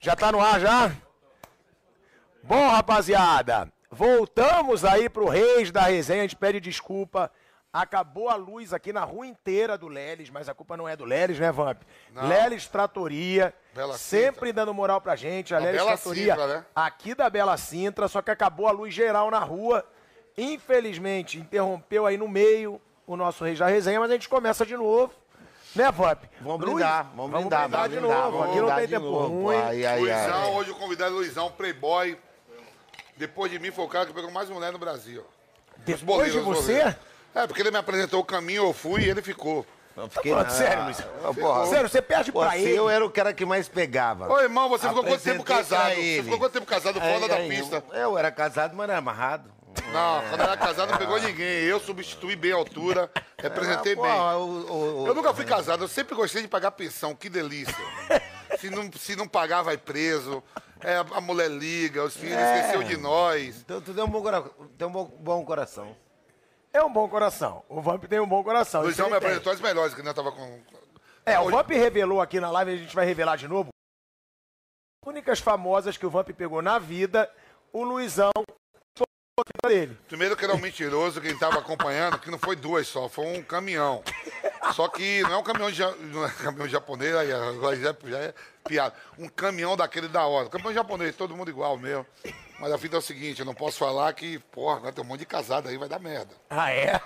Já tá no ar já? Bom, rapaziada, voltamos aí pro Reis da Resenha, a gente pede desculpa. Acabou a luz aqui na rua inteira do Leles, mas a culpa não é do Leles, né, Vamp? Não. Leles Tratoria, Bela sempre dando moral pra gente. A Não, Leles Bela Tratoria, Sintra, né? aqui da Bela Sintra, só que acabou a luz geral na rua. Infelizmente, interrompeu aí no meio o nosso Reis da Resenha, mas a gente começa de novo. Né, Vamp? Vamos Luz- brindar, vamos brindar, vamos de brindar, novo. vamos aqui não brindar tem de tempo novo. ruim. Ai, ai, ai. Luizão, hoje o convidado é o Luizão, playboy. Depois de mim foi o cara que pegou mais mulher no Brasil. Os Depois boleiros, de os você? boleiros. É, porque ele me apresentou o caminho, eu fui e ele ficou. Não fiquei falando nada. sério, Luiz? Ah, Porra, Sério, você perde Pô, pra se ele. é- eu era o cara que mais pegava. Ô, irmão, você ficou quanto tempo Apresentei pra casado? Você ele. ficou quanto tempo casado Aí, fora da aí, pista? é, Eu, eu era casado, mas era amarrado. Não, quando era casado não pegou ninguém. Eu substituí bem a altura, representei Ah, pô, bem. o- o- o- Eu nunca fui casado, eu sempre gostei de pagar pensão, que delícia. se, não, se não pagar, vai preso. É, a mulher liga, os filhos É. esqueceu de nós. Então tu tem um bom, cora- tem um bom, bom coração. É um bom coração. O Vamp tem um bom coração. Luizão Isso me ele tem. apresentou as melhores, que ainda tava com. É, o Vamp revelou aqui na live, a gente vai revelar de novo. Únicas famosas que o Vamp pegou na vida, o Luizão foi dele. Primeiro que era um mentiroso, quem tava acompanhando, que não foi duas só, foi um caminhão. Só que não é um caminhão, ja- não é caminhão japonês, aí agora já, já é piada. Um caminhão daquele da hora. Caminhão japonês, todo mundo igual mesmo. Mas a fita é o seguinte, eu não posso falar que, porra, vai ter um monte de casado aí, vai dar merda. Ah, é?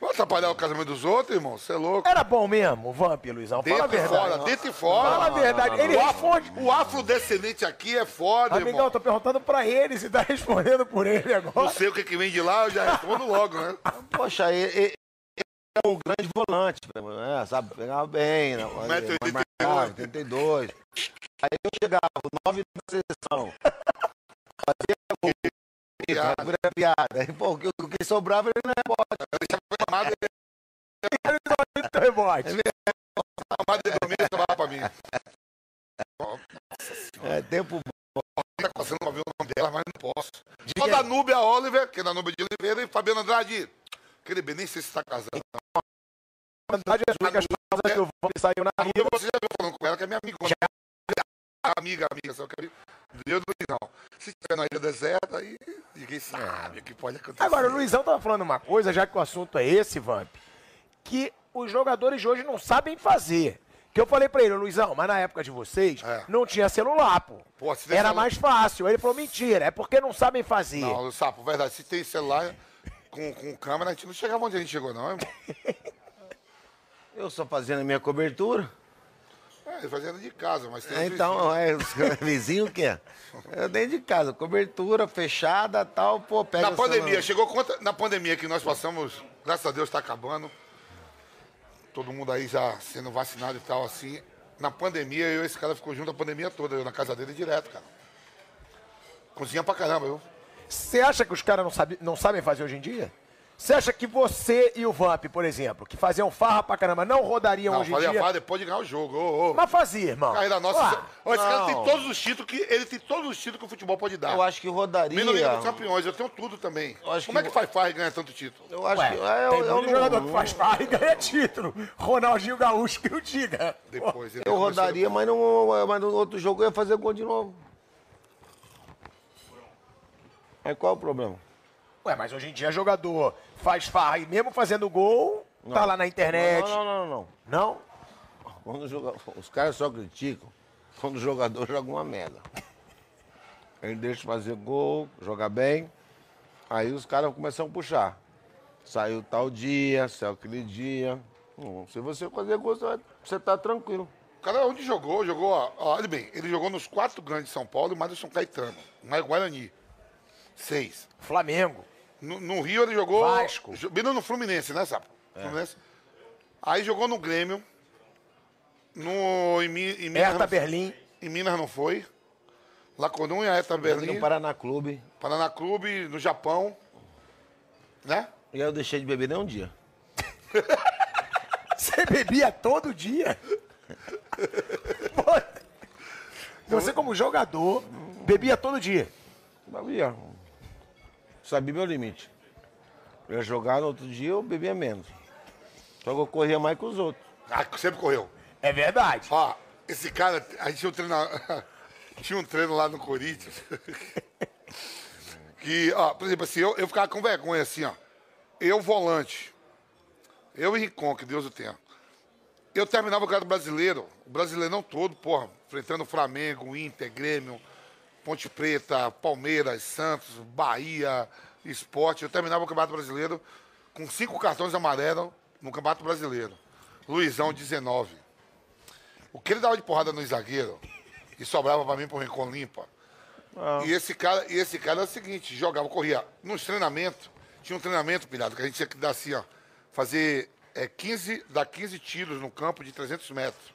Vai atrapalhar o casamento dos outros, irmão? Você é louco. Era bom mesmo o Vamp, Luizão. Fala a Dentro e verdade. fora, dentro e fora. Fala a verdade. Ele O, responde. afro, o afrodescendente aqui é foda, Amigão, irmão. eu tô perguntando pra ele se tá respondendo por ele Não agora. sei o que, que vem de lá, eu já respondo logo, né? Poxa, e- e- ele é o grande volante, né, sabe? Pegava bem, né, metro e mas oitenta e marcava, oito. 82. Aí eu chegava, nove da seleção. Fazia Piada. gol, era piada. Aí, pô, o que, o que sobrava era rebote. Chamada Muito rebote. chamada de dormir, trabalha pra mim. É, tempo bom. tá passando pra ver o nome dela, mas não posso. Só da Núbia Oliver, que é da Núbia de Oliveira, e Fabiana Andrade. Aquele bem, nem sei se tá casado. Na verdade, as únicas famosas que o Vamp saiu na Núbia, vida. você já viu falando com ela, que é minha amiga. Amiga, amiga, só que é? Deus do não. Se tiver na ilha deserta, aí ninguém sabe o que pode acontecer. Agora, o Luizão tava falando uma coisa, já que o assunto é esse, Vamp, que os jogadores de hoje não sabem fazer. Que eu falei pra ele, Luizão, mas na época de vocês, É. não tinha celular, pô. Pô, se tem Era celu- mais fácil. Aí Ele falou, mentira, é porque não sabem fazer. Não, o sapo, verdade, se tem celular com, com câmera, a gente não chegava onde a gente chegou, não, irmão. Eu só fazendo a minha cobertura. É, fazendo de casa, mas tem um É, os Então, é, os vizinho o quê? Eu dentro de casa, cobertura fechada tal, pô, pega Na o pandemia, celular. chegou conta. Na pandemia que nós passamos, graças a Deus está acabando. Todo mundo aí já sendo vacinado e tal, assim. Na pandemia, eu e esse cara ficou junto a pandemia toda, eu na casa dele direto, cara. Cozinha pra caramba, viu? Você acha que os caras não, sabe- não sabem fazer hoje em dia? Você acha que você e o Vamp, por exemplo, que faziam farra pra caramba, não rodariam Não, hoje em falei a dia? farra depois de ganhar o jogo. Ô, ô. Mas fazia, irmão. Carreira nossa. Ué, esse- ó, esse cara não. tem todos os títulos que. Ele tem todos os títulos que o futebol pode dar. Eu acho que rodaria. Menos Liga dos Campeões, eu tenho tudo também. Eu acho Como que- é que faz farra e ganha tanto título? Eu acho ué, que. é, tem eu, muito eu jogador não, que faz farra e ganha título. Ronaldinho Gaúcho que o diga. Depois. ele Eu começou rodaria, mas, não, é, mas no outro jogo eu ia fazer gol de novo. Aí qual é o problema? Ué, mas hoje em dia jogador faz farra e mesmo fazendo gol, tá lá na internet. Não, não, não, não. não. Não? Quando o joga- Os caras só criticam quando o jogador joga uma merda. Ele deixa fazer gol, jogar bem. Aí os caras começam a puxar. Saiu tal dia, saiu aquele dia. Hum, Se você fazer gol, você vai- você tá tranquilo. O cara onde um jogou, jogou, ó, ó, olha bem, ele jogou nos quatro grandes de São Paulo e mais no São Caetano, mais Guarani. Seis. Flamengo. No, no Rio ele jogou. Vasco. É. jo- Bem, não, no Fluminense, né, Sapo? Fluminense. Aí jogou no Grêmio. No, em, Mi- em Minas. Hertha assim, Berlim. Em Minas não foi. La Corunha, Hertha Berlim. No um Paraná Clube. Paraná Clube, no Japão. Né? E aí eu deixei de beber nem um dia. Você bebia todo dia? Pô, Você, como jogador, bebia todo dia. Sabia. Sabia meu limite. Eu ia jogar no outro dia, eu bebia menos. Só que eu corria mais que os outros. Ah, sempre correu. É verdade. Ó, esse cara, a gente tinha um treino, tinha um treino lá no Corinthians. que, ó, por exemplo, assim, eu, eu ficava com vergonha assim, ó. Eu volante. Eu e Rincon, que Deus o tenha. Eu terminava o cara do brasileiro, o brasileirão todo, porra, enfrentando Flamengo, Inter, Grêmio, Ponte Preta, Palmeiras, Santos, Bahia, Esporte. Eu terminava o Campeonato Brasileiro com cinco cartões amarelos no Campeonato Brasileiro. Luizão, 19. O que ele dava de porrada no zagueiro e sobrava pra mim pro Rincon limpa. E esse cara, e esse cara é o seguinte, jogava, corria. Nos treinamentos, tinha um treinamento, pilhado, que a gente tinha que dar assim, ó, fazer é, 15, dar 15 tiros no campo de 300 metros.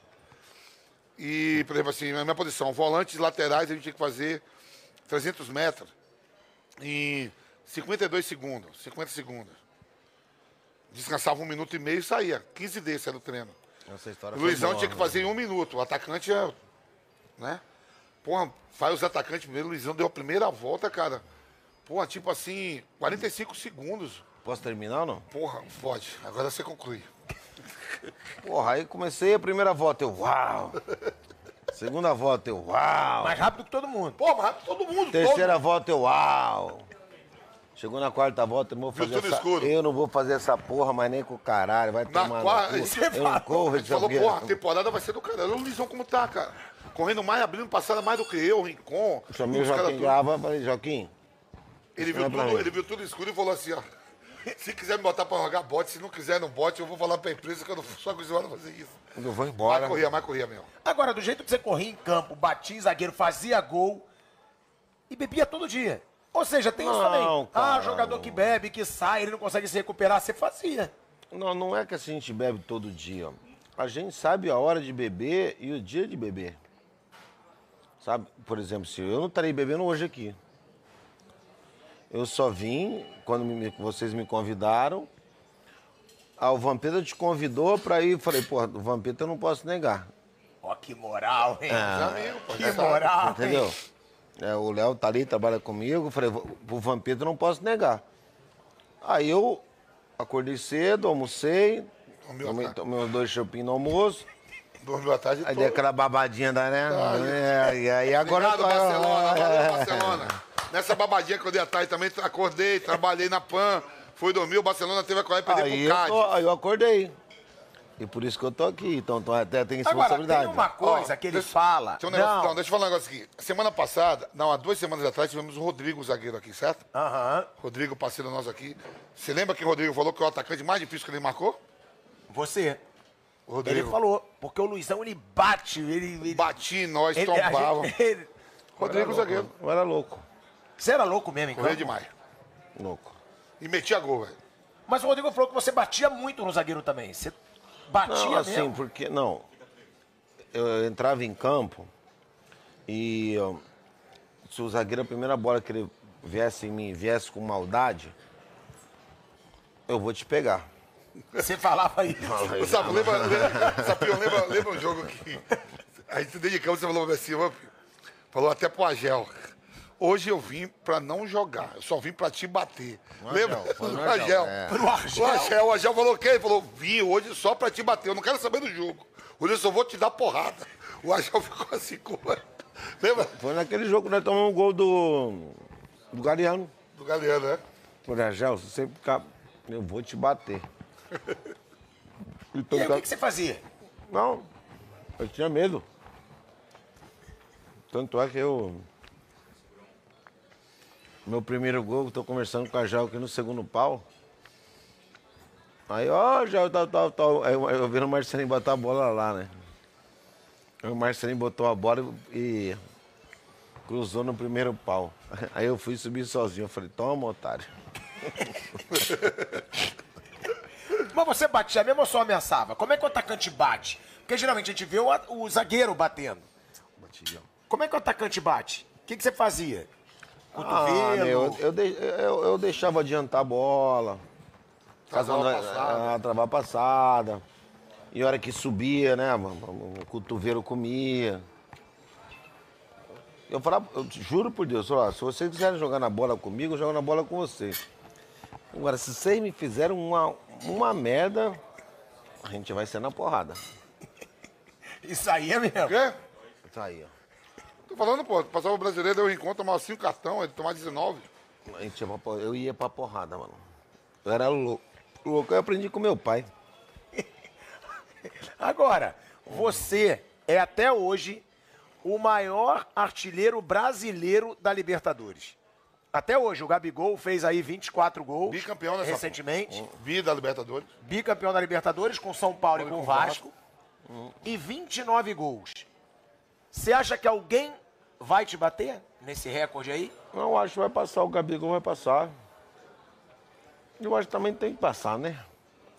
E, por exemplo, assim, na minha posição, volantes laterais, a gente tinha que fazer 300 metros em 52 segundos, 50 segundos. Descansava um minuto e meio e saía. 15 desses era o treino. Essa história foi Luizão boa, tinha que né? fazer em um minuto. O atacante é. Né? Porra, faz os atacantes primeiro. Luizão deu a primeira volta, cara. Porra, tipo assim, 45 segundos. Posso terminar ou não? Porra, pode. Agora você conclui. Porra, aí comecei a primeira volta, eu uau. Segunda volta, eu uau. Mais rápido que todo mundo. Pô, mas todo mundo. Terceira volta, eu uau. Chegou na quarta volta, eu não vou Viu fazer tudo essa... escuro. Eu não vou fazer essa porra, mas nem com o caralho. Vai Na tomar qua- cu. Você Eu não corro, A gente falou, Edson porra, a Guerra. temporada vai ser do caralho. Olha o Lisão como tá, cara. Correndo mais, abrindo passada mais do que eu, Rincon. Chamei o os caras Joaquim tudo. Grava, falei, Joaquim, Ele Não viu, é pra tudo, mim. ele viu tudo escuro e falou assim, ó. Se quiser me botar pra jogar bote, se não quiser não bote, eu vou falar pra empresa que eu não sou acostumado a fazer isso. eu vou Mais embora. corria, mais corria mesmo. Agora, do jeito que você corria em campo, batia em zagueiro, fazia gol e bebia todo dia. Ou seja, tem isso Não, também. Ah, cara. jogador que bebe, que sai, ele não consegue se recuperar, você fazia. Não, não é que assim a gente bebe todo dia. A gente sabe a hora de beber e o dia de beber. Sabe, por exemplo, se eu não estarei bebendo hoje aqui. Eu só vim quando me- me- vocês me convidaram. Ah, o Vampeta te convidou pra ir. Falei, pô, o Vampeta eu não posso negar. Ó, que moral, hein? É. Amigo, pô, que essa- moral, Entendeu? hein? É, o Léo tá ali, trabalha comigo. Falei, "Vo- pro Vampeta eu não posso negar. Aí eu acordei cedo, almocei, Dormiu à tomei, tarde. tomei uns dois chopinhos no almoço. Dormiu à tarde Aí todo. dei aquela babadinha da, né? É, e aí agora... Tá, Obrigado, Barcelona. É. Valeu, Barcelona. Nessa babadinha que eu dei à tarde também, acordei, trabalhei na PAN, fui dormir, o Barcelona teve a coragem de perder Aí pro eu, Cádiz. tô- aí eu acordei. E por isso que eu tô aqui. Então tô, até tem Agora, responsabilidade. tem uma coisa Ó, que ele deixa- fala. Deixa eu, um negócio- não. não, deixa eu falar um negócio aqui. Semana passada, não, há duas semanas atrás, tivemos o Rodrigo, o zagueiro aqui, certo? Aham. Rodrigo, parceiro nosso aqui. Você lembra que o Rodrigo falou que é o atacante mais difícil que ele marcou? Você. O Rodrigo. Ele falou. Porque o Luizão, ele bate, ele... ele Bati em nós, ele- a tombava. gente- ele- Rodrigo, zagueiro. Eu era louco. Você era louco mesmo, então. em Corria campo? demais. Louco. E metia gol, velho. Mas o Rodrigo falou que você batia muito no zagueiro também. Você batia Não, assim, mesmo. porque. Não. Eu entrava em campo e ó, se o zagueiro, a primeira bola que ele viesse em mim, viesse com maldade, eu vou te pegar. Você falava isso. O Sapo, lembra, lembra, Sapinho, lembra, lembra um jogo que a gente se dedicamos, você falou assim, ó, falou até pro Agel. Hoje eu vim pra não jogar, eu só vim pra te bater. lembra? Agel, foi no O Agel, Agel. é. Pro Agel. O Agel, o Agel falou o quê? Ele falou, vim hoje só pra te bater, eu não quero saber do jogo. Hoje eu só vou te dar porrada. O Agel ficou assim com Lembra? Foi naquele jogo que nós tomamos um gol do. do Galeano. Do Galeano, né? Falei, Angel, se você ficar. Eu vou te bater. Então, E aí, o que, que você fazia? Não, eu tinha medo. Tanto é que eu. Meu primeiro gol, eu tô conversando com a Jal aqui no segundo pau. Aí, ó, Jal, tal, tal, tal. Aí eu, eu vi o Marcelinho botar a bola lá, né? Aí o Marcelinho botou a bola e, e cruzou no primeiro pau. Aí eu fui subir sozinho. Eu falei, toma, otário. Mas você batia mesmo ou só ameaçava? Como é que o atacante bate? Porque geralmente a gente vê o, a- o zagueiro batendo. Como é que o atacante bate? O que, que você fazia? Cotovelo? Ah, meu, eu, dei- eu- eu deixava adiantar a bola. Travar Caso a não- passada. ah, travar a passada. E a hora que subia, né? O o cotovelo comia. Eu falava, eu te juro por Deus, eu falava, se vocês quiserem jogar na bola comigo, eu jogo na bola com vocês. Agora, se vocês me fizeram uma, uma merda, a gente vai ser na porrada. Isso aí é O mesmo. quê? Isso aí, ó. Tô falando, pô, passava o brasileiro, deu um encontro, tomava cinco cartão, ele tomava 19. A gente ia pra por- eu ia pra porrada, mano. Eu era louco. Louco, eu aprendi com meu pai. Agora, você é até hoje o maior artilheiro brasileiro da Libertadores. Até hoje, o Gabigol fez aí 24 gols. Bicampeão nessa Recentemente. Vida Libertadores. bicampeão da Libertadores com São Paulo e com o Vasco, e 29 gols. Você acha que alguém vai te bater nesse recorde aí? Não, acho que vai passar, o Gabigol vai passar. Eu acho que também tem que passar, né?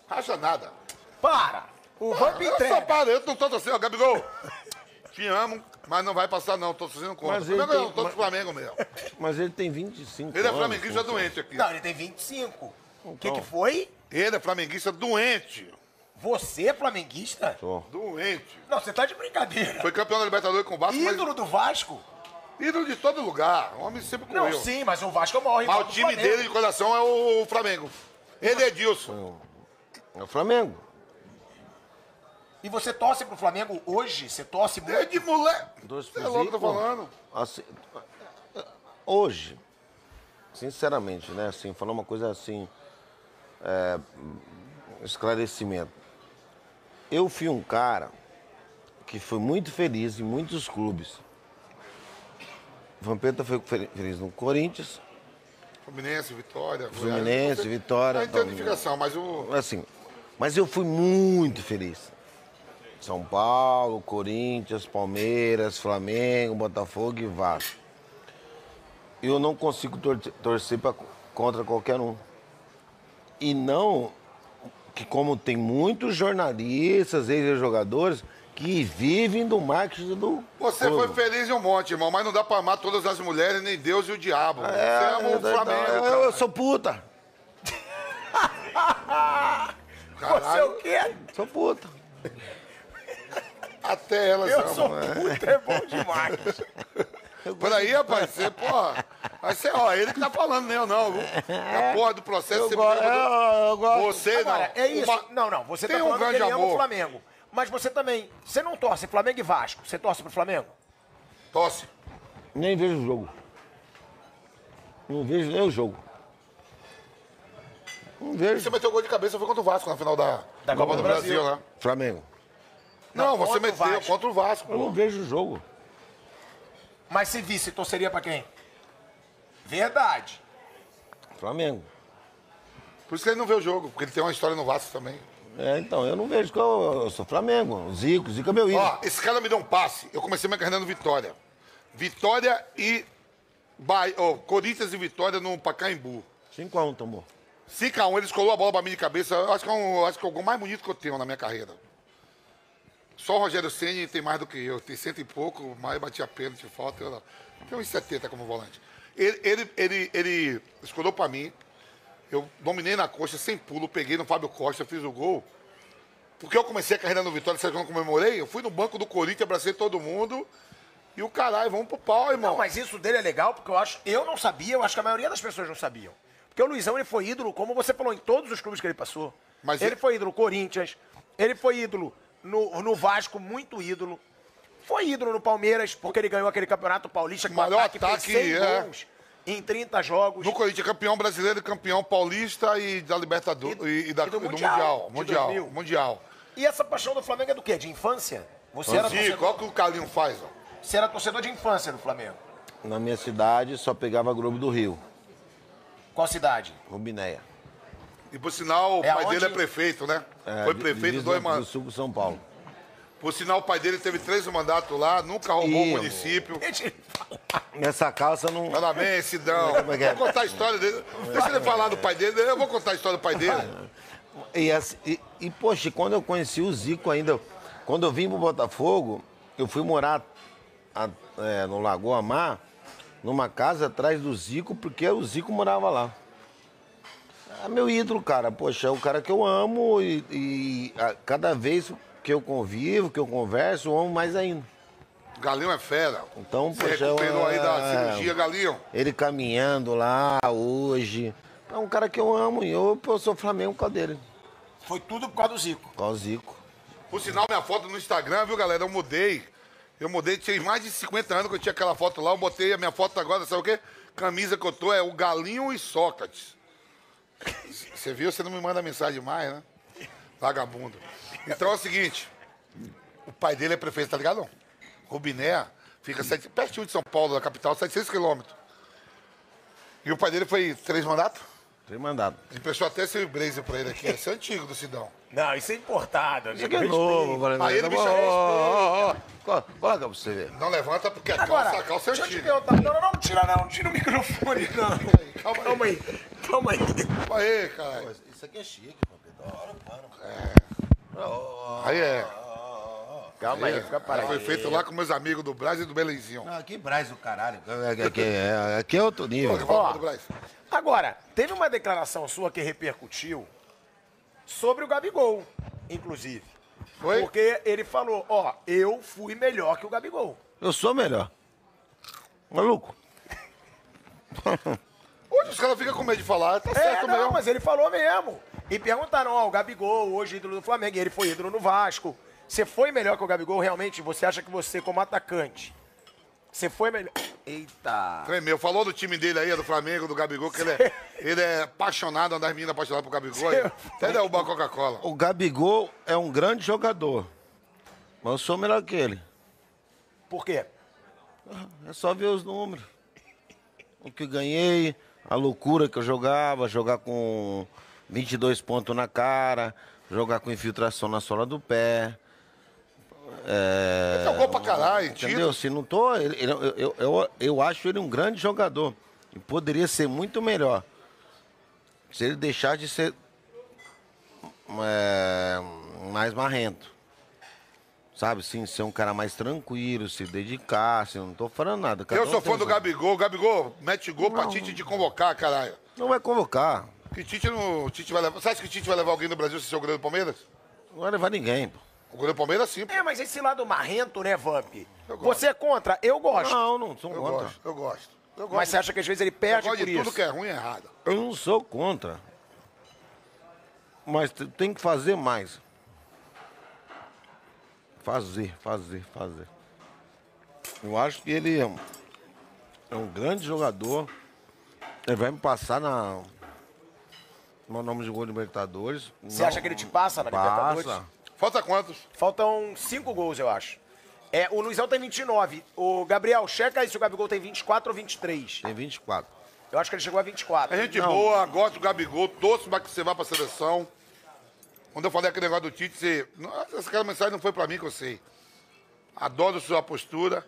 Racha nada. Para! O Vamp Eu só entrega. paro, eu não tô torcendo, Gabigol. Te amo, mas não vai passar não, tô torcendo contra. Mas ele Flamengo não, tem- tô do mas- Flamengo mesmo. Mas ele tem 25 Ele é anos. flamenguista pô. doente aqui. Não, ele tem 25. O que, Então. que foi? Ele é flamenguista doente. Você, flamenguista? Tô. Doente. Não, você tá de brincadeira. Foi campeão da Libertadores com o Vasco, mas Ídolo do Vasco? ídolo de todo lugar. Homem sempre Não, correu. sim, mas o Vasco é o maior Mas rival o do time Flamengo. dele um- de coração é o Flamengo. Ele é Edilson. É o Flamengo. E você torce pro Flamengo hoje? Você torce muito? Desde é moleque. Dois Você é louco, tô fuzis, pô. falando. Assim, hoje, sinceramente, né? Assim, falar uma coisa assim, é, esclarecimento. Eu fui um cara que foi muito feliz em muitos clubes. Vampeta foi fe- feliz no Corinthians, Fluminense, Vitória. Goiás. Fluminense, Você- Vitória, É a identificação, mas o. assim, mas eu fui muito feliz. São Paulo, Corinthians, Palmeiras, Flamengo, Botafogo e Vasco. Eu não consigo tor- torcer pra, contra qualquer um. E não que como tem muitos jornalistas, ex-jogadores, que vivem do marketing do Você foi clube. feliz em um monte, irmão, mas não dá pra amar todas as mulheres, nem Deus e o diabo. É, você ama eu- o Flamengo. eu- eu sou puta. Você cara. é Caralho, o quê? Sou puta. até elas Eu amam. sou puta, é bom demais. né? Por aí, rapaz, você, porra. Aí você, ó, ele que tá falando, nem eu não. viu? É A porra do processo Eu você gosto. me mandou- É, eu- eu gosto. Você Agora, não. é isso. Uma- Não, não. Você Tem tá um falando que grande ele ama o amor. Flamengo. Mas você também. Você não torce Flamengo e Vasco. Você torce pro Flamengo? Tosse. Nem vejo o jogo. Não vejo nem o jogo. Não Você vejo. meteu gol de cabeça, foi contra o Vasco na final da, Da Copa do Brasil, né? Flamengo. Não, contra você o meteu Vasco. contra o Vasco. Eu não vejo o jogo. Mas se visse, torceria pra quem? Verdade. Flamengo. Por isso que ele não vê o jogo, porque ele tem uma história no Vasco também. É, então, eu não vejo. porque Eu, eu sou Flamengo. O Zico, o Zico é meu ídolo. Ó, esse cara me deu um passe. Eu comecei minha carreira no Vitória. Vitória e. Bahia, ó, Corinthians e Vitória no Pacaembu. 5x1 tomou. 5x1, eles colou um, a bola pra mim de cabeça. Eu acho que é, um, acho que é o gol mais bonito que eu tenho na minha carreira. Só o Rogério Senna tem mais do que eu. Tem cento e pouco, mais batia pênalti, falta. Eu, tem uns 70 como volante. Ele, ele, ele, ele escolou pra mim. Eu dominei na coxa, sem pulo, peguei no Fábio Costa, fiz o gol. Porque eu comecei a carreira no Vitória, sabe quando eu comemorei? Eu fui no banco do Corinthians, abracei todo mundo. E o caralho, vamos pro pau, irmão. Não, mas isso dele é legal porque eu acho. Eu não sabia, eu acho que a maioria das pessoas não sabiam. Porque o Luizão ele foi ídolo, como você falou, em todos os clubes que ele passou. Mas ele ele- foi ídolo no Corinthians, ele foi ídolo no, no Vasco, muito ídolo. Foi ídolo no Palmeiras, porque ele ganhou aquele campeonato paulista com um Maior ataque, ataque, fez 100 é. gols em 30 jogos. No Corinthians, campeão brasileiro, campeão paulista e da Libertadores. E- E, e da- e e do Mundial, do, Mundial. de Mundial. 2000. Mundial. E essa paixão do Flamengo é do quê? De infância? Você era, Zico, torcedor, olha o que o Carlinho faz, ó. você era torcedor de infância no Flamengo. Na minha cidade só pegava Globo do Rio, Qual cidade? Rubinéia. E por sinal, o É pai aonde- dele é prefeito, né? É, Foi di- prefeito divisa dois do mandatos. Sul com São Paulo. Por sinal, o pai dele teve três mandatos lá, nunca roubou Ih, o município. Nessa calça não. Parabéns, Sidão. Como é que é? Vou contar a história dele. Deixa ele falar do pai dele, eu vou contar a história do pai dele. E, assim- e, e, poxa, quando eu conheci o Zico ainda, quando eu vim pro Botafogo, eu fui morar a- é, no Lagoa Mar, numa casa atrás do Zico, porque o Zico morava lá. É meu ídolo, cara. Poxa, é o cara que eu amo e, e a- cada vez que eu convivo, que eu converso, eu amo mais ainda. Galinho é fera. Então, Você poxa, recuperou aí da é- cirurgia, Galinho. Ele caminhando lá hoje. É um cara que eu amo e eu, eu sou Flamengo por causa dele, Foi tudo por causa do Zico. por causa do Zico. Por sinal, minha foto no Instagram, viu, galera? Eu mudei. Eu mudei, tinha mais de 50 anos que eu tinha aquela foto lá. Eu botei a minha foto agora, sabe o quê? Camisa que eu tô é o Galinho e Sócrates. C- Você viu? Você não me manda mensagem mais, né? Vagabundo. Então é o seguinte: o pai dele é prefeito, tá ligado? Rubiné fica sete, pertinho de São Paulo, da capital, 700 quilômetros. E o pai dele foi três mandatos? Tem mandado. Emprestou até seu blazer pra ele aqui. Esse é antigo do Sidão. Não, isso é importado. Isso aqui é novo, Valente. Aí Ah, ele me chama, Coloca pra você ver. Não levanta porque a Agora, calça, a calça é deixa eu te antiga. perguntar. Não, não, não, tira não, não tira o microfone, não. Calma Calma aí. aí, calma aí. Calma aí, caralho. Isso aqui é chique, Aí é. Calma é. aí, Ah, fica Cara, parado. foi feito lá com meus amigos do Brás e do Belenzinho. Aqui Braz o caralho. Aqui é, aqui é outro nível. Fala mal do Brás. Agora, teve uma declaração sua que repercutiu sobre o Gabigol, inclusive. Foi? Porque ele falou, ó, eu fui melhor que o Gabigol. Eu sou melhor. Maluco. Hoje os caras ficam com medo de falar, tá É, certo não, mesmo. mas ele falou mesmo. E perguntaram, ó, o Gabigol, hoje ídolo do Flamengo, e ele foi ídolo no Vasco. Você foi melhor que o Gabigol realmente? Você acha que você, como atacante, você foi melhor. Eita! Tremeu. Falou do time dele aí, do Flamengo, do Gabigol, que ele é, ele é apaixonado, uma das meninas apaixonadas por Gabigol. Cê- ele- Até derrubar a Coca-Cola. O Gabigol é um grande jogador. Mas eu sou melhor que ele. Por quê? É só ver os números. O que eu ganhei, a loucura que eu jogava, jogar com 22 pontos na cara, jogar com infiltração na sola do pé. É, Ele jogou pra caralho, Entendeu? título. Se não tô, ele- ele- eu, eu, eu, eu acho ele um grande jogador. E poderia ser muito melhor. Se ele deixar de ser é, mais marrento. Sabe, sim, ser um cara mais tranquilo, se dedicar, se não tô falando nada. cada Eu um sou tem fã do seu- Gabigol. Gabigol, mete gol pra Tite te convocar, caralho. Não vai convocar. Que Tite não. Tite vai levar. Você acha que Tite vai levar alguém do Brasil se ser o goleiro do Palmeiras? Não vai levar ninguém. pô. O goleiro do Palmeiras sim. pô. É, mas esse lado marrento, né, Vamp? Eu gosto. Você é contra? Eu gosto. Não, não sou Eu contra. gosto, eu gosto. Eu gosto. Mas você acha que às vezes ele eu perde gosto por de isso? tudo que é ruim e errado. Eu não sou contra. Mas te- tem que fazer mais. Fazer, fazer, fazer. Eu acho que ele é um- é um grande jogador. Ele vai me passar na. No nome de gol Libertadores. Você acha que ele te passa na Libertadores? Falta quantos? Faltam cinco gols, eu acho. É, o Luizão tem 29. O Gabriel, checa aí se o Gabigol tem 24 ou 23. Tem 24. Eu acho que ele chegou a 24. É gente boa, gosto do Gabigol, torço pra que você vá pra seleção. Quando eu falei aquele negócio do Tite, você. Nossa, Essa mensagem não foi pra mim que eu sei. Adoro sua postura,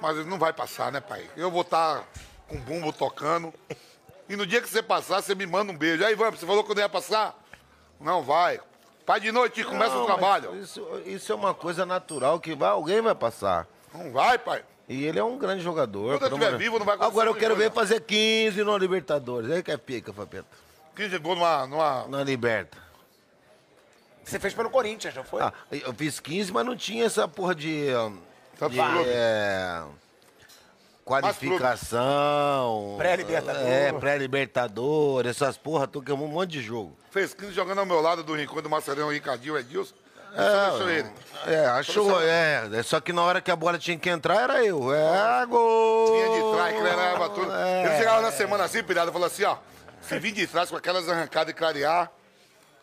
mas ele não vai passar, né, pai? Eu vou estar com o bumbo tocando. E no dia que você passar, você me manda um beijo. Aí, Vamp, você falou que eu não ia passar? Não vai. Pai de noite, começa Não, mas o trabalho. Isso, isso é uma coisa natural que vai, alguém vai passar. Não vai, pai. E ele é um grande jogador. Quando eu pelo tiver menos. vivo, não vai acontecer Agora eu muita quero ver coisa. fazer 15 no Libertadores. Aí que é pica, Fapeta. 15 gols numa, numa. Na Liberta. Você fez pelo Corinthians, não foi? Ah, eu fiz 15, mas não tinha essa porra de. Tá de tudo. é, qualificação. Pré-Libertadores. É, pré-Libertadores. Essas porra, tu que é um monte de jogo. Fez 15 jogando ao meu lado do Rincão do Marcelão, Ricardinho, Edilson. É, É, deixou ele. É, achou, é. é, Só que na hora que a bola tinha que entrar, era eu. É, gol! Vinha de trás, que levava tudo. É. Ele chegava na semana assim, pirada, falou assim, ó. Se vir de trás com aquelas arrancadas e clarear,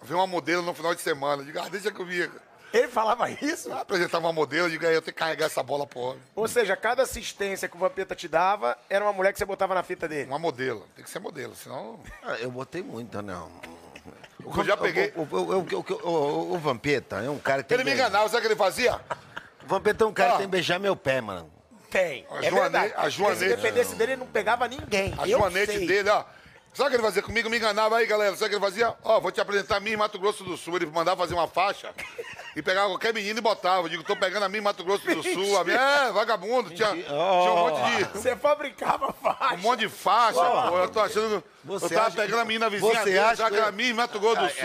vem uma modelo no final de semana. Eu Digo, ah, deixa comigo. Ele falava isso? Ah, apresentava uma modelo, eu digo, aí eu tenho que carregar essa bola pro homem. Ou seja, cada assistência que o Vampeta te dava era uma mulher que você botava na fita dele. Uma modelo, tem que ser modelo, senão. Ah, Eu botei muita, não. Eu já peguei. O, o, o, o- o- o Vampeta é um cara que tem. Ele me que- enganava, sabe o que ele fazia? O Vampeta é um cara Ah. que tem que beijar meu pé, mano. Tem. A é Joane- verdade. a Joanete- Se dependesse dele, ele não pegava ninguém. A Eu joanete sei. dele, ó. Sabe o que ele fazia comigo? Me enganava aí, galera. Sabe o que ele fazia? Ó, vou te apresentar a minha em Mato Grosso do Sul. Ele mandava fazer uma faixa e pegava qualquer menino e botava. Eu digo, tô pegando a minha em Mato Grosso do Sul. A minha... É, vagabundo. Tinha, tinha um monte de... Você fabricava faixa. Um monte de faixa, Ó, pô. Eu tô achando... você eu tava acha pegando que- a menina vizinha você dele, acha já que- que era a minha em Mato Grosso do Sul.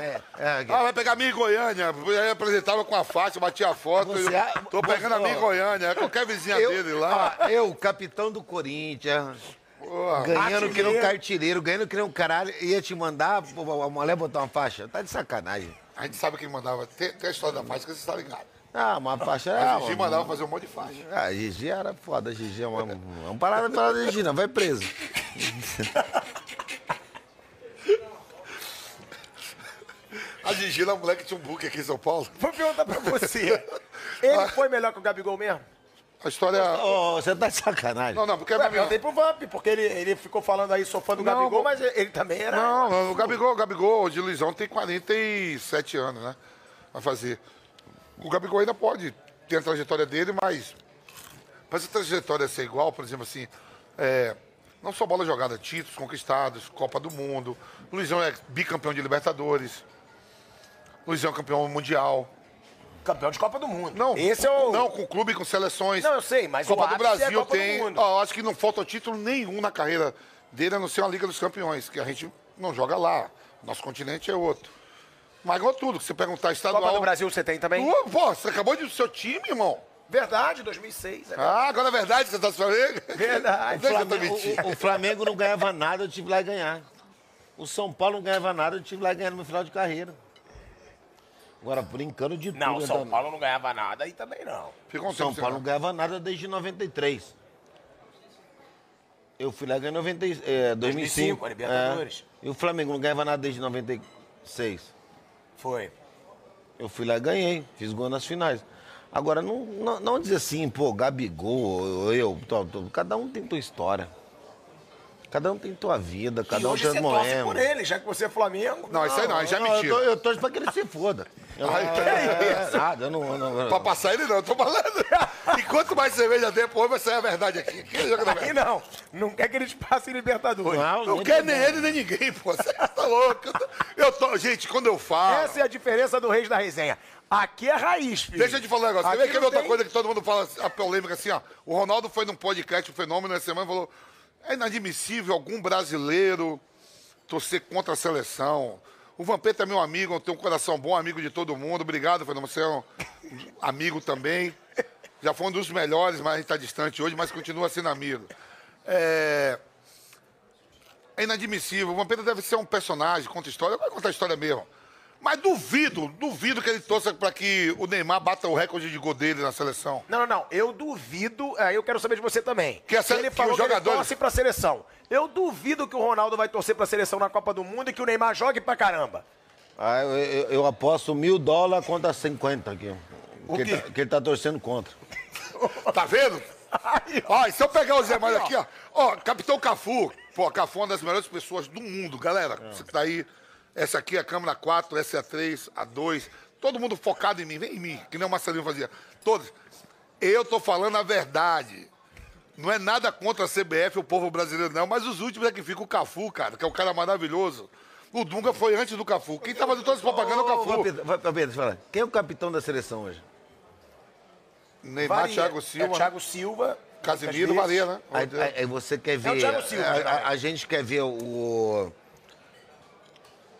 É, é, Ah, vai pegar a minha em Goiânia. Aí eu apresentava com a faixa, batia a foto. Você eu- a- Tô pegando a minha em Ó. Goiânia. é Qualquer vizinha dele lá. ah, eu, capitão do Corinthians, Pô, ganhando que nem um Artilheiro. cartilheiro, ganhando que nem um caralho, ia te mandar pô, a mulher botar uma faixa. Tá de sacanagem. A gente sabe quem mandava. Tem, tem a história da faixa que vocês estão ligados. Ah, uma faixa A era. Gigi mandava fazer um monte de faixa. Ah, a Gigi era foda, a Gigi é uma, uma parada parada da Gigi, não, vai preso. A Gigi era um moleque que tinha um book aqui em São Paulo. Vou perguntar pra você. Ele foi melhor que o Gabigol mesmo? A história. é- Ô, você tá de sacanagem. Não, não, porque Ué, é minha... perguntei pro Vamp, porque ele, ele ficou falando aí, sou fã do Não, Gabigol, vou- mas ele também era. Não, não, o Gabigol, o Gabigol de Luizão tem 47 anos, né? Vai fazer. O Gabigol ainda pode ter a trajetória dele, mas. Pra essa trajetória ser igual, por exemplo, assim. é, não só bola jogada, títulos conquistados, Copa do Mundo. Luizão é bicampeão de Libertadores. Luizão é campeão mundial. Campeão de Copa do Mundo. Não, Esse é o. não com clube, com seleções. Não, eu sei, mas o Copa do ápice é a Brasil Copa do tem. Mundo. Ó, acho que não falta título nenhum na carreira dele, a não ser uma Liga dos Campeões, que a gente não joga lá. Nosso continente é outro. Mas ganhou tudo. Se você perguntar estadual. Copa do Brasil você tem também? Pô, pô, você acabou de ir pro seu time, irmão. Verdade, 2006. É Ah, agora é verdade que você tá se falando. verdade. Não é que eu tô Flamengo- mentindo. o, o Flamengo não ganhava nada, eu tive lá e ganhar. O São Paulo não ganhava nada, eu tive lá e ganhar no meu final de carreira. Agora, brincando de tudo. Não, o São entrando- Paulo não ganhava nada aí também não. Ficou um São tempo sem Paulo não ganhar. ganhava nada desde 93. Eu fui lá e ganhei em 90, e- é, 2005. 2005, a Libertadores. É. E o Flamengo não ganhava nada desde 96. Foi. Eu fui lá e ganhei, fiz gol nas finais. Agora, não, não, não dizer assim, pô, Gabigol, ou eu, tô- tô- cada um tem tua história. Cada um tem tua vida, cada e um hoje tem você os torce por momentos. ele, já que você é Flamengo. Não, isso aí não, isso é eu, mentira. tô- eu torço pra que ele se foda. Eu, Ai, não- que é, nada, eu não. não- Pra passar ele não, eu tô falando. E quanto mais cerveja der, pô, vai sair a verdade aqui. Quem joga na Aí verdade? não. é Não quer que eles passem Libertadores. Não, Não nem- quer nem ele, nem ninguém, pô. Você tá louco. Eu tô- Eu tô... Gente, quando eu falo... Essa é a diferença do Reis da Resenha. Aqui é raiz, filho. Deixa eu te falar um negócio. Quer ver, Aqui quer ver não outra tem- coisa que todo mundo fala, a polêmica assim, ó. O Ronaldo foi num podcast, o Fenômeno, essa semana, e falou: é inadmissível algum brasileiro torcer contra a seleção. O Vampeta é meu amigo, tem um coração bom, amigo de todo mundo. Obrigado, Fenômeno. Você é um amigo também. Já foi um dos melhores, mas a gente tá distante hoje, mas continua sendo amigo. É. É inadmissível. O Vampeta deve ser um personagem, conta história. Vai contar história mesmo. Mas duvido, duvido que ele torça pra que o Neymar bata o recorde de gol dele na seleção. Não, não, não. Eu duvido. Aí eu quero saber de você também. Que a sele- ele que falou os que ele jogadores- torce pra seleção. Eu duvido que o Ronaldo vai torcer pra seleção na Copa do Mundo e que o Neymar jogue pra caramba. Ah, eu, eu- eu aposto mil dólares contra 50 aqui. O que, quê? ele tá, que ele tá torcendo contra. Tá vendo? Aí, ó. Ó, e se eu pegar o Zé Mário aqui, ó. Ó, Capitão Cafu. Pô, Cafu é uma das melhores pessoas do mundo, galera. É. Você que tá aí. Essa aqui é a câmera 4, essa é a 3, a 2. Todo mundo focado em mim. Vem em mim, que nem o Marcelinho fazia. Todos. Eu tô falando a verdade. Não é nada contra a CBF, o povo brasileiro, não, mas os últimos é que fica o Cafu, cara, que é um cara maravilhoso. O Dunga foi antes do Cafu. Quem tá fazendo todas as propagandas é o Ô, Cafu. Vampeta, vai, Vampeta, fala. Quem é o capitão da seleção hoje? Neymar, Varia. Thiago Silva, É Thiago Silva. Casimiro, muitas vezes. Maria, né? Aí, aí- aí você quer ver. Thiago Silva, a- cara. a, a gente quer ver o.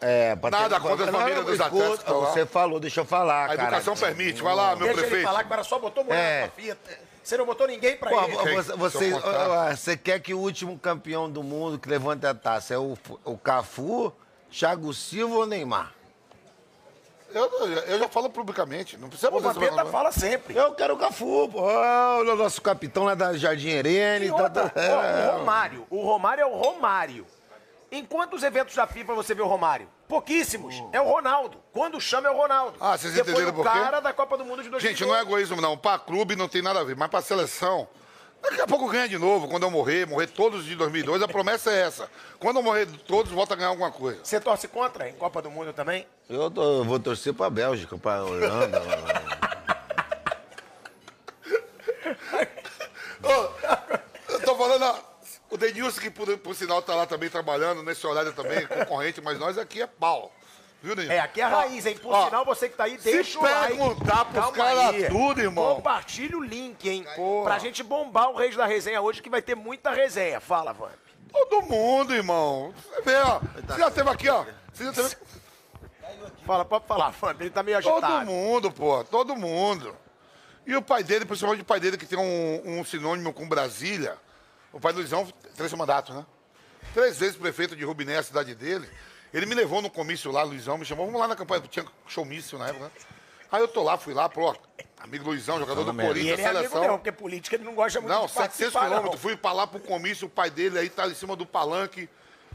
É, pra Nada ter- contra a Não, família dos escuta, atletas que estão lá. Você falou, deixa eu falar. A educação cara. permite. Vai lá, meu Deixa ele prefeito. falar que o cara só botou mulher É. na sua fita. Você não botou ninguém pra Pô, ele. vo- você, Deixa eu você, mostrar. ó, ó, você quer que o último campeão do mundo que levante a taça é o, o Cafu, Thiago Silva ou Neymar? Eu, eu já falo publicamente, não precisa O botar essa Vampeta palavra. fala sempre. Eu quero o Cafu, pô. Ah, O nosso capitão lá da Jardim Irene. E tá- outra, tá- ó, o Romário. O Romário é o Romário. Em quantos eventos da FIFA você vê o Romário? Pouquíssimos. É o Ronaldo. Quando chama é o Ronaldo. Hum. Ah, vocês Porque entenderam foi por o quê? cara da Copa do Mundo de 2002. Gente, não é egoísmo, não. Pra clube não tem nada a ver, mas pra seleção. Daqui a pouco ganha de novo, quando eu morrer, morrer todos de 2002, a promessa é essa. Quando eu morrer todos, volta a ganhar alguma coisa. Você torce contra em Copa do Mundo também? Eu, tô- eu vou torcer pra Bélgica, pra Holanda. Ô, eu tô falando, ó, o Denilson, que por, por sinal tá lá também trabalhando, nesse horário também, concorrente, mas nós aqui é pau. Viu, Denilson? É, aqui é a raiz, hein? Por ó, sinal, você que tá aí, se deixa o like. perguntar pros Calma cara aí. tudo, irmão. Compartilha o link, hein? Porra. Pra gente bombar o Reis da Resenha hoje, que vai ter muita resenha. Fala, Vamp. Todo mundo, irmão. Você vê, ó. Você já teve aqui, ó. Você já teve... Fala, pode falar, Vamp. Ele tá meio agitado. Todo mundo, pô, todo mundo. E o pai dele, principalmente o pai dele, que tem um, um sinônimo com Brasília, o pai do Luizão, três mandatos, né? Três vezes prefeito de Rubiné, a cidade dele. Ele me levou no comício lá, Luizão me chamou, vamos lá na campanha, tinha showmício na época, né? Aí eu tô lá, fui lá, pô, ó, amigo Luizão, jogador do E Corinthians, ele é amigo seleção. meu, porque política ele não gosta muito Não, de 700 participar, não. quilômetros. Fui pra lá pro comício, o pai dele aí tá em cima do palanque.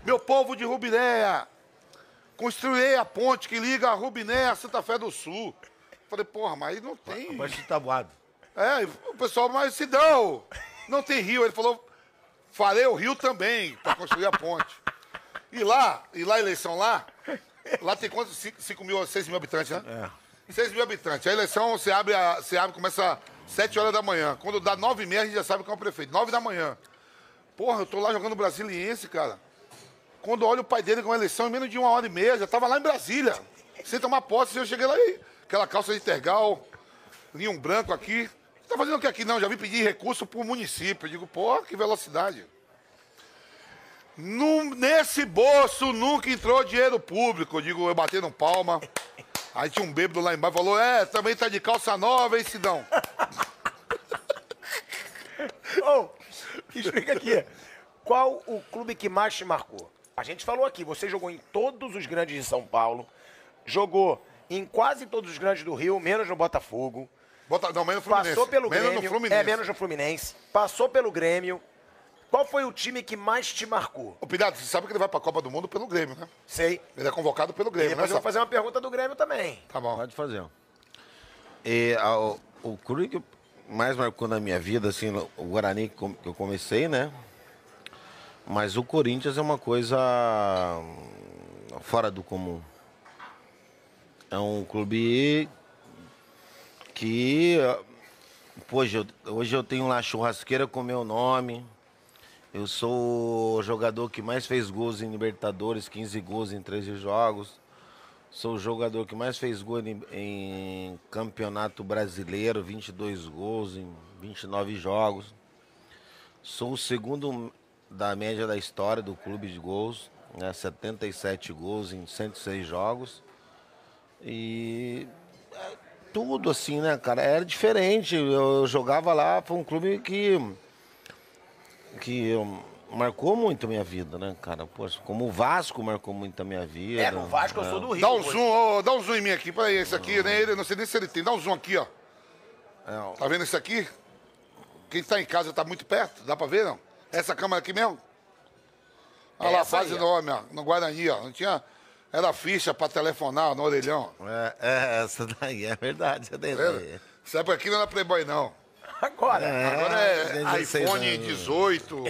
Meu povo de Rubinéia, construirei a ponte que liga a Rubinéia à Santa Fé do Sul. Falei, porra, mas tá aí não tem. Mas tabuado. É, e o pessoal, mas Sidão, não tem rio. Ele falou, farei o rio também pra construir a ponte. E lá, e lá a eleição lá, lá tem quantos? 5 mil, 6 mil habitantes, né? É. 6 mil habitantes. A eleição você abre, a, você abre começa às 7 horas da manhã. Quando dá 9 e meia, a gente já sabe quem é o prefeito. 9 da manhã. Porra, eu tô lá jogando brasiliense, cara. Quando olha o pai dele com a eleição, em menos de uma hora e meia, já tava lá em Brasília. Sem tomar posse, eu cheguei lá e aquela calça de tergal, linho branco aqui. Tá fazendo o que aqui? Não, já vim pedir recurso pro município. Eu digo, pô, que velocidade. Num- nesse bolso nunca entrou dinheiro público. Eu digo, eu batendo palma. Aí tinha um bêbado lá embaixo, falou, é, também tá de calça nova, hein, Sidão? Ô, explica aqui. Qual o clube que mais te marcou? A gente falou aqui, você jogou em todos os grandes de São Paulo, jogou em quase todos os grandes do Rio, menos no Botafogo. Bota, não, menos no Fluminense. Passou pelo menos Grêmio. no Fluminense. É, menos no Fluminense. Passou pelo Grêmio. Qual foi o time que mais te marcou? Ô, Pirata, você sabe que ele vai pra Copa do Mundo pelo Grêmio, né? Sei. Ele é convocado pelo E Grêmio, depois eu né? vou fazer uma pergunta do Grêmio também. Tá bom. Pode fazer. ó. E a- o- o clube que mais marcou na minha vida, assim, o Guarani que com- que eu comecei, né? Mas o Corinthians é uma coisa hum, fora do comum. É um clube que. ah, Poxa, eu- hoje eu tenho lá churrasqueira com meu nome. Eu sou o jogador que mais fez gols em Libertadores, 15 gols em 13 jogos. Sou o jogador que mais fez gol em, em campeonato brasileiro, 22 gols em 29 jogos. Sou o segundo da média da história do clube de gols, né, 77 gols em 106 jogos. E é, tudo assim, né, cara? Era diferente. Eu jogava lá, foi um clube que que hum, marcou muito a minha vida, né, cara? Poxa, como o Vasco marcou muito a minha vida. É, no Vasco eu sou do Rio. Dá um pô. zoom, ô, dá um zoom em mim aqui. Peraí, esse aqui, nem ele, não sei nem se ele tem. Dá um zoom aqui, ó. É, ó. Tá vendo esse aqui? Quem tá em casa tá muito perto, dá pra ver, não? Essa câmera aqui mesmo? Olha lá, Essa aí, fase ó. nome, ó, no Guarani, ó. Não tinha... Era ficha pra telefonar no orelhão. É, é, essa daí é verdade. Essa daí. Tá vendo? Essa época aqui não era Playboy, não. Agora, Agora desde é os seis iPhone anos. 18.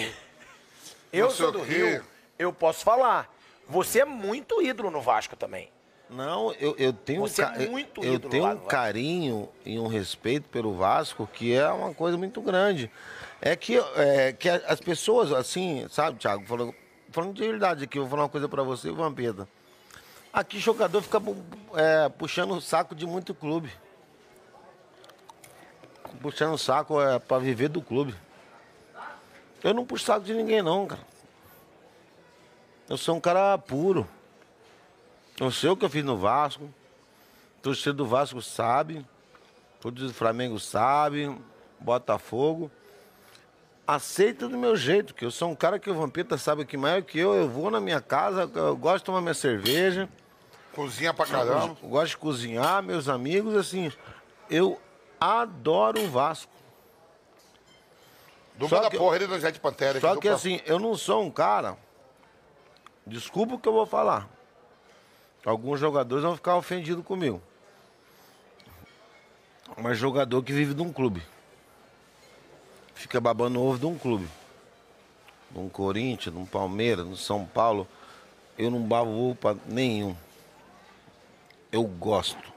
eu não sei sou o do quê. Rio, eu posso falar. Você é muito ídolo no Vasco também. Não, eu, eu tenho Você é ca- eu- muito eu ídolo tenho lá um no Vasco. carinho e um respeito pelo Vasco que é uma coisa muito grande. É que, é, que a- as pessoas, assim, sabe, Thiago, falando, falando de verdade aqui, eu vou falar uma coisa pra você, Vampeta. Aqui jogador fica bu- é, puxando o saco de muito clube. Puxando o saco é, pra viver do clube. Eu não puxo saco de ninguém, não, cara. Eu sou um cara puro. Eu sei o que eu fiz no Vasco. Torcedor do Vasco sabe. Torcedor do Flamengo sabe. Botafogo. Aceita do meu jeito, que eu sou um cara que o Vampeta sabe que maior que eu. Eu vou na minha casa, eu gosto de tomar minha cerveja. Cozinha pra Eu caramba. gosto de cozinhar, meus amigos, assim. Eu adoro o Vasco. Duma da que- porra, ele não é de Pantera. Só do que pa- assim, eu não sou um cara. Desculpa o que eu vou falar. Alguns jogadores vão ficar ofendidos comigo. Mas jogador que vive de um clube. Fica babando ovo de um clube. De um Corinthians, de um Palmeiras, de um São Paulo. Eu não babo ovo pra nenhum. Eu gosto.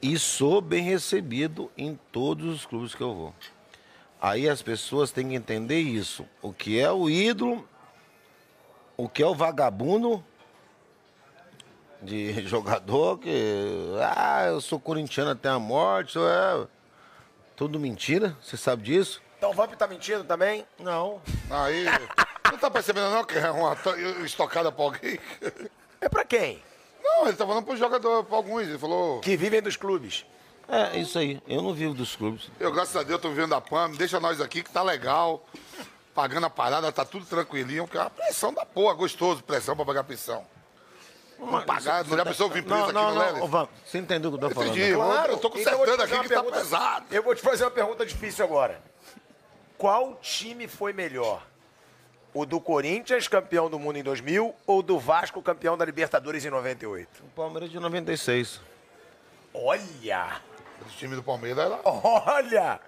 E sou bem recebido em todos os clubes que eu vou. Aí as pessoas têm que entender isso. O que é o ídolo, o que é o vagabundo de jogador que. Ah, eu sou corintiano até a morte. eu É... Tudo mentira, você sabe disso? Então o Vamp tá mentindo também? Não. Aí. Não tá percebendo, não, que é uma to- estocada pra alguém? É pra quem? Não, ele tá falando pro jogador, pra alguns. Ele falou. Que vivem dos clubes. É isso aí. Eu não vivo dos clubes. Eu, graças a Deus, tô vivendo da PAM, deixa nós aqui que tá legal. Pagando a parada, tá tudo tranquilinho, porque é uma pressão da porra, gostoso, pressão pra pagar pensão. Não pagar, já pensou vir preso não, aqui não, no Lelis? não, ô, Van, Você entendeu o que eu tô falando? Entendi. né? Claro, eu tô com então eu vou te certeza fazer aqui que uma tá pesado. Eu vou te fazer uma pergunta difícil agora. Qual time foi melhor? O do Corinthians, campeão do mundo em 2000, ou do Vasco, campeão da Libertadores em 98? O Palmeiras de 96. Olha! O time do Palmeiras era. Olha!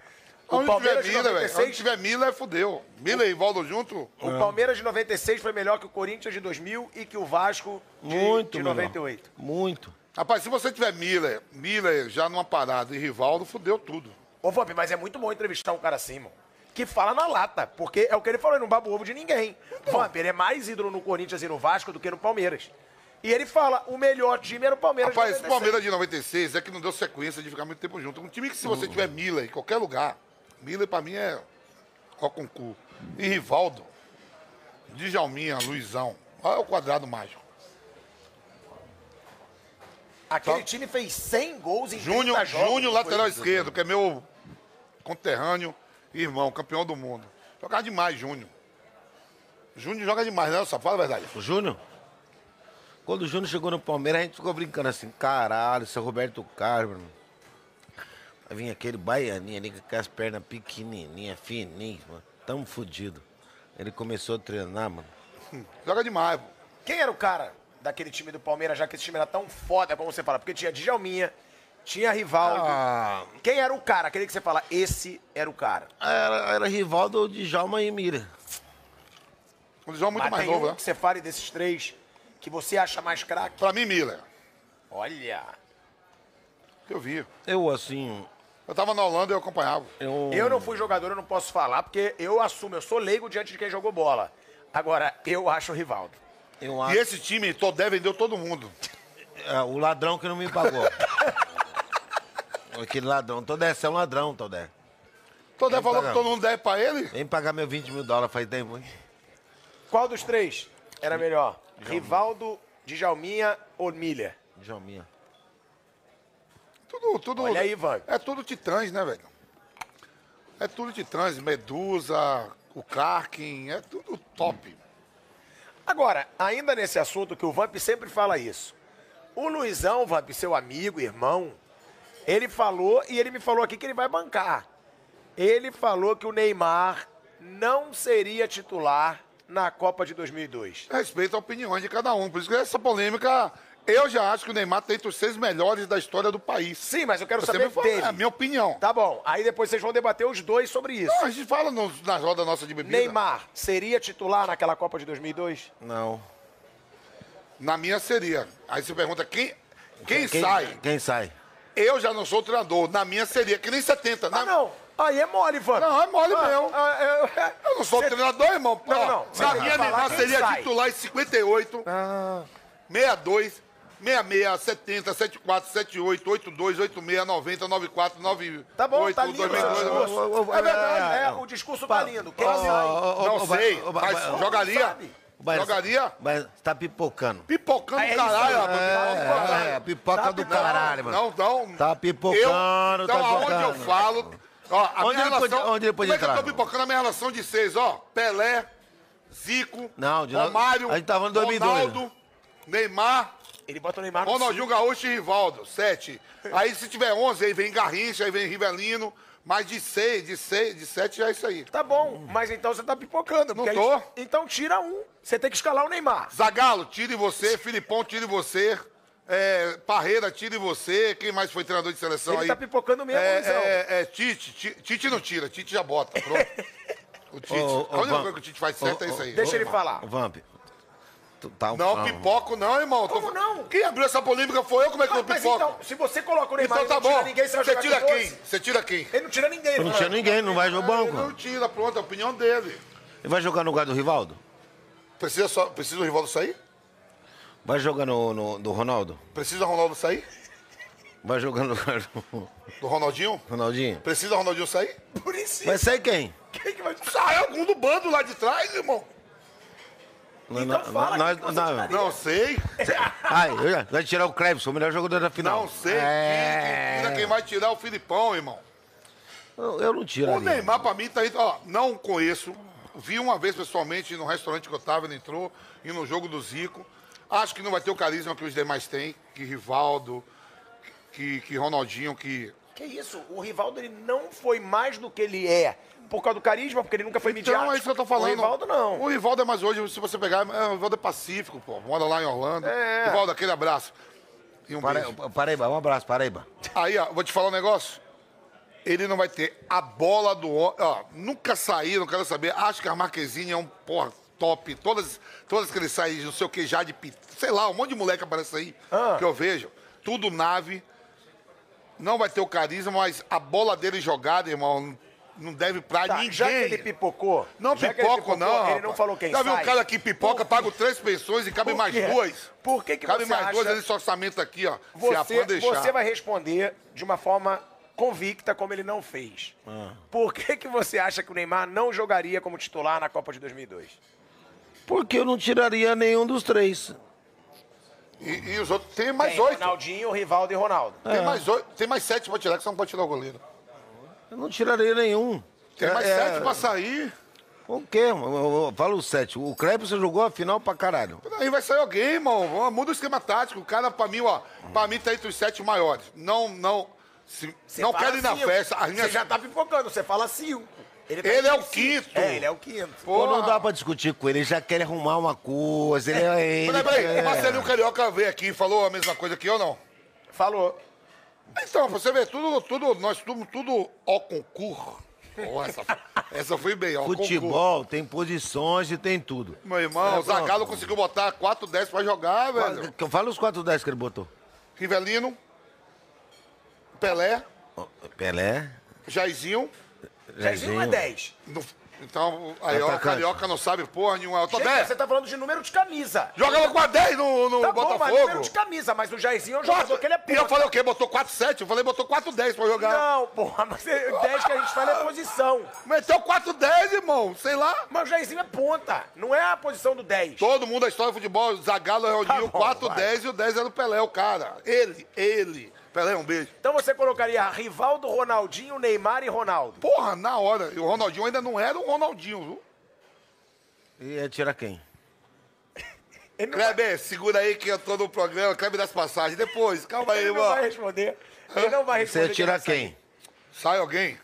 O Onde tiver Palmeiras de Miller, velho. Onde 96, tiver Miller, fudeu. Miller e Valdo junto? o Palmeiras de 96 foi melhor que o Corinthians de 2000 e que o Vasco de, Muito, de melhor. 98. Muito. Rapaz, se você tiver Miller, Miller já numa parada e Rivaldo, fudeu tudo. Ô, Vamp, mas é muito bom entrevistar um cara assim, mano. Que fala na lata, porque é o que ele falou, ele não baba o ovo de ninguém. Vamp, ele é mais ídolo no Corinthians e no Vasco do que no Palmeiras. E ele fala, o melhor time era o Palmeiras. Rapaz, de esse Palmeiras de 96 é que não deu sequência de ficar muito tempo junto. Um time que se você tiver Miller em qualquer lugar, Miller pra mim é ó com cu. E Rivaldo, Djalminha, Luizão, olha o quadrado mágico. Aquele time fez 100 gols em Júnior, 30 jogos. Júnior Foi- lateral esquerdo, que é meu conterrâneo e irmão, campeão do mundo. Jogava demais, Júnior. Júnior joga demais, né? Só fala a verdade. O Júnior? Quando o Júnior chegou no Palmeiras, a gente ficou brincando assim, caralho, seu Roberto Carlos, mano. Aí vinha aquele baianinho ali com as pernas pequenininhas, fininhas, mano. Tamo fudido. Ele começou a treinar, mano. Joga demais, pô. Quem era o cara daquele time do Palmeiras, já que esse time era tão foda como você fala? Porque tinha Djalminha, tinha Rivaldo. Ah, Quem era o cara? Aquele que você fala, esse era o cara. era, era rival do Djalma e Mira. Um Djalma muito Mas mais tem novo, um né? que você fale desses três que você acha mais craque? Pra mim, Miller. Olha, que Eu vi. Eu, assim, Eu tava na Holanda e eu acompanhava. eu... eu não fui jogador, eu não posso falar, porque eu assumo, eu sou leigo diante de quem jogou bola. Agora, eu acho o Rivaldo. Eu E acho esse time, Todé, vendeu todo mundo. é, o ladrão que não me pagou. Aquele ladrão. Todé, você é um ladrão, Todé. Todé Quem falou pagava? que todo mundo deve pra ele. Vem pagar meu 20 mil dólares faz tempo, hein? Qual dos três era melhor? Rivaldo, Djalminha ou Miller? Djalminha. Tudo, tudo. Olha aí, Ivan. É tudo titãs, né, velho? É tudo titãs. Medusa, o Kraken, é tudo top. Agora, ainda nesse assunto que o Vamp sempre fala isso. O Luizão, Vamp, seu amigo, irmão, ele falou e ele me falou aqui que ele vai bancar. Ele falou que o Neymar não seria titular na Copa de 2002. Respeito a opiniões de cada um. Por isso que essa polêmica, eu já acho que o Neymar tem entre os seis melhores da história do país. Sim, mas eu quero Você saber me fala, dele. é a minha opinião. Tá bom, aí depois vocês vão debater os dois sobre isso. Não, Então, é a gente fala no, na roda nossa de bebida. Neymar seria titular naquela Copa de 2002? Não. Na minha seria. Aí você pergunta quem, quem, Quem- sai. Quem sai? Eu já não sou treinador. Na minha seria. Que nem 70. Ah, Na- não. Aí é mole, Vamp. Não, é mole mesmo. Ah, eu- Eu não sou treinador, irmão. Pô, Não, não, você Na tem que minha falar Neymar quem seria sai. titular em 58, 62, 66, 70, 74, 78, 82, 86, 90, 94, 98, Tá bom, tá lindo 2002. esse discurso. eu- eu- é verdade, é, é, não. o discurso tá lindo. Quem Ó, sai? ó, ó, é? Não ó, sei, ó, ó, mas ó, ó, jogaria. sabe. Mas- Jogaria Mas tá pipocando. pipocando É o isso caralho. aí, rapaz. É, é, pipoca Tá do pipocando. caralho, mano. Não, não. Tá pipocando, eu, tá Então, aonde eu jogando. falo... Ó, a Onde minha ele relação, podia- onde ele podia Como é que eu tô entrar? pipocando a minha relação de seis, ó? Pelé, Zico, Não, de nós- Romário, a gente tava em 2002, Ronaldo, Neymar, Ele bota o Neymar no Ronaldinho Gaúcho e Rivaldo, sete. Aí se tiver onze, aí vem Garrincha, aí vem Rivelino. Mas de seis, de seis, de sete já é isso aí. Tá bom, mas então você tá pipocando. Não porque tô. aí- Então tira um. Você tem que escalar o Neymar. Zagalo, tire você. Filipão, tire você. É, Parreira, tire você. Quem mais foi treinador de seleção Ele aí? tá pipocando mesmo, é, Luizão. é, é, Tite, Ti- Tite não tira, Tite já bota, pronto. O Tite. Ô, ô, a única Van- coisa que o Tite faz certo é isso aí. Deixa ele falar. Vamp. tu tá um Não, fã, pipoco não, irmão. Tô Como fa- não? Quem abriu essa polêmica foi eu, como é que eu mas pipoco? então, se você coloca o Neymar Então e tá não bom. tira ninguém, você vai Você jogar tira com quem? 12? Você tira quem? Ele não tira ninguém. né? ele Não fala, tinha ninguém, não vai no Ele não banco. tira, pronto, é a opinião dele. Ele vai jogar no lugar do Rivaldo? Precisa, só, precisa o Rivaldo sair? Vai jogar no, no- do Ronaldo? Precisa o Ronaldo sair? Vai jogar no lugar do Do Ronaldinho? Ronaldinho? Precisa o Ronaldinho sair? Por isso, Vai sair quem? quem que vai... Sai algum do bando lá de trás, irmão. Então fala, quem que você tiraria? Não sei, Ai, eu já- vai tirar o Krebs, o melhor jogador da final. não sei. Quem, É. quem tira, quem vai tirar é o Filipão, irmão. Eu, eu não O tiraria. Neymar, pra mim, tá aí. Ó, não conheço. Vi uma vez pessoalmente no restaurante que eu tava, ele entrou, e no jogo do Zico. Acho que não vai ter o carisma que os demais têm, que Rivaldo, que, que Ronaldinho, que. Que isso, o Rivaldo ele não foi mais do que ele é. Por causa do carisma, porque ele nunca foi midiático. Então é isso que eu tô falando. O Rivaldo não. O Rivaldo é mais hoje, se você pegar, é, o Rivaldo é pacífico, pô. Mora lá em Orlando. É. Rivaldo, aquele abraço. E um Para- beijo. Paraíba, um abraço, Paraíba. Aí, ó, vou te falar um negócio. Ele não vai ter a bola do homem. Ó, nunca saí, não quero saber. Acho que a Marquezine é um porra top. Todas, todas que ele sai, não sei o que, já de sei lá, um monte de moleque aparece aí Ah. que eu vejo. Tudo nave. Não vai ter o carisma, mas a bola dele jogada, irmão, não deve pra Tá, ninguém. já que ele pipocou... Não já que pipoco, ele não. Ele não rapaz. falou quem Já sai. viu o cara que pipoca, tá Por- paga três pensões e cabe por mais quê? duas? Por que que cabe você mais duas acha- nesse orçamento aqui, ó. se a Então, Você, fã deixar. você vai responder de uma forma convicta, como ele não fez. Ah. Por que, que você acha que o Neymar não jogaria como titular na Copa de 2002? Porque eu não tiraria nenhum dos três. E, e os outros. Tem mais Tem É. oito. Ronaldinho, Rivaldo e Ronaldo. Tem mais oito. Tem mais sete pra tirar, que você não pode tirar o goleiro. Eu não tiraria nenhum. Tem mais É, sete pra sair. O quê? Eu- eu- eu Fala o sete. O Crepe você jogou a final pra caralho. Aí vai sair alguém, irmão. Vamos, Muda o esquema tático. O cara, pra mim, ó, pra mim tá entre os sete maiores. Não, não. se- Você não fala quero ir na cinco. festa. As minhas... Você já tá pipocando, você fala cinco. tá Ele é o entre quinto. É, ele é o quinto. Porra. Pô, não dá pra discutir com ele, ele já quer arrumar uma coisa, ele é ele. Peraí, peraí. quer- O Marcelinho Carioca veio aqui e falou a mesma coisa que eu, não? Falou. Então, pra você ver, tudo, tudo, nós tudo, tudo ao concurso. Ó, essa, essa foi bem, ó. um concurso. Futebol tem posições e tem tudo. Meu É, irmão, o Zagallo conseguiu botar 4 10 pra jogar, velho. Fala os 4 10 que ele botou. Rivelino, Pelé, Pelé, Jairzinho. um Jairzinho é 10. no- Então, aí, ó, o Atacante. Carioca não sabe porra nenhuma. Eu tô Gente, 10. você tá falando de número de camisa. Jogava com a 10 no, no Tá bom, mas número de Botafogo. camisa, mas o Jairzinho é um Quatro- jogador que ele é e eu falei o quê? Botou 4 7? Eu falei, botou 4 10 pra jogar. Não, porra, mas 10 que a gente fala é posição. Meteu 4 10, irmão. Sei lá. Mas o Jairzinho é ponta, não é a posição do 10. Todo mundo, a história do futebol, Zagallo reuniu bom, 4 vai. 10 e o 10 era o Pelé, o cara. Tá Ele, ele. Pelé, um beijo. Então você colocaria Rivaldo, Ronaldinho, Neymar e Ronaldo. Porra, na hora. E o Ronaldinho ainda não era o Ronaldinho, viu? ia tirar quem? Ele não, Kleber, segura aí que eu tô no programa. Kleber das passagens. Depois, calma aí, ele não vai irmão. responder. Ele não vai Você responder. ia tirar essa aí. quem? Sai alguém?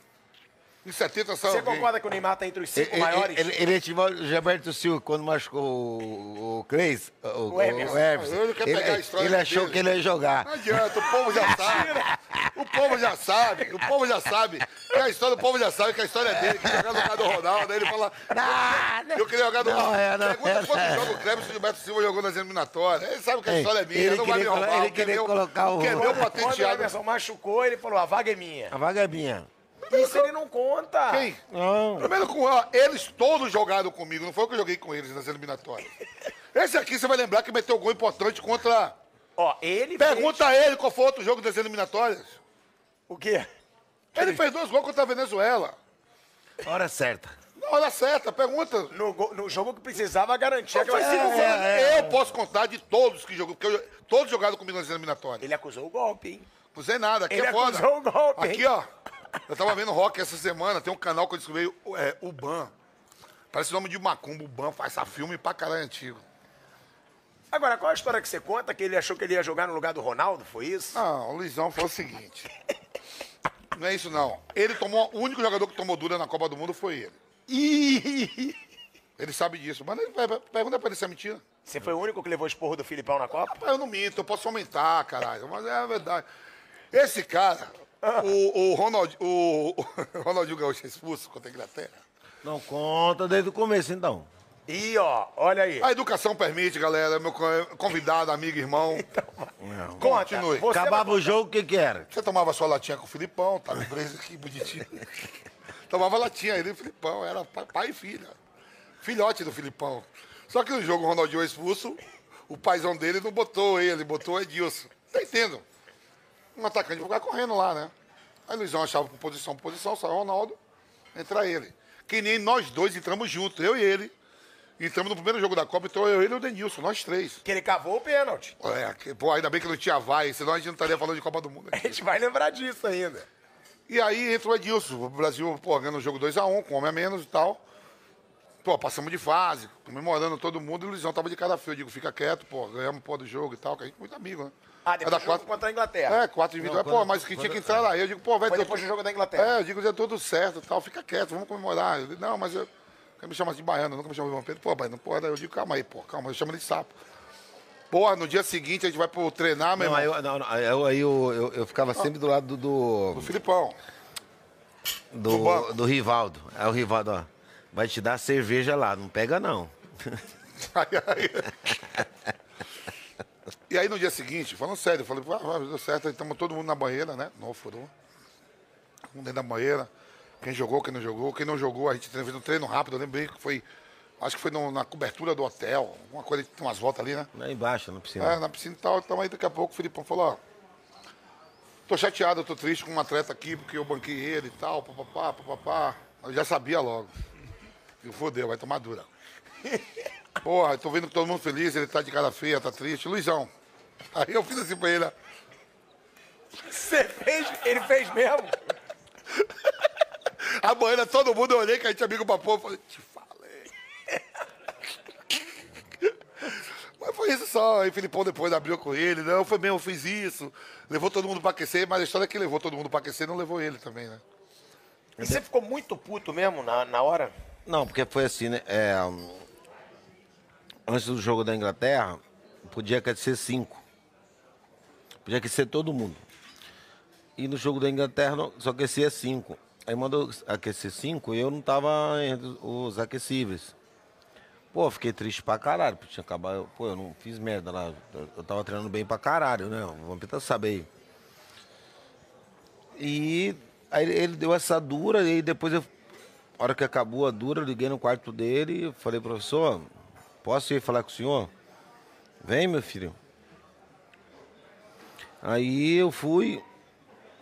Em 70 sai Você alguém. concorda que o Neymar tá Tipo entre os cinco Ele- maiores? Ele, ele, ele ativou o Gilberto Silva quando machucou o, o Cleis, o, o, Emerson. o Emerson. Ele quer pegar a história ele achou dele. que ele ia jogar. Não adianta, o povo já sabe. O povo já sabe, o povo já sabe. Que a história, o povo já sabe que a história é dele, que jogar no lugar do Ronaldo, aí ele fala. Não, Eu queria jogar no Não, é, não, Pergunta é, quantos é. jogos o Cleber Gilberto Silva jogou nas eliminatórias. Ele sabe que a Ei, história é minha, ele não vai me queria roubar. colo- ele o que é queria meu- colocar o- que é meu Quando o patenteado. Emerson machucou, ele falou, a vaga é minha. A vaga é minha. Isso ele não conta. Quem? Não. Primeiro com ó, eles todos jogaram comigo, não foi eu que joguei com eles nas eliminatórias. Esse aqui você vai lembrar que meteu gol importante contra. Ó, ele Pergunta fez... a ele qual foi outro jogo das eliminatórias. O quê? Ele fez dois gols contra a Venezuela. Hora certa. Na hora certa, pergunta. No, go- no jogo que precisava garantir É, a Eu, falei, classificação. Silvio, eu posso contar de todos que jogou, porque eu- todos jogaram comigo nas eliminatórias. Ele acusou o golpe, hein? Não usei nada, aqui Ele é foda. acusou o golpe, Aqui, hein? ó. Eu tava vendo rock essa semana, tem um canal que eu descobri, é, Uban. Parece o nome de Macumba, Uban, faz essa filme pra caralho antigo. Agora, qual a história que você conta que ele achou que ele ia jogar no lugar do Ronaldo? Foi isso? Não, o Luizão foi o seguinte. Não é isso, não. Ele tomou. O único jogador que tomou dura na Copa do Mundo foi ele. Ih! Ele sabe disso. Mas ele, per- pergunta pra ele se é mentira. Você foi o único que levou esporro do Filipão na Copa? Rapaz, eu não minto, eu posso aumentar, caralho. Mas é a verdade. Esse cara, Ah. o, o, Ronald, o, o Ronaldinho Gaúcho é expulso contra a Inglaterra. Não conta desde o começo, então. Ih, ó, olha aí. A educação permite, galera. Meu co- convidado, amigo, irmão. Então, Conta. continue. Você Acabava o jogo, o que que era? Você tomava sua latinha com o Filipão, tá? Lembrei aqui, bonitinho. tomava latinha, ele e o Filipão, era pa- pai e filha. Filhote do Filipão. Só que no jogo o Ronaldinho é expulso, o paizão dele não botou ele, botou o Edilson. Tá entendendo? Um atacante vai ficar correndo lá, né? Aí Luizão achava por posição, posição, saiu o Ronaldo, entra ele. Que nem nós dois entramos juntos, eu e ele. Entramos no primeiro jogo da Copa, então eu, ele e o Denilson, nós três. Que ele cavou o pênalti. É, que- pô, ainda bem que não tinha vai, senão a gente não estaria falando de Copa do Mundo. A gente vai lembrar disso ainda. E aí entra o Edilson. O Brasil pô, ganhando o jogo 2x1, com homem a menos e tal. Pô, passamos de fase, comemorando todo mundo. E o Luizão tava de cara feio. Eu digo, fica quieto, pô, ganhamos pô do jogo e tal, que a gente é muito amigo, né? Ah, depois Era do jogo contra a Inglaterra. É, quatro de vitória. Não, quando- Pô, mas que tinha quando- que entrar lá. Eu digo, pô, vai Foi deu depois tudo- do jogo da Inglaterra. É, eu digo, deu tudo certo e tal, fica quieto, vamos comemorar. Ele, não, mas eu. Quer me chamar de baiano, nunca me chamou de João Pedro. Pô, baiano, pô, eu digo, calma aí, pô, calma, eu chamo ele de sapo. Porra, no dia seguinte a gente vai pro treinar, meu Não, aí irmão. eu, não, não, aí eu, aí eu, eu- eu ficava sempre do lado do, O Filipão. do banco. do, do Rivaldo. Aí o Rivaldo, ó, vai te dar cerveja lá, não pega não. Aí, aí. E aí no dia seguinte, falando sério, eu falei, ah, deu certo, aí estamos todo mundo na banheira, né? Não, furou. Todo mundo dentro da banheira. Quem jogou, quem não jogou, quem não jogou, a gente tre- fez um treino rápido, eu lembrei que foi. Acho que foi no- na cobertura do hotel, alguma coisa, tem umas voltas ali, né? Lá embaixo, não É, precisa. na piscina e tal. Então aí daqui a pouco o Filipão falou, ó. Tô chateado, eu tô triste com um atleta aqui, porque eu banquei ele e tal, papapá, papapá. Eu já sabia logo. Eu fodeu, vai tomar dura. Porra, eu tô vendo que todo mundo feliz, ele tá de cara feia, tá triste. Luizão. Aí eu fiz assim pra ele, ó. Você fez, ele fez mesmo? A banheira, todo mundo, eu olhei que a gente é amigo pra pôr, falei, te falo. Foi isso só. Aí o Filipão depois abriu com ele. Não, foi mesmo, eu fiz isso. Levou todo mundo pra aquecer, mas a história é que levou todo mundo pra aquecer não levou ele também, né? E você ficou muito puto mesmo na, na hora? Não, porque foi assim, né? É, hum, antes do jogo da Inglaterra, podia aquecer cinco. Podia aquecer todo mundo. E no jogo da Inglaterra não- só aquecia cinco. Aí mandou aquecer cinco e eu não tava entre os aquecíveis. Pô, eu fiquei triste pra caralho, porque tinha acabado. Pô, eu não fiz merda lá. Eu- Eu tava treinando bem pra caralho, né? O Vampeta sabe aí. E aí ele- ele deu essa dura, e depois eu. A hora que acabou a dura, eu liguei no quarto dele e falei, professor, posso ir falar com o senhor? Vem, meu filho. Aí eu fui,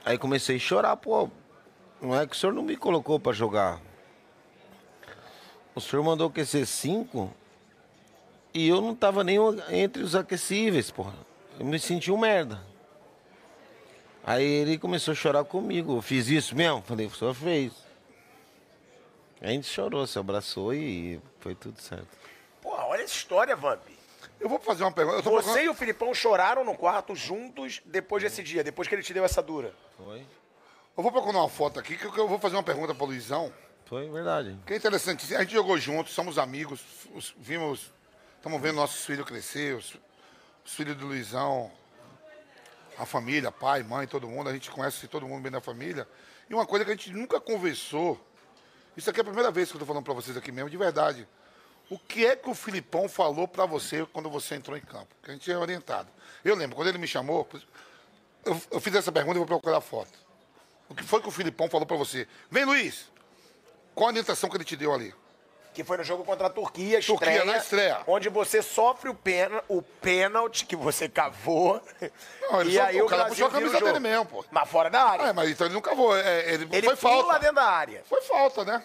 aí comecei a chorar, pô. Não é que o senhor não me colocou pra jogar. O senhor mandou aquecer cinco e eu não tava nem entre os aquecíveis, porra. Eu me senti um merda. Aí ele começou a chorar comigo. Eu fiz isso mesmo? Falei, o senhor fez. A gente chorou, se abraçou e foi tudo certo. Porra, olha essa história, Vamp. Eu vou fazer uma pergunta. Eu tô Você procurando- e o Filipão choraram no quarto juntos depois desse dia, depois que ele te deu essa dura. Foi? Eu vou procurar uma foto aqui, que eu que eu vou fazer uma pergunta pro Luizão. Foi verdade. Que é interessante. A gente jogou juntos, somos amigos, os- vimos. Estamos vendo nossos filhos crescer, os, os filhos do Luizão, a família, pai, mãe, todo mundo. A gente conhece todo mundo bem da família. E uma coisa que a gente nunca conversou. Isso aqui é a primeira vez que eu tô falando pra vocês aqui mesmo, de verdade. O que é que o Filipão falou pra você quando você entrou em campo? Que a gente é orientado. Eu lembro, quando ele me chamou, eu, eu fiz essa pergunta e vou procurar a foto. O que foi que o Filipão falou pra você? Vem, Luiz! Qual a orientação que ele te deu ali? Que foi no jogo contra a Turquia, estreia, Turquia, na estreia. Onde você sofre o, pena, o pênalti que você cavou. Não, ele e só- aí o o, cara Brasil puxou vira a o camisa jogo. dele mesmo, pô. Mas fora da área. Ah, mas então ele nunca voou. é, ele, ele pula foi falta. dentro da área. Foi falta, né?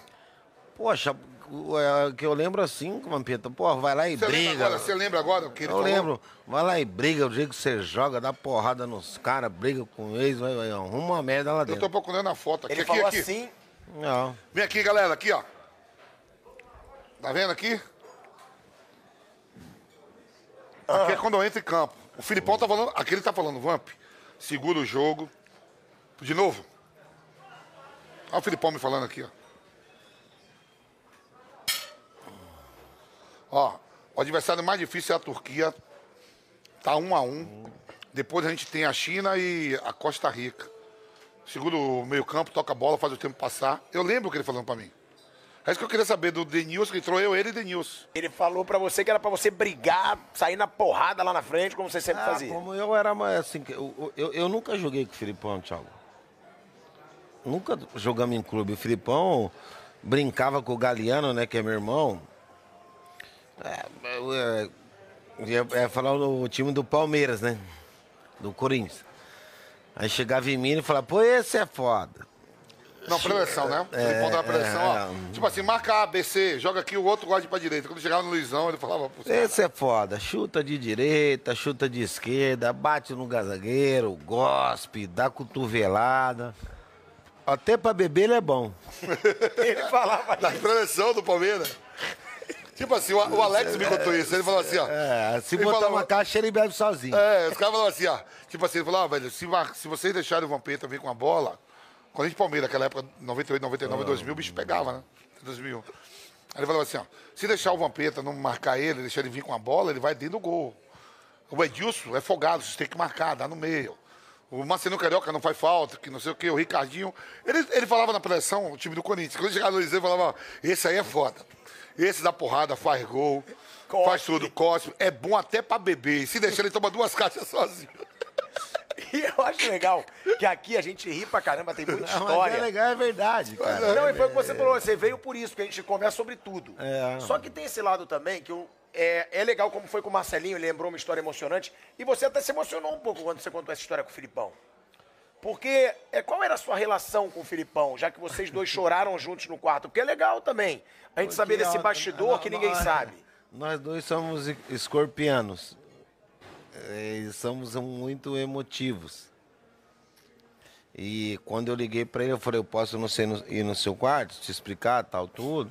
Poxa, o- é, que eu lembro assim, Vampeta, pô, vai lá e Você lembra, briga. agora, você lembra agora o que ele eu falou? lembro, vai lá e briga, o jeito que você joga, dá porrada nos caras, briga com eles, vai, vai, arruma uma merda lá Eu tô dentro. procurando a foto aqui. Ele aqui, falou aqui. assim, Não, Vem aqui, galera, aqui, ó. Tá vendo aqui? Aqui é quando eu entro em campo. O Filipão tá falando. Aqui ele tá falando, Vamp, segura o jogo. De novo. Olha o Filipão me falando aqui, ó. Ó, o adversário mais difícil é a Turquia. Tá um a um. Depois a gente tem a China e a Costa Rica segura o meio-campo, toca a bola, faz o tempo passar. Eu lembro o que ele falando pra mim. É isso que eu queria saber do Denilson, que entrou eu, ele e Denilson. ele falou pra você que era pra você brigar, sair na porrada lá na frente, como você sempre Ah, fazia. como eu era mais assim, que eu, eu, eu nunca joguei com o Filipão, Thiago. Nunca jogamos em clube. O Filipão brincava com o Galeano, né, que é meu irmão. É, eu, é, eu ia, ia falar o time do Palmeiras, né? Do Corinthians. Aí chegava em mim e falava, pô, esse é foda. Não, preleção, né? Ele ponta na preleção, ó. é. Tipo assim, marca A, B, C, joga aqui, o outro guarda pra direita. Quando chegava no Luizão, ele falava... pô, Esse é foda. Chuta de direita, chuta de esquerda, bate no gazagueiro, gospe, dá cotovelada. Até pra beber ele é bom. Ele falava Na preleção do Palmeiras. Tipo assim, o, o Alex me contou isso. Ele falou assim, ó... É, se Ele botar falava- uma caixa, ele bebe sozinho. É, os caras falavam assim, ó. Tipo assim, ele falou, ó, velho, se, mar- se vocês deixarem o Vampeta vir com a bola, quando a gente Palmeiras, naquela época, 98, 99, 2000, o bicho pegava, né? 2001. Aí ele falava assim, ó, se deixar o Vampeta não marcar ele, deixar ele vir com a bola, ele vai dentro do gol. O Edilson é folgado, vocês têm que marcar, dá no meio. O Marcelino Carioca não faz falta, que não sei o quê, o Ricardinho. Ele, ele falava na preleção, o time do Corinthians. Quando chegava no Luiz, ele falava, ó, esse aí é foda. Esse dá porrada, faz gol, faz tudo, cospe. É bom até pra beber. E se deixar, ele toma duas caixas sozinho. E eu acho legal que aqui a gente ri pra caramba, tem muita Mas história. é legal, é verdade, cara. Não, e foi o que você É. falou, você veio por isso, que a gente conversa sobre tudo. É. Só que tem esse lado também que eu- é, é legal como foi com o Marcelinho, ele lembrou uma história emocionante. E você até se emocionou um pouco quando você contou essa história com o Filipão. Porque é, qual era a sua relação com o Filipão, já que vocês dois choraram juntos no quarto? Porque é legal também a gente saber desse né? bastidor que ninguém é. sabe. Nós dois somos e- escorpianos. É, E somos muito emotivos. E quando eu liguei pra ele, eu falei, eu posso não sei, no- ir no seu quarto, te explicar, tal, tudo.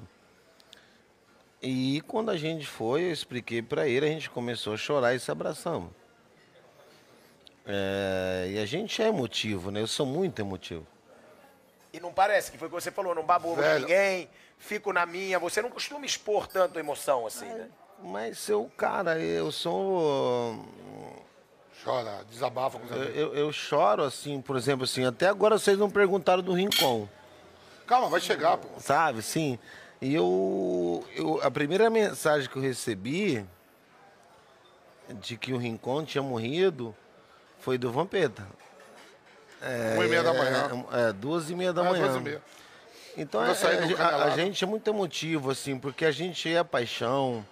E quando a gente foi, eu expliquei pra ele, a gente começou a chorar e se abraçamos. É, e a gente é emotivo, né? Eu sou muito emotivo. E não parece que foi o que você falou, não babo ovo de Velho. ninguém, fico na minha. Você não costuma expor tanto emoção assim, né? Mas eu, cara, eu sou. Chora, desabafa com os Eu, amigos. eu- eu choro assim, por exemplo, assim, até agora vocês não perguntaram do Rincon. Calma, vai chegar, pô. sabe? Sim. E eu, eu. A primeira mensagem que eu recebi de que o Rincon tinha morrido foi do Vampeta. Uma e meia da manhã. É, é, duas e meia da É, manhã. duas e meia. Então Pra é, sair do é, a, canelado. a gente é muito emotivo, assim, porque a gente é paixão,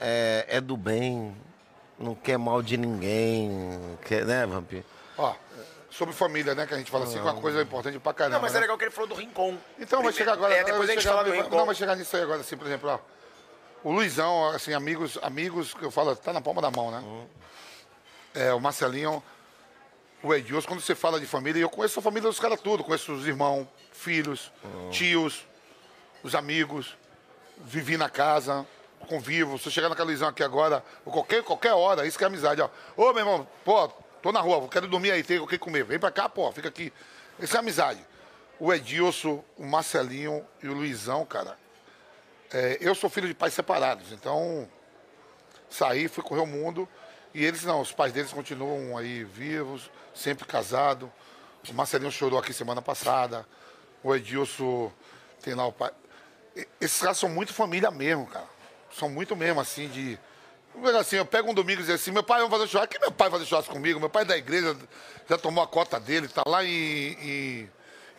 é, é do bem, não quer mal de ninguém, quer, né, Vampiro? Ó, sobre família, né? Que a gente fala assim, que uma coisa importante pra caramba. Não, mas é né? legal que ele falou do Rincon. Então vai Primeiro- chegar agora. É, depois a vai gente chegar fala do no- Rincon. Não, vai chegar nisso aí agora, assim, por exemplo, ó. O Luizão, assim, amigos, amigos que eu falo, tá na palma da mão, né? Uhum. É, o Marcelinho, o Edilson, quando você fala de família, eu conheço a família dos caras tudo, conheço os irmãos, filhos, Uhum. tios, os amigos, vivi na casa, convivo. Se eu chegar na casa do Luizão aqui agora, ou qualquer, qualquer hora, isso que é amizade, ó. Ô, meu irmão, pô, tô na rua, quero dormir aí, tem o que comer. Vem pra cá, pô, fica aqui. Isso é amizade. O Edilson, o Marcelinho e o Luizão, cara. é, eu sou filho de pais separados, então saí, fui correr o mundo. E eles não, os pais deles continuam aí vivos, sempre casado. O Marcelinho chorou aqui semana passada. O Edilson tem lá o pai. E- Esses caras são muito família mesmo, cara. São muito mesmo, assim, de. Vamos pegar Assim, eu pego um domingo e dizer assim, meu pai vai fazer churrasco. Que meu pai vai fazer churrasco comigo? Meu pai é da igreja já tomou a cota dele, tá lá em. em-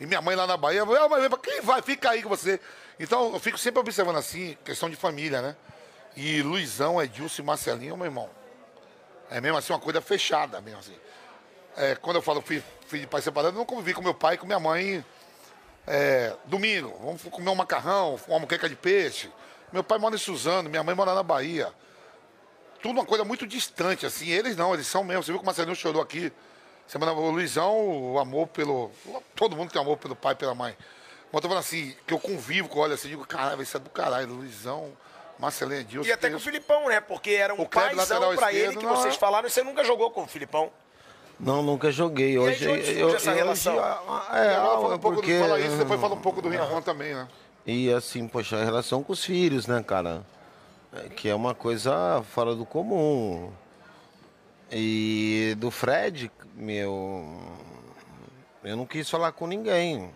e minha mãe lá na Bahia. Ah, mas vem pra- quem vai? Fica aí com você. Então, eu fico sempre observando assim, questão de família, né? E Luizão, Edilson e Marcelinho, meu irmão. É mesmo assim, uma coisa fechada mesmo assim. É, quando eu falo filho, filho de pai separado, eu não convivi com meu pai e com minha mãe. é, domingo, vamos comer um macarrão, uma moqueca de peixe. Meu pai mora em Suzano, minha mãe mora na Bahia. Tudo uma coisa muito distante, assim. Eles não, eles são mesmo. Você viu que o Marcelinho chorou aqui. Semana, o Luizão, o amor pelo. Todo mundo tem amor pelo pai e pela mãe. Mas eu tô falando assim, que eu convivo com, olha assim, digo, caralho, isso é do caralho. Luizão, Marcelinho, Edilson. E até com o Filipão, né? Porque era um O Kleber, paizão lateral pra ele esquerdo, que não vocês é? falaram. e Você nunca jogou com o Filipão. Não, nunca joguei. Hoje, de onde surge eu, essa eu- relação? hoje- ah, é, E agora fala ah, um pouco porque- do, fala isso, depois fala um pouco do Rincon também, né? E assim, poxa, a relação com os filhos, né, cara? É, Que é uma coisa fora do comum. E do Fred, meu. Eu não quis falar com ninguém.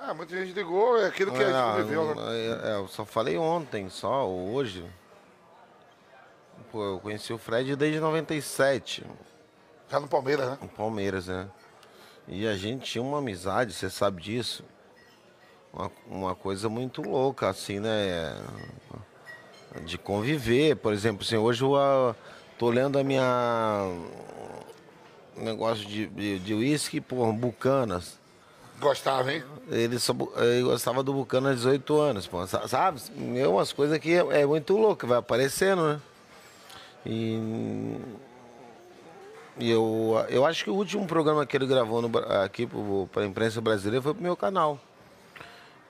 Ah, muita gente ligou, é aquilo que a gente Ah, conviveu, né? não- é, é, eu só falei ontem, só, ou hoje. Pô, eu conheci o Fred desde 97, Já no Palmeiras, né? no Palmeiras, né? E a gente tinha uma amizade, você sabe disso. Uma, uma coisa muito louca, assim, né? De conviver. Por exemplo, assim, hoje eu ah, tô lendo a minha. um negócio de uísque, de, de uísque, pô, Bucanas. Gostava, hein? Ele só bu- eh, gostava do Bucana há 18 anos, pô. Sa- Sabe? É umas coisas que é, é muito louco, vai aparecendo, né? E. e eu, eu acho que o último programa que ele gravou no Bra- aqui para a imprensa brasileira foi pro meu canal.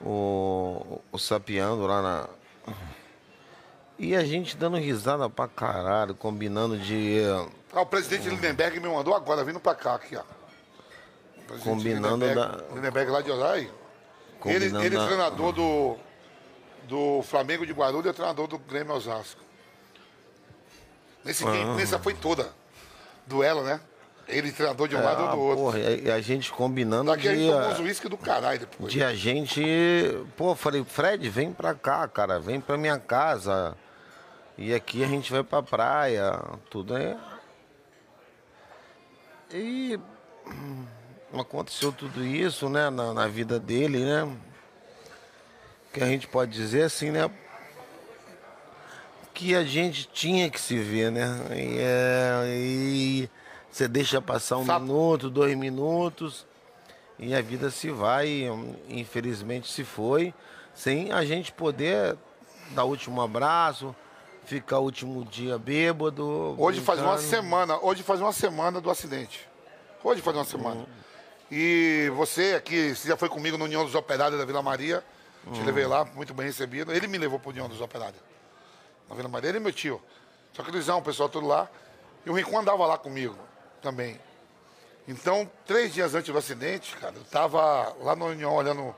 O, o Sapiando lá na. E a gente dando risada pra caralho, combinando de. eh, Ah, o presidente Lindenberg me mandou agora, vindo pra cá, aqui, ó. Presidente Combinando Lindenberg, da- Lindenberg lá de Osai. Ele, Combinando ele é da- treinador do, do Flamengo de Guarulhos e é treinador do Grêmio Osasco. Nesse Ah. game, nessa foi toda. Duelo, né? Ele treinador de um lado ou ah, do outro. porra, e a, e a gente combinando Daqui a de. gente tomou eh, uns uísque do caralho depois. De a gente. Pô, eu falei, Fred, vem pra cá, cara, vem pra minha casa. E aqui a gente vai pra praia, tudo é. E hum, aconteceu tudo isso, né, na, na vida dele, né? Que a gente pode dizer assim, né? Que a gente tinha que se ver, né? E, é, e você deixa passar um Sabe- minuto, dois minutos. E a vida se vai, hum, infelizmente se foi, sem a gente poder dar o último abraço, ficar o último dia bêbado. Hoje faz uma brincando. semana, hoje faz uma semana do acidente. Hoje faz uma semana. E você aqui, você já foi comigo no União dos Operários da Vila Maria. Te levei lá, muito bem recebido. Ele me levou pro União dos Operários. Na Vila Maria, ele e meu tio. Só que o Luizão, o pessoal todo lá. E o Rincon andava lá comigo também. Então, três dias antes do acidente, cara, eu tava lá na União olhando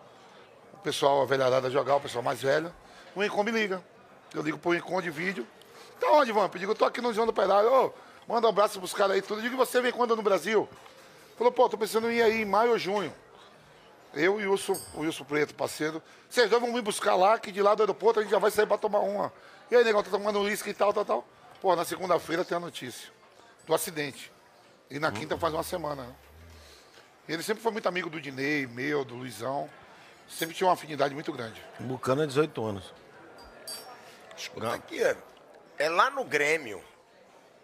o pessoal, a velharada jogar, o pessoal mais velho. O Rincon me liga. Eu ligo pro Rincon de vídeo. Tá onde, Vamp? Eu digo, eu tô aqui no João do Operário. Ô, manda um abraço pros caras aí tudo. Eu digo, e você vem quando no Brasil? Falou, pô, tô pensando em ir aí em maio ou junho. Eu e o Wilson, o Wilson Preto, parceiro. Vocês dois vão me buscar lá, que de lá do aeroporto a gente já vai sair pra tomar uma. E aí, negão, tá tomando uísque e tal, tal, tal. Pô, na segunda-feira tem a notícia do acidente. E na quinta faz uma semana, né? E Ele sempre foi muito amigo do Dinei, meu, do Luizão. Sempre tinha uma afinidade muito grande. Bucana, 18 anos. Escuta aqui, ó. é lá no Grêmio.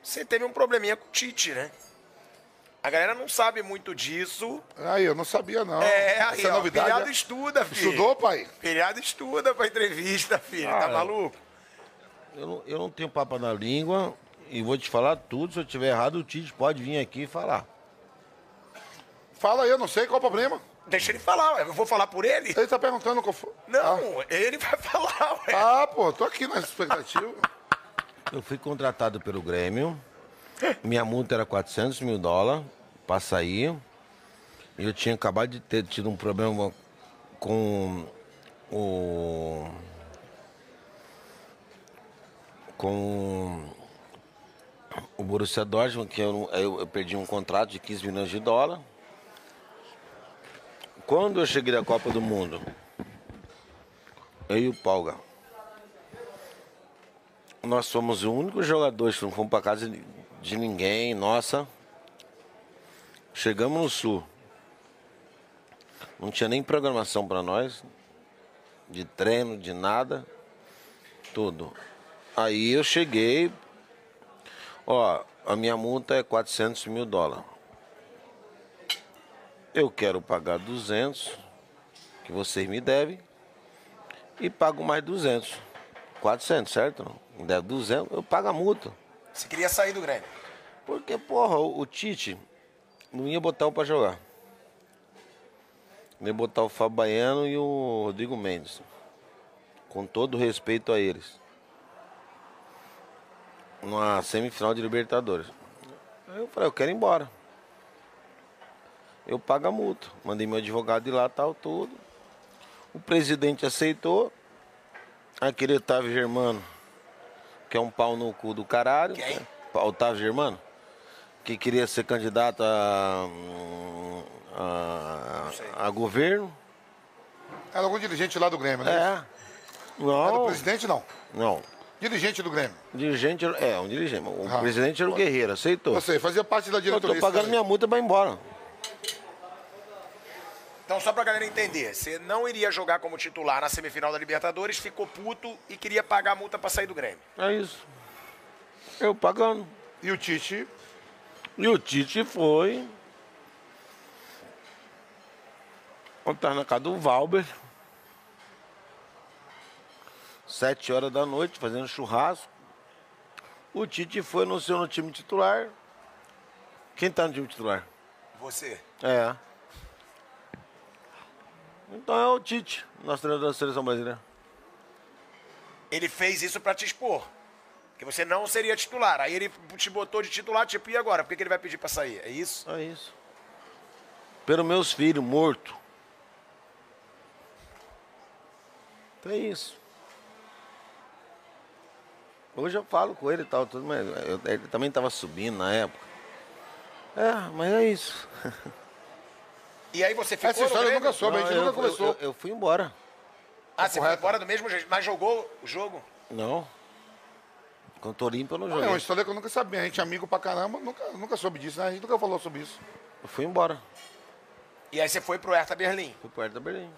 Você teve um probleminha com o Tite, né? A galera não sabe muito disso. Aí, eu não sabia, não. É, aí, Ah, Essa ó, novidade. pilhado é- estuda, filho. Estudou, Ah, é. pai? Pilhado estuda pra entrevista, filho. tá Cara. maluco? Eu não, eu não tenho papo na língua e vou te falar tudo. Se eu tiver errado, o Tite pode vir aqui e falar. Fala aí, eu não sei qual o problema. Deixa ele falar, ué. eu vou falar por ele? Ele tá perguntando qual foi. Não, é. ele vai falar, ué. Ah, pô, tô aqui na expectativa. Eu fui contratado pelo Grêmio. Minha multa era 400 mil dólares para sair. E eu tinha acabado de ter tido um problema com o. Com o Borussia Dortmund, que eu, não- eu- eu perdi um contrato de 15 milhões de dólares. Quando eu cheguei da Copa do Mundo, eu e o Palga, nós somos o único jogador que não fomos para casa de- de ninguém, nossa. Chegamos no sul. Não tinha nem programação para nós, de treino, de nada, tudo. Aí eu cheguei, ó, a minha multa é 400 mil dólares. Eu quero pagar 200, que vocês me devem, e pago mais 200. 400, certo? Me deve 200, eu pago a multa. Você queria sair do Grêmio. Porque, porra, o, o Tite não ia botar o pra jogar. Ia botar o Fábio Baiano e o Rodrigo Mendes. Com todo o respeito a eles. Numa semifinal de Libertadores. Aí eu falei, eu quero ir embora. Eu pago a multa. Mandei meu advogado ir lá, tal, tudo. O presidente aceitou. Aquele Otávio Germano, que é um pau no cu do caralho. Quem? Otávio Germano? que queria ser candidato a, hum, a, a governo. Era algum dirigente lá do Grêmio, né? É. Era o Não, presidente, não. não. Dirigente do Grêmio. Dirigente era- é um dirigente. O Ah. é presidente era o Guerreiro, aceitou. Eu sei, fazia parte da Eu diretoria. tô pagando minha multa vai embora. Então, só pra galera entender, você não iria jogar como titular na semifinal da Libertadores, ficou puto e queria pagar a multa pra sair do Grêmio. É isso. Eu pagando. E o Tite, E o Tite foi. Ontem na casa do Valber. Sete horas da noite, fazendo churrasco. O Tite foi anunciou no time titular. Quem tá no time titular? Você. É. Então é o Tite, nosso treinador da seleção brasileira. Ele fez isso pra te expor. Que você não seria titular. Aí ele te botou de titular, tipo, e agora? Por que, que ele vai pedir pra sair? É isso? É isso. Pelos meus filhos, morto. Então É isso. Hoje eu falo com ele e tal, tudo, mas eu- ele também estava subindo na época. É, mas é isso. E aí você ficou essa história no eu Grêmio? nunca soube, a gente eu- nunca eu, conversou. Eu, eu fui embora. Ah, você foi Correto. embora do mesmo jeito, mas jogou o jogo? Não. Quando tô limpo, eu não É joguei. uma história que eu nunca sabia. A gente é amigo pra caramba, nunca, nunca soube disso, né? A gente nunca falou sobre isso. Eu fui embora. E aí você foi pro Hertha Berlim. Fui perto da Berlim.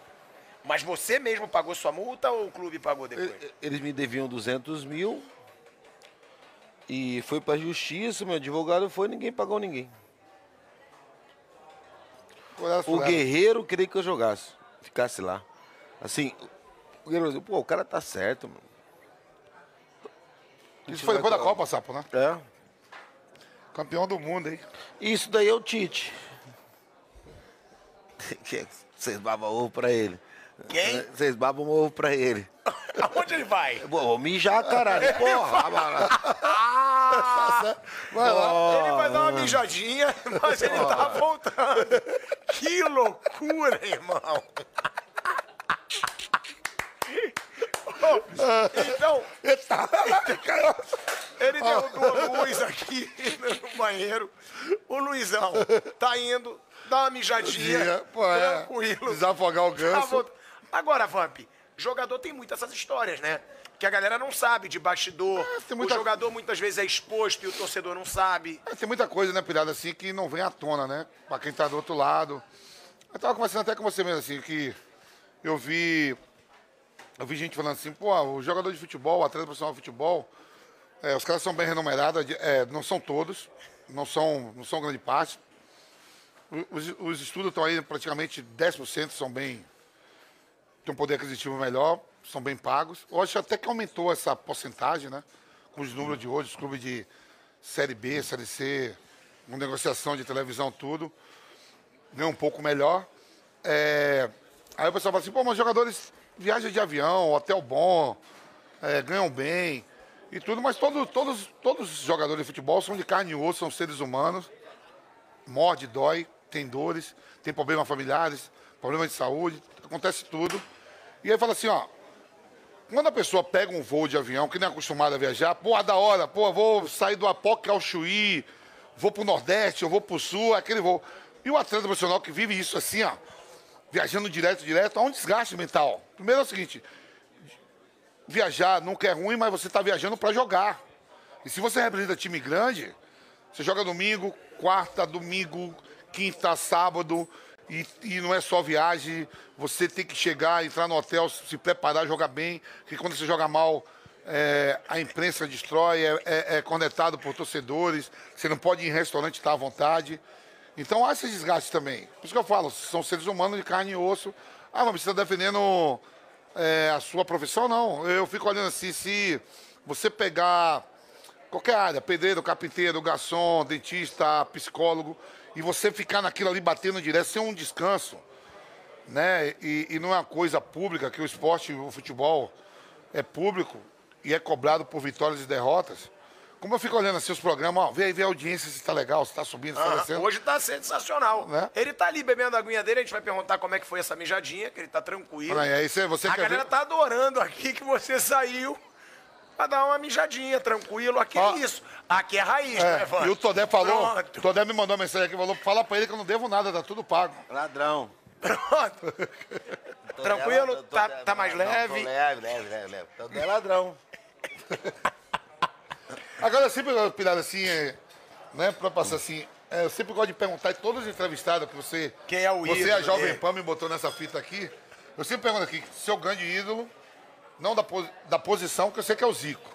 Mas você mesmo pagou sua multa ou o clube pagou depois? E- Eles me deviam 200 mil. E foi pra justiça, meu advogado foi, ninguém pagou ninguém. Qual era a O sua era? Guerreiro queria que eu jogasse, ficasse lá. Assim, o Guerreiro dizia, pô, o cara tá certo, mano. Isso foi depois da Copa, sapo, né? É. Campeão do mundo, hein? Isso daí é o Tite. Que Vocês baba ovo pra ele. Quem? Vocês babam ovo pra ele. Aonde ele vai? Pô, vou mijar, caralho. Porra, mano. Vai lá. Ah! Ele vai dar uma mijadinha, mas ele tá voltando. Que loucura, irmão. Ô, Então, tá ele derrubou a luz aqui no banheiro. O Luizão tá indo, dá uma mijadinha, Dia, pô, é. tranquilo. Desafogar o Tá ganso. voltando. Agora, Vamp, jogador tem muitas essas histórias, né? Que a galera não sabe de bastidor. É, tem muita- O jogador muitas vezes é exposto e o torcedor não sabe. É, tem muita coisa, né, Pirada, assim, que não vem à tona, né? Pra quem tá do outro lado. Eu tava conversando até com você mesmo, assim, que eu vi. Eu vi gente falando assim, pô, o jogador de futebol, o atleta profissional de futebol, é, os caras são bem remunerados, é, não são todos, não são, não são grande parte. O- Os, os estudos estão aí praticamente 10% são bem. têm um poder aquisitivo melhor, são bem pagos. Eu acho até que aumentou essa porcentagem, né? Com os números de hoje, os clubes de Série B, Série C, uma negociação de televisão, tudo. Ganha um pouco melhor. É, Aí o pessoal fala assim, pô, mas jogadores viajam de avião, hotel bom, é, ganham bem e tudo, mas todo, todos, todos os jogadores de futebol são de carne e osso, são seres humanos morde, dói, tem dores, tem problemas familiares, problemas de saúde, acontece tudo. E aí fala assim, ó, quando a pessoa pega um voo de avião, que não é acostumada a viajar, pô, é da hora, pô, vou sair do Apoque ao Chuí, vou pro Nordeste, eu vou pro Sul, aquele voo. E o atleta profissional que vive isso assim, ó, viajando direto, direto, há um desgaste mental. Primeiro é o seguinte, viajar nunca é ruim, mas você tá viajando pra jogar. E se você representa time grande, você joga domingo, quarta, domingo, quinta, sábado. E, e não é só viagem. Você tem que chegar, entrar no hotel, se preparar, jogar bem. Porque quando você joga mal, é, a imprensa destrói, é, é, é conectado por torcedores. Você não pode ir em restaurante estar à vontade. Então há esse desgaste também. Por isso que eu falo, são seres humanos de carne e osso. Ah, mas você está defendendo é, a sua profissão? Não. Eu fico olhando assim, se você pegar qualquer área, pedreiro, carpinteiro, garçom, dentista, psicólogo, e você ficar naquilo ali batendo direto sem um descanso, né? E, e não é uma coisa pública, que o esporte, o futebol é público e é cobrado por vitórias e derrotas. Como eu fico olhando assim os programas, ó, vê aí, vê a audiência se tá legal, se tá subindo, se tá Ah, descendo. Hoje tá sensacional. Né? Ele tá ali bebendo a aguinha dele, a gente vai perguntar como é que foi essa mijadinha, que ele tá tranquilo. Olha aí, é aí você, você a quer galera ver- tá adorando aqui que você saiu pra dar uma mijadinha, tranquilo. Aqui Ó. é isso. Aqui é raiz, É, né, Evandro? e o Todé falou, Pronto, Todé me mandou uma mensagem aqui, falou, fala pra ele que eu não devo nada, tá tudo pago. Ladrão. pronto. Tô Tranquilo? dela, tô- tô Tá- dela. tá mais Não, tô leve? leve, leve, leve, leve. Tô de ladrão. Agora, eu sempre gosto, Pirada, assim, é, né, pra passar assim, é, eu sempre gosto de perguntar em todos os entrevistados que você... Quem é o Você, ídolo a Jovem dele? Pan, me botou nessa fita aqui. Eu sempre pergunto aqui, seu grande ídolo, não da, posi- da posição, que eu sei que é o Zico,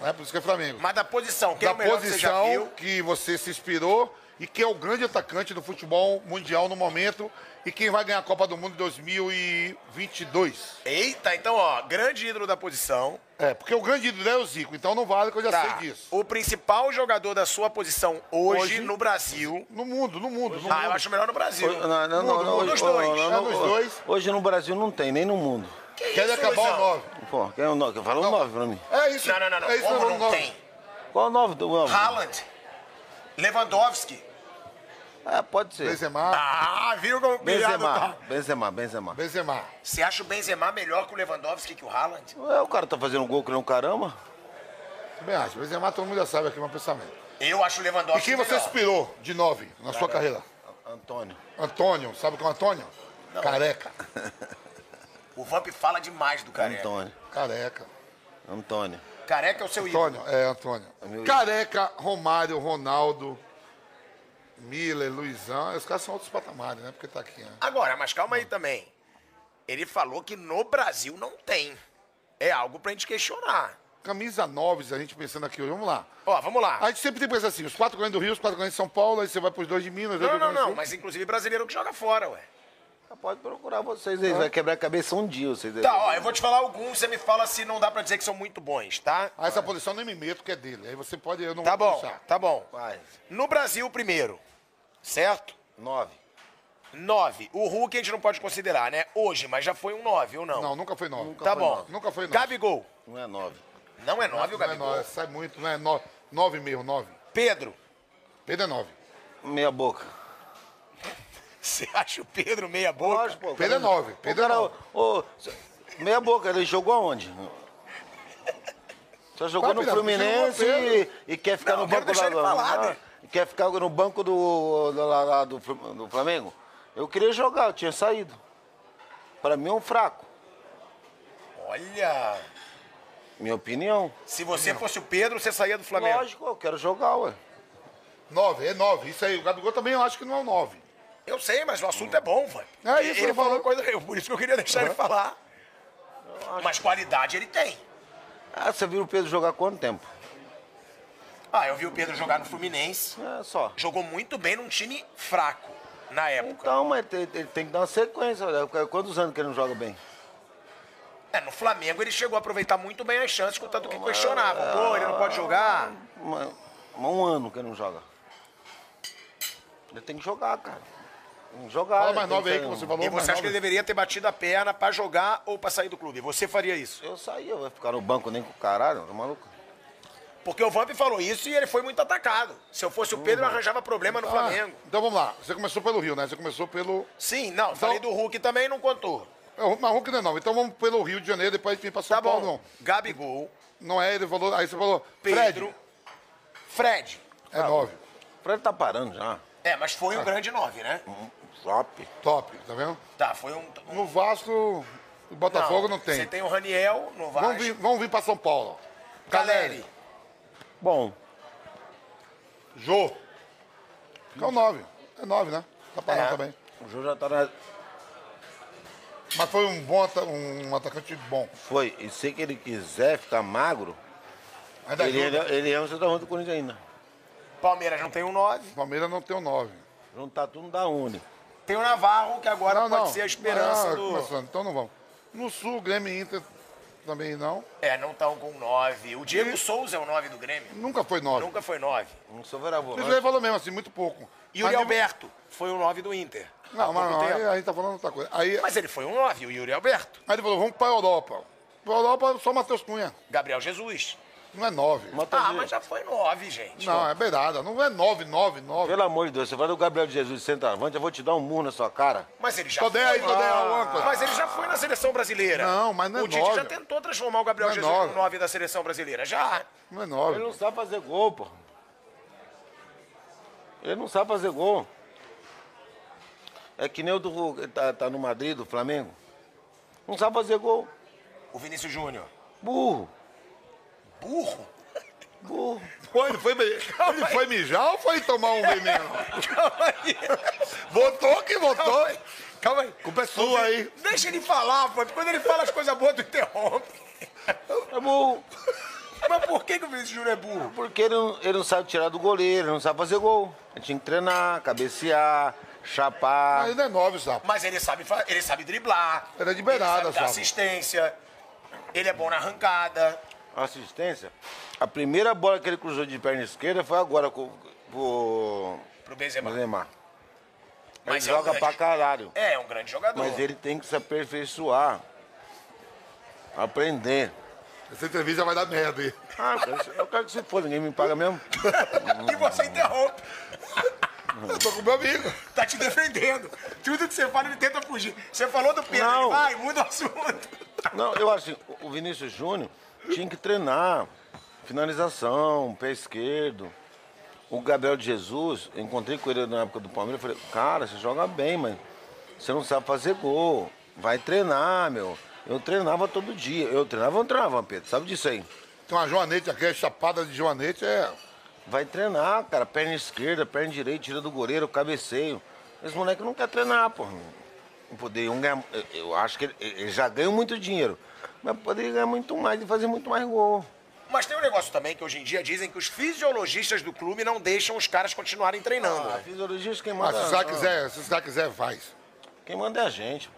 né, por isso que é Flamengo. Mas da posição, que é da o melhor que você já posição viu. que você se inspirou e que é o grande atacante do futebol mundial no momento e quem vai ganhar a Copa do Mundo em 2022. Eita, então, ó, grande ídolo da posição. É, porque o grande ídolo é o Zico, então não vale que eu já Tá. sei disso. O principal jogador da sua posição hoje, Hoje? no Brasil. No mundo, no mundo, no Ah, eu mundo. acho melhor no Brasil. Não, não, não. Mudo, não, mudo os hoje- dois. não, não, É nos hoje- dois. Hoje no Brasil não tem, nem no mundo. Quer isso, acabar Luizão? o 9. Pô, quem é o 9? Fala o 9 pra mim. É isso. Não, não, não, não. É isso, Como não, não, nove. tem? Qual o 9 do 9? Haaland, Lewandowski. Ah, pode ser. Benzema, Ah, viu como o pilhado Tá. Benzema, tá? Benzema, Benzema. Benzema. Você acha o Benzema melhor que o Lewandowski que o Haaland? Ué, o cara tá fazendo gol que não caramba. Também acho. Benzema todo mundo já sabe aqui o meu pensamento. Eu acho o E Lewandowski quem você melhor. inspirou de nove na sua carreira? Antônio. Antônio, sabe quem é o Antônio? Careca. O Vamp fala demais do Careca. Antônio. Careca. Antônio. Careca é o seu ídolo. Antônio, é Antônio. meu- Careca, Romário, Ronaldo, Miller, Luizão. Os caras são outros patamares, né? Porque tá aqui, né? Agora, mas calma Hum. aí também. Ele falou que no Brasil não tem. É algo pra gente questionar. Camisa 9, a gente pensando aqui hoje. Vamos lá. Ó, vamos lá. A gente sempre tem que pensar assim, os quatro grandes do Rio, os quatro grandes de São Paulo, aí você vai pros dois de Minas. dois Não, do não, Rio Grande do não. Sul. Mas inclusive brasileiro que joga fora, ué. Ah, Pode procurar vocês aí, vai quebrar a cabeça um dia vocês aí. Tá, ó, eu vou te falar alguns, você me fala se não dá pra dizer que são muito bons, tá? Ah, essa posição nem me meto, que é dele. Aí você pode, eu não Tá vou bom, puxar. tá bom. Vai. No Brasil primeiro, certo? 9. Nove. O Hulk a gente não pode considerar, né? Hoje, mas já foi um nove, ou não? Não, nunca foi nove. tá foi bom. nove. Nunca foi nove. Gabigol. Não é nove. Não é nove o Não é Gabigol. nove, sai muito, não é nove. Nove e meio, nove. Pedro. Pedro é nove. Meia boca. Você acha o Pedro meia boca? pô. Pedro é nove, Pedro é o cara, nove. ô, ô, meia boca, ele jogou aonde? Só jogou Vai, no Pedro, Fluminense jogou e, e quer ficar Não, no quero banco deixar lá, ele falar, lá- né? e quer ficar no banco do, do, lá- lá do Flu- do Flamengo? Eu queria jogar, eu tinha saído. Pra mim é um fraco, Olha. minha opinião. Se você fosse o Pedro, você saía do Flamengo. Lógico, eu quero jogar, ué. Nove, é nove. Isso aí, o Gabigol também eu acho que não é o nove. Eu sei, mas o assunto é bom, velho. É isso, ele eu falou falo. coisa. Eu, por isso que eu queria deixar ele falar. Mas qualidade ele tem. Ah, você viu o Pedro jogar quanto tempo? Ah, eu vi o Pedro jogar no Fluminense. É só. Jogou muito bem num time fraco na época. Então, mas ele tem, ele tem que dar uma sequência. olha, Quantos anos que ele não joga bem? É, no Flamengo ele chegou a aproveitar muito bem as chances, contanto que questionavam. Pô, ele não pode jogar. Uma- uma- um ano que ele não joga. Ele tem que jogar, cara. Tem que jogar. Fala ele mais tem nove aí ter que um- você falou. E mais você acha que nove. ele deveria ter batido a perna pra jogar ou pra sair do clube? Você faria isso? Eu saí, eu vou ficar no banco nem com o caralho, tá maluco? Porque o Vamp falou isso e ele foi muito atacado. Se eu fosse o Pedro, eu arranjava problema no Flamengo. Ah, então vamos lá. Você começou pelo Rio, né? Você começou pelo. Sim, não, Então- falei do Hulk também não contou. É, o- Mas Hulk não é nove. Então vamos pelo Rio de Janeiro, depois a gente vem pra São Tá bom. Paulo. Gabigol, Não. não é, ele falou. Aí você falou. Pedro, Fred, Fred. é nove. O Fred tá parando já. É, mas foi Ah. um grande nove, né? Top. Top, tá vendo? Tá, foi um. um- No Vasco, o Botafogo não, tem. Você tem o Raniel no Vasco. Vamos, vir, vamos vir pra São Paulo. Caleri. Bom, Jô. É o nove. É nove, né? Tá parando É. também. o jogo já tá na. Mas foi um bom ata- um atacante bom. Foi. E se que ele quiser ficar magro, Ainda ele, ele, ajuda. ele é um centroavante do Corinthians ainda. Palmeiras não tem um nove. O Palmeiras não tem o nove. Juntar tudo não dá une. Tem o Navarro, que agora não, pode não. ser a esperança Ah, do. começando. Então não vamos. No Sul, Grêmio e Inter também não. É, não estão com um nove. O Diego Souza é o nove do Grêmio. Nunca foi nove. Nunca foi nove. Não sou verá Isso aí falou mesmo assim, muito pouco. E o Yuri Mas- Alberto foi o nove do Inter. Não, Há mas pouco não, tempo. aí a gente tá falando outra coisa. Aí, Mas ele foi um 9, o Yuri Alberto. aí ele falou, vamos pra Europa. Pra Europa, só Matheus Cunha. Gabriel Jesus. Não é nove. Ah, mas é- já foi 9, gente. Não, é beirada. Não é nove, nove, nove. Pelo amor de Deus, você vai do Gabriel Jesus centroavante, eu vou te dar um murro na sua cara. Mas ele já Tô dez, foi. tô dez, o âncora. Mas ele já foi na seleção brasileira. Ah. Não, mas não é O Tite nove. já tentou transformar o Gabriel Não é Jesus nove. no 9 da seleção brasileira. Já. Não é Ele não nove. sabe fazer gol, pô. Ele não sabe fazer gol. É que nem o do que tá, tá no Madrid, do Flamengo. Não sabe fazer gol. O Vinícius Júnior. Burro. Burro? Burro. Pô, ele, foi, mi- ele foi mijar ou foi tomar um veneno? Calma aí. Votou que votou. Calma aí. Calma aí. Culpa é sua aí. Deixa ele falar, pô. Quando ele fala as coisas boas, tu interrompe. É burro. Mas por que, que o Vinícius Júnior é burro? Porque ele não, ele não sabe tirar do goleiro, ele não sabe fazer gol. Ele tinha que treinar, cabecear, chapar. Mas não é nove, sapo. Mas ele sabe, fa- ele sabe driblar. Ele é de beirada, ele tá sabe dar sabe? assistência. Ele é bom na arrancada. Assistência. A primeira bola que ele cruzou de perna esquerda foi agora com o Pro Benzema. Neymar. Ele Mas é um joga grande- pra caralho. É, é um grande jogador. Mas ele tem que se aperfeiçoar. Aprender. Essa entrevista vai dar merda aí. Ah, eu quero- eu quero que você for, ninguém me paga mesmo. E você interrompe. Eu tô com meu amigo. Tá te defendendo. Tudo que você fala, ele tenta fugir. Você falou do Pedro, Não. ele vai, muda o assunto. Não, eu acho assim, o Vinícius Júnior tinha que treinar. Finalização, pé esquerdo. O Gabriel de Jesus, eu encontrei com ele na época do Palmeiras, eu falei, cara, você joga bem, mas você não sabe fazer gol. Vai treinar, meu. Eu treinava todo dia. Eu treinava, eu não treinava, Pedro. Sabe disso aí? Tem uma joanete aqui, a chapada de joanete é... Vai treinar, cara. Perna esquerda, perna direita, tira do goleiro, cabeceio. Esse moleque não quer treinar, pô. Não poderia um ganhar. eu- Eu acho que ele, ele já ganhou muito dinheiro. Mas poderia ganhar muito mais e fazer muito mais gol. Mas tem um negócio também que hoje em dia dizem que os fisiologistas do clube não deixam os caras continuarem treinando. A né? fisiologista quem Mas manda. se o cara quiser, se o cara quiser, faz. Quem manda é a gente.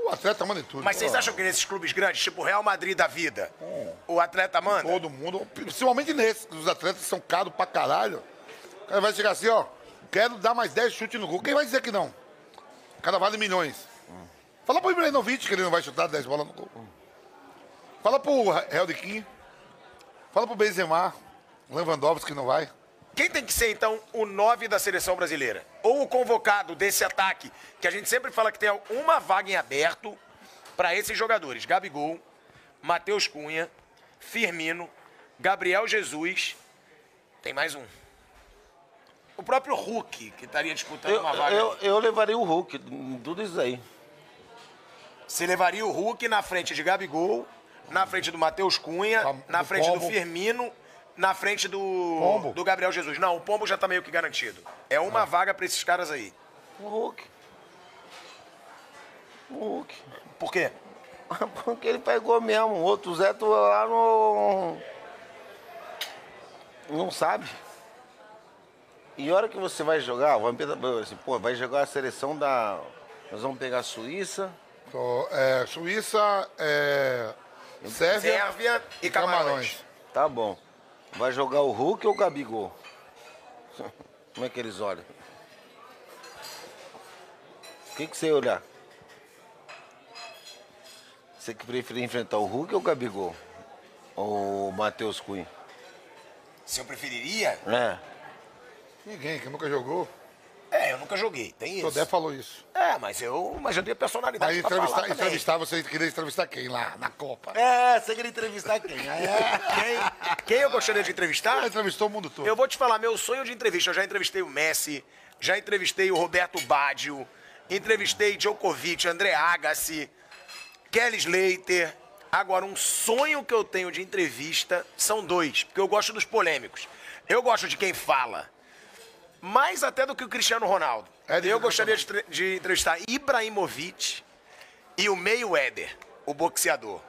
O atleta manda em tudo. Mas vocês Pô. acham que nesses clubes grandes, tipo o Real Madrid da vida, Hum. o atleta manda? Todo mundo, principalmente nesse, que os atletas são caros pra caralho. O cara vai chegar assim, ó, quero dar mais 10 chutes no gol. Quem vai dizer que não? Cada vale milhões. Fala pro Ibrahimovic que ele não vai chutar 10 bolas no gol. Fala pro Heldequim. Fala pro Benzema. Lewandowski que não vai. Quem tem que ser, então, o 9 da seleção brasileira? Ou o convocado desse ataque, que a gente sempre fala que tem uma vaga em aberto para esses jogadores: Gabigol, Matheus Cunha, Firmino, Gabriel Jesus. Tem mais um. O próprio Hulk, que estaria disputando Eu, uma vaga. eu, ali. eu levaria o Hulk, em tudo isso aí. Você levaria o Hulk na frente de Gabigol, na frente do Matheus Cunha, Tá, na do frente do Pombo. Firmino, na frente do, Pombo? Ah. do Gabriel Jesus. Não, o Pombo já tá meio que garantido. É uma vaga para esses caras aí. O Hulk. O Hulk. Por quê? Porque ele pegou mesmo. O outro Zé tu é lá não. Não sabe. E a hora que você vai jogar, vai pensar assim, pô, vai jogar a seleção da. Nós vamos pegar a Suíça. Então, é, Suíça, é, Sérvia, Sérvia e e Camarões. Camarões. Tá bom. Vai jogar o Hulk ou o Gabigol? Como é que eles olham? O que, que você ia olhar? Você que preferia enfrentar o Hulk ou o Gabigol? Ou o Matheus Cunha? Se eu preferiria? É. Ninguém que nunca jogou. É, eu nunca joguei. Tem Sodé isso. falou isso. É, mas eu, mas eu tenho personalidade Aí pra falar entrevistar, também. entrevistar, você queria entrevistar quem lá na Copa? É, você queria entrevistar quem? é. Quem, quem eu gostaria de Ah, entrevistar? entrevistou o mundo todo. Eu vou te falar, meu sonho de entrevista. Eu já entrevistei o Messi, já entrevistei o Roberto Baggio, entrevistei Djokovic, André Agassi, Kelly Slater. Agora, um sonho que eu tenho de entrevista são dois, porque eu gosto dos polêmicos. Eu gosto de quem fala. Mais até do que o Cristiano Ronaldo. É, de eu Cristiano gostaria de, tre- de entrevistar Ibrahimovic e o Mayweather, o boxeador,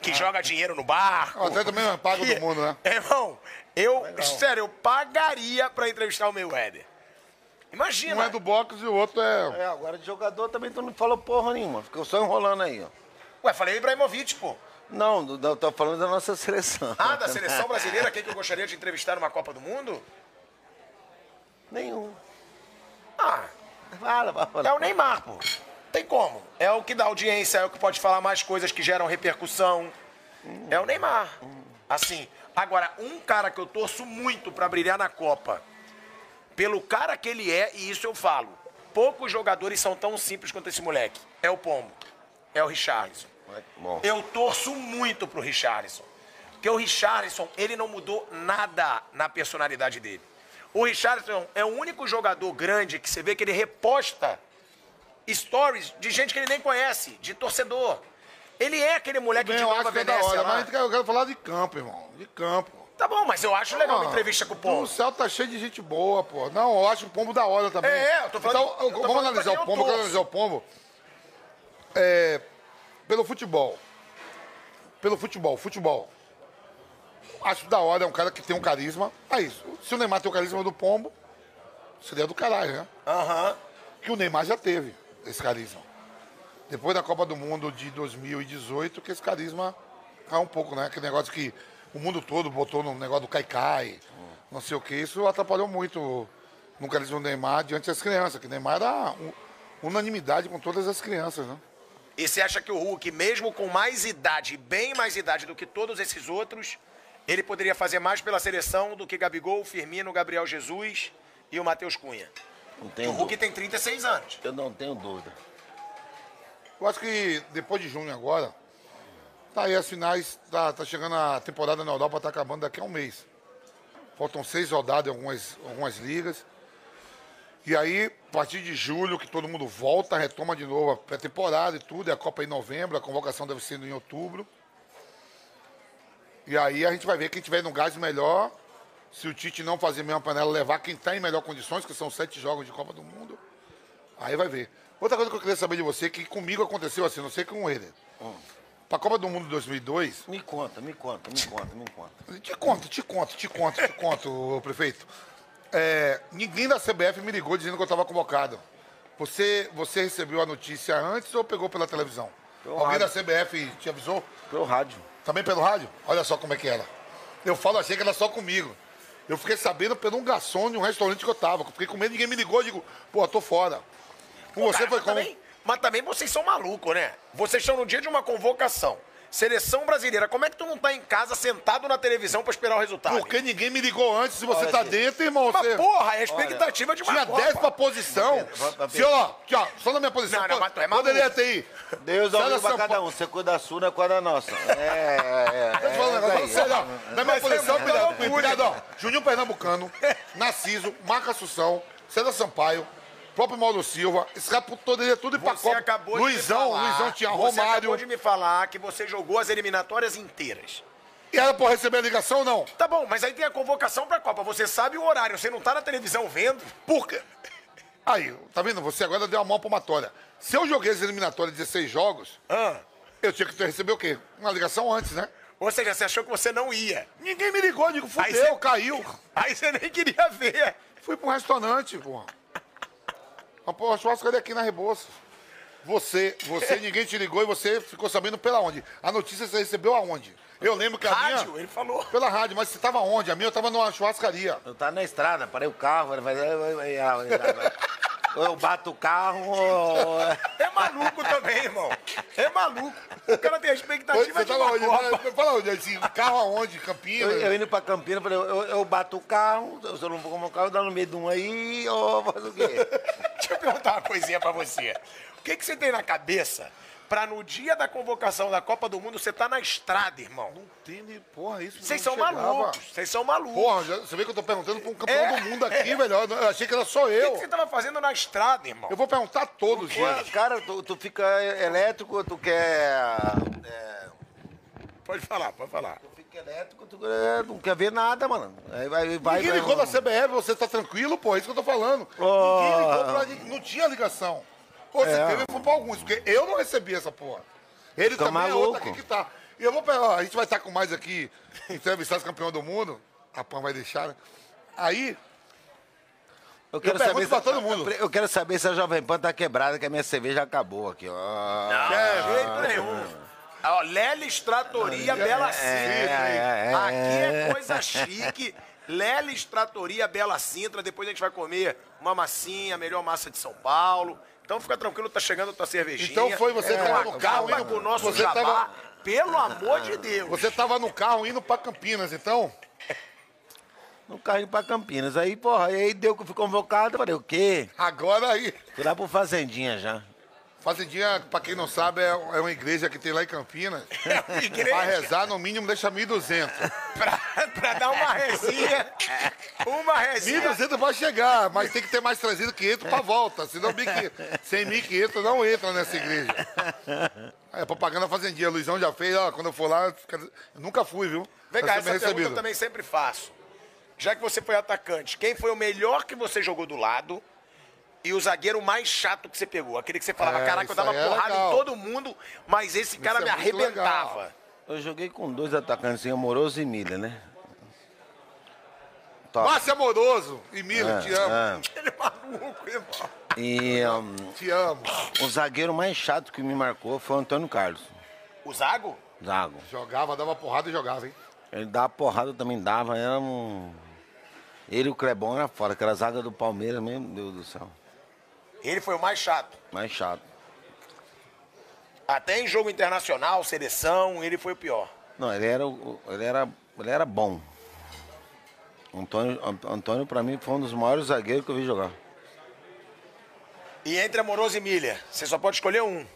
que joga dinheiro no barco. Ah, até também é pago do mundo, né? É, Irmão, eu, sério, eu pagaria pra entrevistar o Mayweather. Imagina. Um é do box e o outro é. É, agora de jogador também tu não falou porra nenhuma. Ficou só enrolando aí, ó. Ué, falei Ibrahimovic, pô. Não, do- não, tô falando da nossa seleção. Ah, da seleção brasileira, quem que eu gostaria de entrevistar numa Copa do Mundo? Nenhum. Ah, Fala, fala, fala. é o Neymar, pô. Tem como. É o que dá audiência, é o que pode falar mais coisas que geram repercussão. É o Neymar. Assim, agora, um cara que eu torço muito pra brilhar na Copa, pelo cara que ele é, e isso eu falo, poucos jogadores são tão simples quanto esse moleque. É o Pombo. É o Richarlison. Bom. Eu torço muito pro Richarlison. Porque o Richarlison, ele não mudou nada na personalidade dele. O Richarlison é o único jogador grande que você vê que ele reposta stories de gente que ele nem conhece, de torcedor. Ele é aquele moleque Bem, de eu Nova acho que é da Venécia né? hora, lá. mas eu quero falar de campo, irmão. De campo. Tá bom, mas eu acho legal uma Ah, entrevista com o O Pombo. céu tá cheio de gente boa, pô. Não, eu acho o pombo da hora também. É, é, eu tô falando- Então, eu tô vamos falando pra analisar quem o eu pombo, torço. vamos analisar o pombo. É, pelo futebol. Pelo futebol, futebol. Acho da hora, é um cara que tem um carisma. É isso. Se o Neymar tem o carisma do pombo, seria do caralho, né? Aham. que o Neymar já teve esse carisma. Depois da Copa do Mundo de 2018, que esse carisma caiu um pouco, né? Aquele negócio que o mundo todo botou no negócio do caicai, não sei o que, isso atrapalhou muito no carisma do Neymar diante das crianças, que o Neymar era un- unanimidade com todas as crianças, né? E você acha que o Hulk, mesmo com mais idade, bem mais idade do que todos esses outros, ele poderia fazer mais pela seleção do que Gabigol, Firmino, Gabriel Jesus e o Matheus Cunha? Não Que tenho o Hulk dúvida. tem 36 anos. Eu não tenho dúvida. Eu acho que depois de junho agora, tá aí as finais, tá, tá chegando a temporada na Europa, tá acabando daqui a um mês. Faltam seis rodadas em algumas, algumas ligas. E aí, a partir de julho, que todo mundo volta, retoma de novo a pré-temporada e tudo, e a Copa é em novembro, a convocação deve ser em outubro. E aí a gente vai ver quem tiver no gás melhor, se o Tite não fazer mesma panela, levar quem está em melhor condições, que são sete jogos de Copa do Mundo. Aí vai ver. Outra coisa que eu queria saber de você, é que comigo aconteceu assim, não sei com ele. Ah. Pra Copa do Mundo de 2002, Me conta, me conta, me conta, me conta. te conto, te conto, te conto, te conto, ô, prefeito. É, ninguém da CBF me ligou dizendo que eu estava convocado. Você, você recebeu a notícia antes ou pegou pela televisão? Pelo Alguém da rádio. CBF te avisou? Pelo rádio. Também pelo rádio? Olha só como é que era. Eu falo, achei que era só comigo. Eu fiquei sabendo pelo um garçom de um restaurante que eu tava. que Eu fiquei com medo, ninguém me ligou. Eu digo, pô, tô fora. Com você Cara, foi mas como? tá também- mas também vocês são malucos, né? Vocês estão no dia de uma convocação. Seleção brasileira, como é que tu não tá em casa sentado na televisão pra esperar o resultado? Porque ninguém me ligou antes. Se você Olha tá aqui. dentro, irmão, você Mas porra, é a expectativa de uma tinha Copa. 10 pra posição. Vai pra Se, ó, aqui, ó, só na minha posição. Não, não, pô, mas tu é maluco. Poderia ter ido. Deus Só na ouviu pra São cada Paulo. um. Você cuida da sua, não cuida da nossa. É, é, Tô te um falando, é. agora, é isso aí. sério, ó, na minha Mas posição, é muita cuidado, loucura. cuidado, ó. Juninho Pernambucano, Narciso, Marca Assunção, César Sampaio, próprio Mauro Silva, esse cara poderia tudo ir pra Você Copa. acabou de Luizão, me falar, Luizão tinha você Romário. acabou de me falar que você jogou as eliminatórias inteiras. E era pra receber a ligação ou não? Tá bom, mas aí tem a convocação pra Copa. Você sabe o horário, você não tá na televisão vendo. Por quê? Aí, tá vendo? Você agora deu a mão palmatória. Se eu joguei as eliminatórias 16 jogos, eu tinha que ter recebido o quê? Uma ligação antes, né? Ou seja, você achou que você não ia. Ninguém me ligou, eu digo, Aí fudeu, você- caiu. Aí você nem queria ver. Fui pra um restaurante, porra. Mas, porra, a churrascaria aqui na Rebouça. Você, você, ninguém te ligou e você ficou sabendo pela onde? A notícia você recebeu aonde? Eu lembro que a Rádio, minha... ele falou. Pela rádio, mas você tava onde? A minha eu tava numa churrascaria. Eu tava na estrada, parei o carro, ele faz. Ou eu bato o carro, ou. É maluco também, irmão. É maluco. O cara tem a expectativa de Você tava Tá, uma onde? Copa. Fala- Fala onde? Assim, carro aonde? Campinas? Eu, eu indo pra Campina, falei, eu, eu bato o carro, se eu não vou como o carro, dá no meio de um aí, ou faz o quê? Deixa eu perguntar uma coisinha pra você. O que, que você tem na cabeça pra no dia da convocação da Copa do Mundo você tá na estrada, irmão? Não tem nem- Porra, isso Vocês não são chegava. malucos. Vocês são malucos. Porra, já- você vê que eu tô perguntando pra um campeão É, do mundo aqui, é. velho. Eu achei que era só O que, que eu. você tá- tava fazendo na estrada, irmão? Eu vou perguntar a todos, gente. Cara, tu, tu fica elétrico, tu quer. é, Pode falar, pode falar. tu fica elétrico, tu é, não quer ver nada, mano. Aí vai, vai. Ninguém vai- um ligou da CBF, você tá tranquilo, pô, é isso que eu tô falando. Ó. Ninguém ligou pra ninguém, não tinha ligação. Ou você ah, É. teve foi pra alguns, porque eu não recebi essa porra. Ele Fica também é outro maluco. aqui que tá. E eu vou pegar, ó, a gente vai estar com mais aqui, entrevistados campeão do mundo, a Pan vai deixar, né? Aí, Eu quero saber pergunto pra se- todo mundo. Eu quero saber se a Jovem Pan tá quebrada, que a minha cerveja acabou aqui, ó. Ah, Não, de jeito nenhum. um- Ah, Ó, Lelis Tratoria Bela Cinta. é, é. Aqui é coisa chique. Lelis Tratoria Bela Cintra. Depois a gente vai comer uma massinha, a melhor massa de São Paulo. Então fica tranquilo, tá chegando a tua cervejinha. É. Então foi você que tava com no a carro, capa hein? com o nosso Você jabá. tava- Pelo amor de Deus. você tava no carro indo pra Campinas, então? No carrinho pra Campinas. Aí, porra, aí deu que eu fui convocado, eu falei, o quê? Agora aí. Fui lá pro Fazendinha já. Fazendinha, pra quem não sabe, é é uma igreja que tem lá em Campinas. É uma Pra igreja rezar, no mínimo, deixa 1.200. pra, pra dar uma resinha. Uma resinha. 1.200 pode chegar, mas tem que ter mais 300, 500 pra volta. Senão, 1.500 sem 1.500 não entra nessa igreja. É propaganda fazendinha. Luizão já fez, ó, quando eu for lá, fica- eu nunca fui, viu? Vem Vai cá, ser essa bem pergunta eu também sempre faço. Já que você foi atacante, quem foi o melhor que você jogou do lado e o zagueiro mais chato que você pegou? Aquele que você falava, É, caraca, eu isso dava aí é porrada legal. em todo mundo, mas esse cara é me muito legal. arrebentava. Eu joguei com dois atacantes, assim, Amoroso e Milha, né? Top. Ah, Márcio Amoroso e Mila, te amo, Ele é maluco, irmão. E um, te amo. o zagueiro mais chato que me marcou foi o Antônio Carlos, O Zago? Zago. Jogava, dava porrada e jogava, hein? Ele dava porrada, também dava, era um... Ele e o Clebão era fora, aquela zaga do Palmeiras, meu Deus do céu. Ele foi o mais chato. Mais chato. Até em jogo internacional, seleção, ele foi o pior. Não, ele era, o- o- ele era, ele era bom. Antônio, Ant- Antônio para mim, foi um dos maiores zagueiros que eu vi jogar. E entre Amoroso e Milha, você só pode escolher um.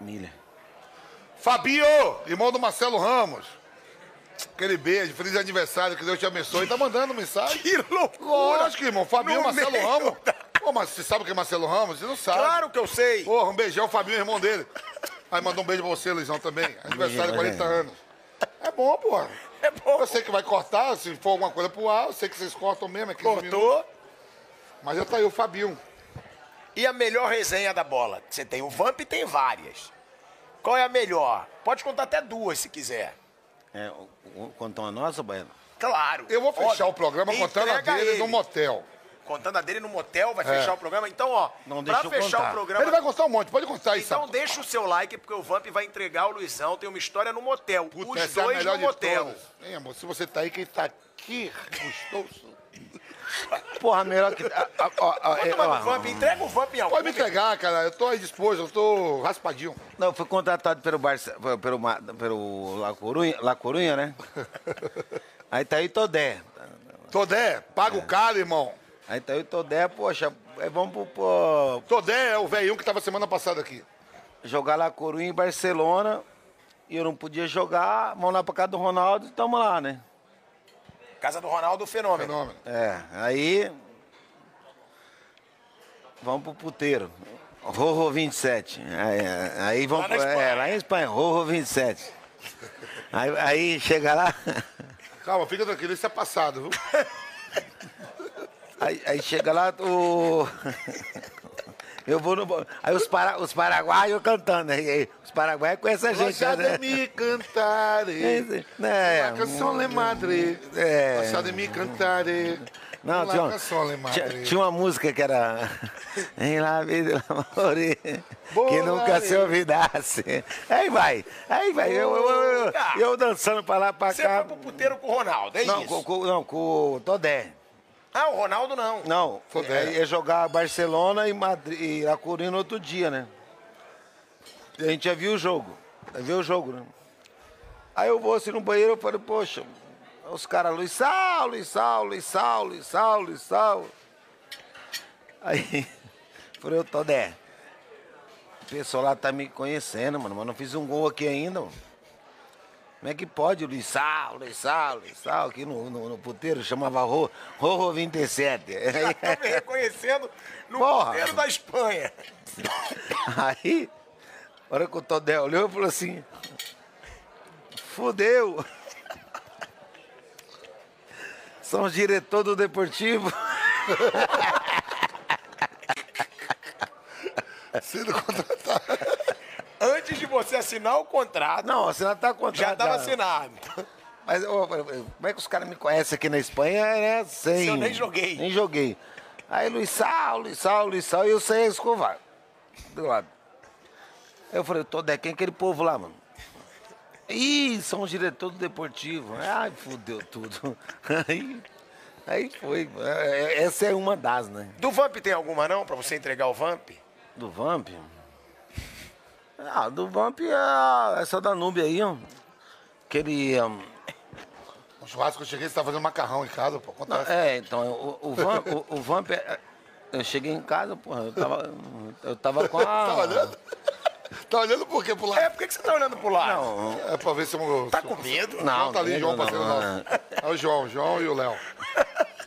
Milha. Fabio, irmão do Marcelo Ramos. Aquele beijo, feliz aniversário, que Deus te abençoe. Tá mandando mensagem. Que loucura! Lógico, irmão. Fabinho No Marcelo meio Ramos. Pô, mas você sabe o que é Marcelo Ramos? Você não sabe. Claro que eu sei. Porra, um beijão, Fabinho, irmão dele. Aí mandou um beijo pra você, Luizão, também. Aniversário, Beijinho, 40 Rogério. anos. É bom, porra. É bom. Eu sei que vai cortar, se for alguma coisa pro ar, eu sei que vocês cortam mesmo. É 15 minutos. Cortou. Mas já tá aí o Fabinho. E a melhor resenha da bola? Você tem o Vamp e tem várias. Qual é a melhor? Pode contar até duas se quiser. É, o- o- contou a nossa, Baiano? Claro. Eu vou fechar Óbvio. o programa contando a Entrega dele ele. no motel. Contando a dele no motel, vai fechar o programa. Então, ó, Não, pra deixa eu fechar contar. o programa. Ele vai contar um monte, pode contar isso. Então deixa o seu like, porque o Vamp vai entregar o Luizão. Tem uma história no motel. Puta, Os essa é a dois melhor no de motel. todas. Hein, amor, se você tá aí, quem tá aqui, gostoso. Porra, melhor que. a- a- ó, ó, é, Toma ó, no Vamp, entrega o Vamp em algum. Pode me entregar, cara. Eu tô aí disposto, eu tô raspadinho. Não, fui contratado pelo Barça, pelo, Ma- pelo La, Corunha, La Corunha, né? Aí tá aí Todé. Todé, paga o cara, irmão. Aí tá aí Todé, poxa, é, vamos pro, pro- Todé é o velhinho que tava semana passada aqui. jogar La Corunha em Barcelona. E eu não podia jogar, vamos lá pra casa do Ronaldo e tamo lá, né? Casa do Ronaldo, fenômeno. Fenômeno. É, aí. Vamos pro puteiro. Rorro 27. Aí, aí vamos. Lá na pro- Espanha. é, lá em Espanha, Rorro 27. Aí, aí chega lá. Calma, fica tranquilo, isso é passado, viu? Aí, aí chega lá o. Eu vou no. ba- Aí os, para, os paraguaios cantando. né? Aí, aí, os paraguaios conhecem a gente. Deixada é Né? é me cantare. É, La canzone madre. É. Deixada me cantare. Não, La tinha, uma- canzone tinha, madre. tinha uma música que era. Em la vida, la morte, que nunca se olvidasse. Aí vai, aí vai. Eu, eu, eu, eu- Ah. eu dançando pra lá, pra Você cá. foi pro puteiro com o Ronaldo, é Não, isso? com, com- não, com o Todé. Ah, o Ronaldo não. Não, Todé. é- ia jogar Barcelona e, Madrid, e La Coruña no outro dia, né? E A gente já viu o jogo. Já viu o jogo, né? Aí eu vou assim no banheiro, eu falei, poxa, os caras, Luiz Sal, Luiz Sal, Luiz Sal, Luiz Sal, Luiz Sal. Aí, falei, ô Todé, o pessoal lá tá me conhecendo, mano, mas não fiz um gol aqui ainda, mano. Como é que pode, Luiz Sal, Luiz Sal, Luiz Sal, aqui no, no, no puteiro chamava Rorro Ro 27. Aí- Estão me reconhecendo no Porra. puteiro da Espanha. Aí, a hora que o Todé olhou, falou assim: Fudeu! São os um diretor do Deportivo. Sendo contratado. Antes de você assinar o contrato, Não, você já tá contando. Ah, já estava assinado. Mas ô, eu falei, como é que os caras me conhecem aqui na Espanha? É sem. eu nem joguei. Nem joguei. Aí Luiz Sal, Luiz Sal, Luiz Sal, e eu saí a escovar. Do lado. Aí eu falei, Todé, quem é aquele povo lá, mano? Ih, são os diretores do Deportivo. Ai, fudeu tudo. Aí, aí foi. É, é, Essa é uma das, né? Do Vamp tem alguma não pra você entregar o Vamp? Do Vamp. Ah, do Vamp é essa da Nube aí, ó. Aquele. hum, Um churrasco que eu cheguei, você tá fazendo macarrão em casa, pô. Acontece. É, então, o, o Vamp, o, o Vamp, é- eu cheguei em casa, porra, eu tava, eu tava com a... Tá olhando? Tá olhando por quê? Por lá? É, por que, que você tá olhando pro lado? Não, É pra ver se eu. Tá com medo? Não, Não, tá ali, não, João, não, parceiro não, nosso. É o João, o João e o Léo.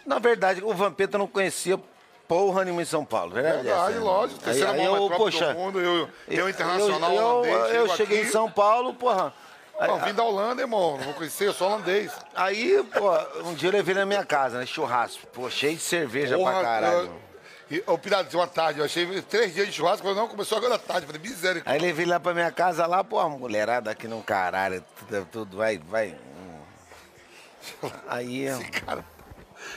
na verdade, o Vampeta eu não conhecia porra nenhuma em São Paulo, verdade? Verdade, essa, né? lógico. Aí, Terceira aí maior eu, metrópole poxa... do mundo, eu, eu, internacional eu, holandês. Eu, chego cheguei aqui, em São Paulo, porra... Aí, Pô, vim da Holanda, irmão. Não vou conhecer, eu sou holandês. aí, pô, um dia eu levei na minha casa, né, churrasco, pô, cheio de cerveja pra caralho. Eu, e, ô, Pirata, uma tarde, eu achei três dias de churrasco, eu não, começou agora à tarde. Eu Falei, miséria. Aí levei lá pra minha casa lá, pô, a mulherada aqui no caralho, tudo, tudo, vai, vai. hum. Aí, eu- Cara,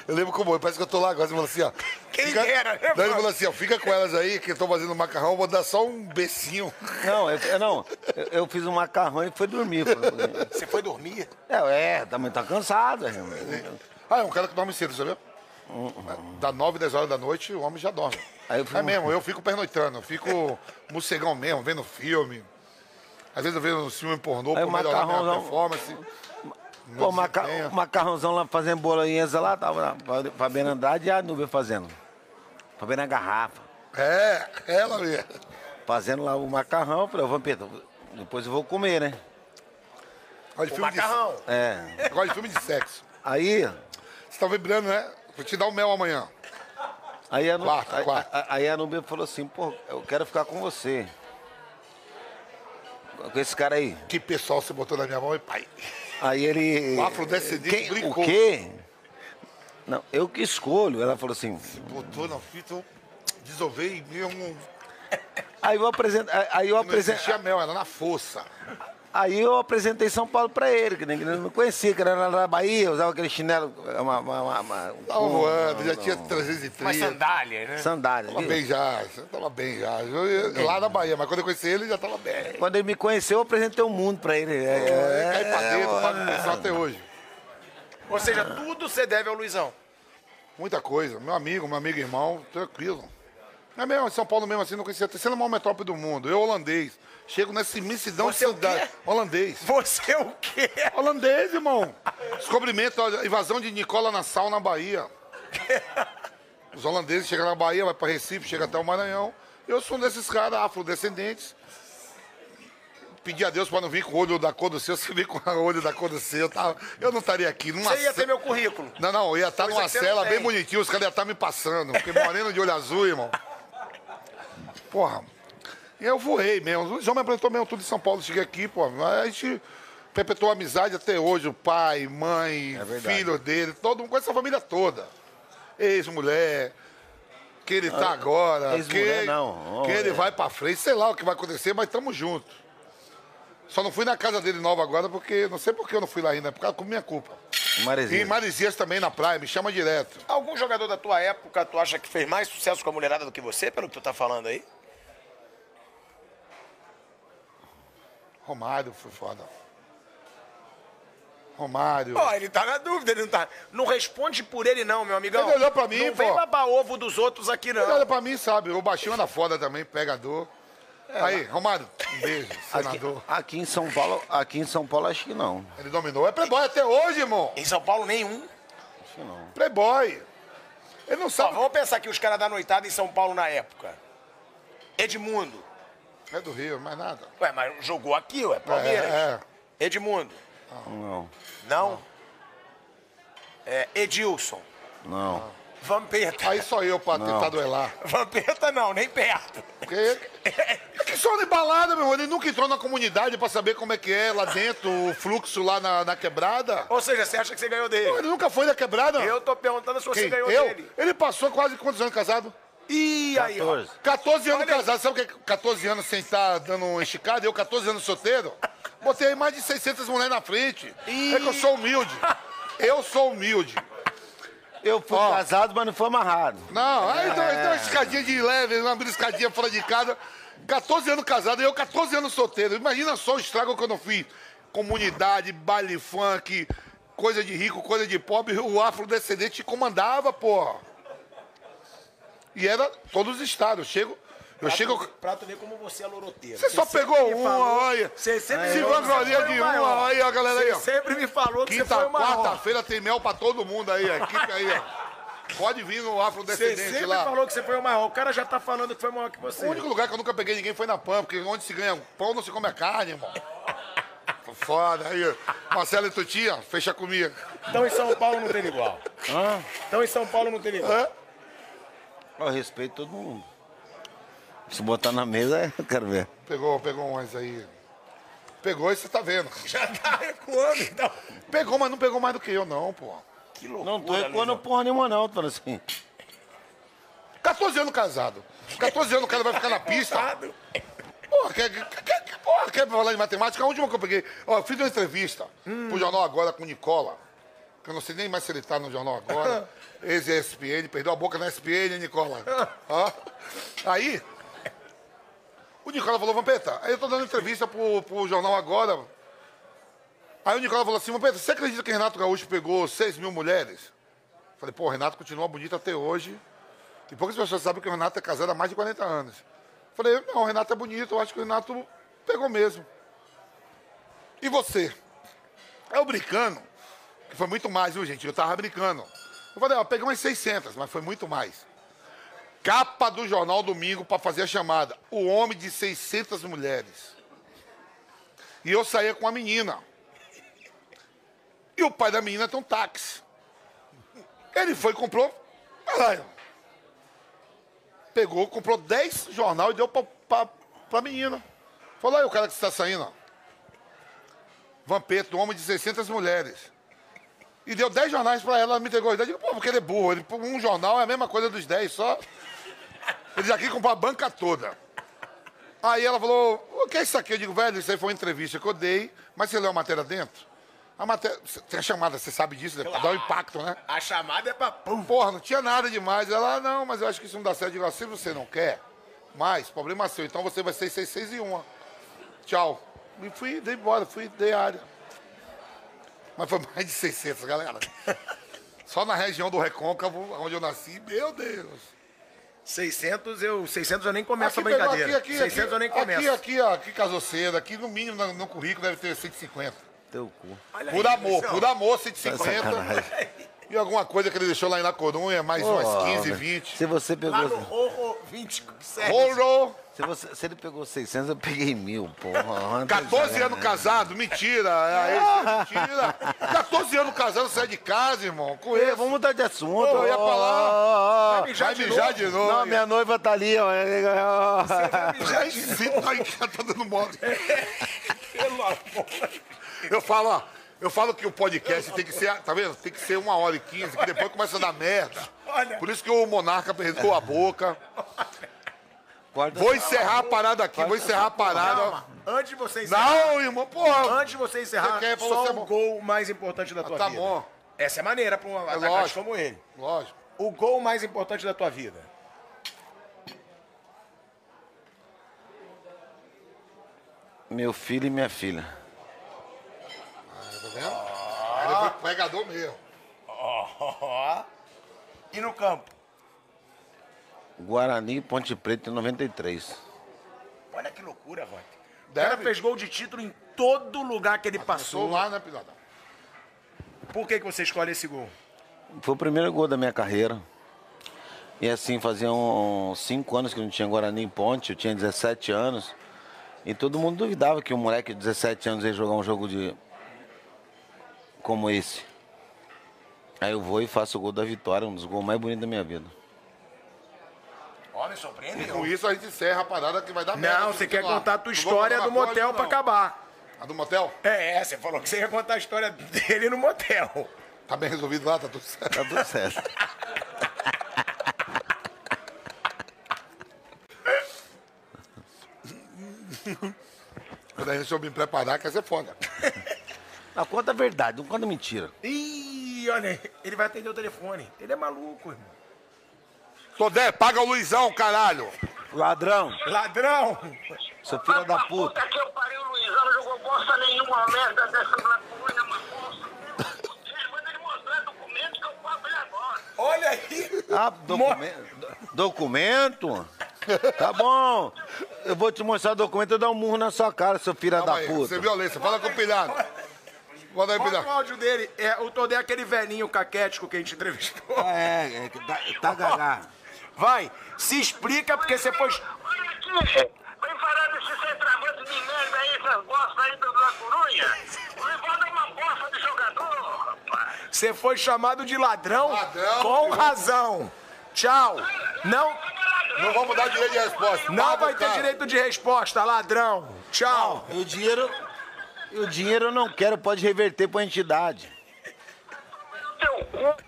eu lembro como, é, parece que eu tô lá agora, você falou assim, ó. Quem dera, né, Daí ele mano? falou assim, ó, fica com elas aí, que eu tô fazendo macarrão, eu vou dar só um becinho. Não, eu, eu não, eu, eu fiz um macarrão e fui dormir. Falei, Você foi dormir? É, é, também tá cansado. irmão. Ah, é um cara que dorme cedo, sabe? Da 9, 10 horas da noite, o homem já dorme. Aí eu fui- É mesmo, eu fico pernoitando, eu fico morcegão mesmo, vendo filme. Às vezes eu vejo um filme pornô Aí pra o melhorar a minha um- macarrãozão- performance. Pô, meu maca, desempenho. o macarrãozão lá fazendo bolonhesa lá, tava lá, Fabiana Andrade e a Nubia fazendo. Fabiana Garrafa, É, ela mesmo. fazendo lá o macarrão. Eu falei, ô, Vampeta, depois eu vou comer, né? Gosto de O filme de- macarrão. É. Gosto de filme de sexo. Aí, Você tá vibrando, né? Vou te dar o mel amanhã. aí a, Nu- Quarta, aí- quarta. aí- aí a Nubia falou assim, pô, eu quero ficar com você. Com esse cara aí. Que pessoal você botou na minha mão e pai. Aí ele. O afrodescendente Quem- brincou. O quê? Não, eu que escolho. Ela falou assim. Botou na fita, eu desovei mesmo. Aí eu apresentei. Aí eu um, Não existia apresentei, mel, era na força. aí eu apresentei São Paulo pra ele, que nem que ele não conhecia, que era lá da Bahia, usava aquele chinelo. Uma, uma, uma, uma- Tava um- Tá voando, já tinha Mas 330. sandália, né? sandália. Tava viu? bem já, tava bem já. Eu ia Lá na Bahia, mas quando eu conheci ele, já tava bem. Quando ele me conheceu, eu apresentei o mundo pra ele. É, É, cai pra é, dentro, é, paga o pessoal até hoje. Ou seja, tudo você deve ao Luizão. Muita coisa. Meu amigo, meu amigo irmão, tranquilo. É mesmo, em São Paulo mesmo assim, não conhecia. Terceira maior metrópole do mundo. Eu, holandês. Chego nessa imensidão Você é o de cidade. quê? Holandês. Você é o quê? Holandês, irmão. Descobrimento, olha, invasão de Nicola Nassau na Bahia. Os holandeses chegam na Bahia, vai para Recife, chega até o Maranhão. Eu sou um desses caras afrodescendentes. Pedi a Deus para não vir com o olho da cor do seu. Se vir com o olho da cor do seu, eu, tava- eu não estaria aqui. Numa Você ia ter ce- meu currículo. Não, não, eu ia estar Coisa numa é que você não cela bem tem. bonitinha, os caras iam estar me passando. Porque moreno de olho azul, irmão. Porra. E eu voei mesmo. Os homens apresentou mesmo tudo em São Paulo. Cheguei aqui, pô. A gente perpetuou amizade até hoje. O pai, mãe, É verdade. filho dele, todo mundo, com essa família toda. Ex-mulher, que ele tá agora. Ah, ex-mulher que, não, Que ele é. vai pra frente, sei lá o que vai acontecer, mas tamo junto. Só não fui na casa dele nova agora, porque não sei por que eu não fui lá ainda, é por causa com minha culpa. E em Marezinho. Marizias também na praia, me chama direto. Algum jogador da tua época tu acha que fez mais sucesso com a mulherada do que você, pelo que tu tá falando aí? Romário foi foda. Romário. Ó, ele tá na dúvida, ele não tá. Não responde por ele, não, meu amigão. Ele olhou pra mim, Não vem pô. babar ovo dos outros aqui, Ele não. olha pra mim, sabe? O baixinho anda foda também, pegador. É, Aí, Romário, um beijo, senador. Aqui em São Paulo, aqui em São Paulo acho que não. Ele dominou. É playboy até hoje, irmão. Em São Paulo, nenhum. Acho que não. Playboy. Ele não Ó, sabe. vamos pensar aqui os caras da noitada em São Paulo na época. Edmundo. É do Rio, mais nada. Ué, mas jogou aqui, ué, Palmeiras. É, Edmundo. Não. Não. É, Edilson. Não. Vampeta. Aí só eu pra tentar duelar. Vampeta não, nem perto. Porque... Que só de balada, meu irmão. Ele nunca entrou na comunidade pra saber como é que é lá dentro, o fluxo lá na, na quebrada. Ou seja, você acha que você ganhou dele? Ele nunca foi na quebrada. Eu tô perguntando se você Quem? ganhou eu? dele. Ele passou quase quantos anos casado? Ih, aí, ó. 14. 14 anos casado, sabe o que é 14 anos sem estar dando um esticado? Eu, 14 anos solteiro, botei aí mais de 600 mulheres na frente. É que eu sou humilde. Eu sou humilde. Eu fui Ó. casado, mas não fui amarrado. Não, É. aí deu, aí deu uma escadinha de leve, uma escadinha fora de casa. 14 anos casado, eu 14 anos solteiro. Imagina só o estrago que eu não fiz. Comunidade, baile funk, coisa de rico, coisa de pobre. O afrodescendente comandava, porra. E era todos os estados. Eu chego, eu Tá chego... Pra tu ver como você é loroteiro. Você só pegou uma, olha. Você sempre Se me falou que você vangloria foi de o maior. uma, olha aí, ó, galera aí, ó. Você sempre me falou que você foi Quinta, o maior. quarta-feira tem mel pra todo mundo aí, ó. Fica aí, ó. Pode vir no Você afrodescendente sempre lá. falou que você foi o maior. O cara já tá falando que foi maior que O você. único lugar que eu nunca peguei ninguém foi na PAN, porque onde se ganha pão não se come a carne, irmão. Foda aí. Marcelo e Tutinha, fecha comigo. Então em São Paulo não tem igual. Hã? Então em São Paulo não tem igual. Eu respeito todo mundo. Se botar na mesa, eu quero ver. Pegou, pegou uns aí. Pegou e você tá vendo. Já tá recuando, então. Pegou, mas não pegou mais do que eu, não, pô. Que loucura, Não tô recuando Luizão. porra nenhuma, não, tô falando assim. 14 anos casado. 14 anos o cara vai ficar na pista. Contado. Porra, quer, quer- quer- porra, quer falar de matemática? A última que eu peguei. Ó, eu fiz uma entrevista pro jornal agora com o Nicola. Que eu não sei nem mais se ele tá no jornal agora. é Ex-ESPN, perdeu a boca na SPN, Nicola. Ó. Aí, o Nicola falou, Vampeta, aí eu tô dando entrevista pro, pro jornal agora. Aí o Nicola falou assim, Vampeta, você acredita que Renato Gaúcho pegou 6 mil mulheres? Falei, pô, o Renato continua bonito até hoje. E poucas pessoas sabem que o Renato é casado há mais de 40 anos. Falei, não, o Renato é bonito, eu acho que o Renato pegou mesmo. E você? Eu brincando, que foi muito mais, viu, gente? Eu tava brincando. Eu falei, ó, peguei umas 600, mas foi muito mais. Capa do jornal domingo para fazer a chamada. O homem de 600 mulheres. E eu saía com a menina. E o pai da menina tem um táxi. Ele foi e comprou. um Caralho pegou, comprou 10 jornal e deu pra, pra, pra menina. Falou aí o cara que está saindo, ó. Vampeto, homem de 600 mulheres. E deu 10 jornais pra ela, ela me entregou. Eu digo, pô, porque ele é burro. Ele, pô, um jornal é a mesma coisa dos 10, só. Ele já quis comprar a banca toda. Aí ela falou, o que é isso aqui? Eu digo, velho, isso aí foi uma entrevista que eu dei, mas você leu a matéria dentro? A matéria, tem a chamada, você sabe disso, né? dá um impacto, né? A chamada é pra pum. Porra, não tinha nada demais. Ela, "Ah, não, mas eu acho que isso não dá certo. Eu digo, "Ah, se você não quer, mais, problema seu. Então você vai ser 6, 6 e 1. Tchau. E fui, dei embora, fui, dei área. Mas foi mais de 600, galera. Só na região do Recôncavo, onde eu nasci, meu Deus. 600 eu, 600 eu nem começo a pegou brincadeira. 600 eu nem começo. Aqui, aqui, ó, aqui casou cedo. Aqui, no mínimo, no, no currículo deve ter 150. Teu cu. Olha Por aí, amor, Luizão. por amor, sacanagem. 150. E alguma coisa que ele deixou lá em La Corunha, mais umas 15, 20. Se você Lá pegou. no Rorro 27. Rolo, Se, você, se ele pegou 600, eu peguei mil, porra. 14 anos casado, mentira. É, isso é mentira. 14 anos casado, sai de casa, irmão. Com Ei, ele. É, vamos mudar de assunto. Ô, eu ia pra Ó, lá. ó, ó. Vai mijar de novo. Não, minha noiva tá ali, ó. Já é ensino aí que já tá dando mole. Eu falo, ó, eu falo que o podcast tem que ser, tá vendo? Tem que ser uma hora e quinze, que depois começa a dar merda. Olha. Por isso que o Monarca perdeu a boca. Corta Vou encerrar a parada aqui, vou encerrar a parada. Calma, antes de você encerrar, Não, irmão, porra. antes de você encerrar, Você quer, falou, só tá o bom. gol mais importante da tua Tá vida. bom. Essa é maneira pra um atacante lógico. como ele. Lógico. O gol mais importante da tua vida. Meu filho e minha filha. Tá vendo? Ele foi pregador mesmo. E no campo? Guarani e Ponte Preta em 93. Olha que loucura, Vante. O Deve. cara fez gol de título em todo lugar que ele Sou passou. lá, né, Pilota? Por que, que você escolhe esse gol? Foi o primeiro gol da minha carreira. E assim, fazia um- uns 5 anos que eu não tinha Guarani em Ponte, eu tinha 17 anos. E todo mundo duvidava que um moleque de 17 anos ia jogar um jogo de. como esse. Aí eu vou e faço o gol da vitória, um dos gols mais bonitos da minha vida. Ó, me surpreendeu. Com isso a gente encerra a parada que vai dar merda. Não, você quer Sei lá. contar a tua Não vou contar história do agora, motel não. pra acabar. A do motel? É, é, você falou que você ia contar a história dele no motel. Tá bem resolvido lá, tá tudo certo. Tá tudo certo. Quando a gente soube me preparar, quer ser foda. Não, conta a verdade, não conta mentira. Ih, olha, aí, ele vai atender o telefone. Ele é maluco, irmão. Todé, paga o Luizão, caralho. Ladrão, Ladrão! sou filha da puta. que eu parei, o Luizão não jogou bosta nenhuma, uma merda dessa lacuna, uma bosta. Vocês mandam ele mostrar documento que eu pago ele agora. Olha aí! Ah, documento? Documento? Tá bom. Eu vou te mostrar o documento, eu dou um murro na sua cara, seu filho da Calma aí, puta. Você violência, fala com o pilhado. Manda aí, Bota o pilhado. áudio dele. É, o Todé é aquele velhinho caquético que a gente entrevistou. É, é, tá, tá gagá. Vai, se explica É porque você foi... Olha aqui, vem falar desse centroavante de merda aí, essas bostas aí do La Corunha. O Luizão é uma bosta de jogador, rapaz. Você foi chamado de ladrão, Ladrão. com razão. Tchau. Não, Não vamos dar direito de resposta. não Paga vai o ter cara. direito de resposta, ladrão. Tchau. E o dinheiro. E o dinheiro eu não quero, pode reverter pra entidade. Teu cu.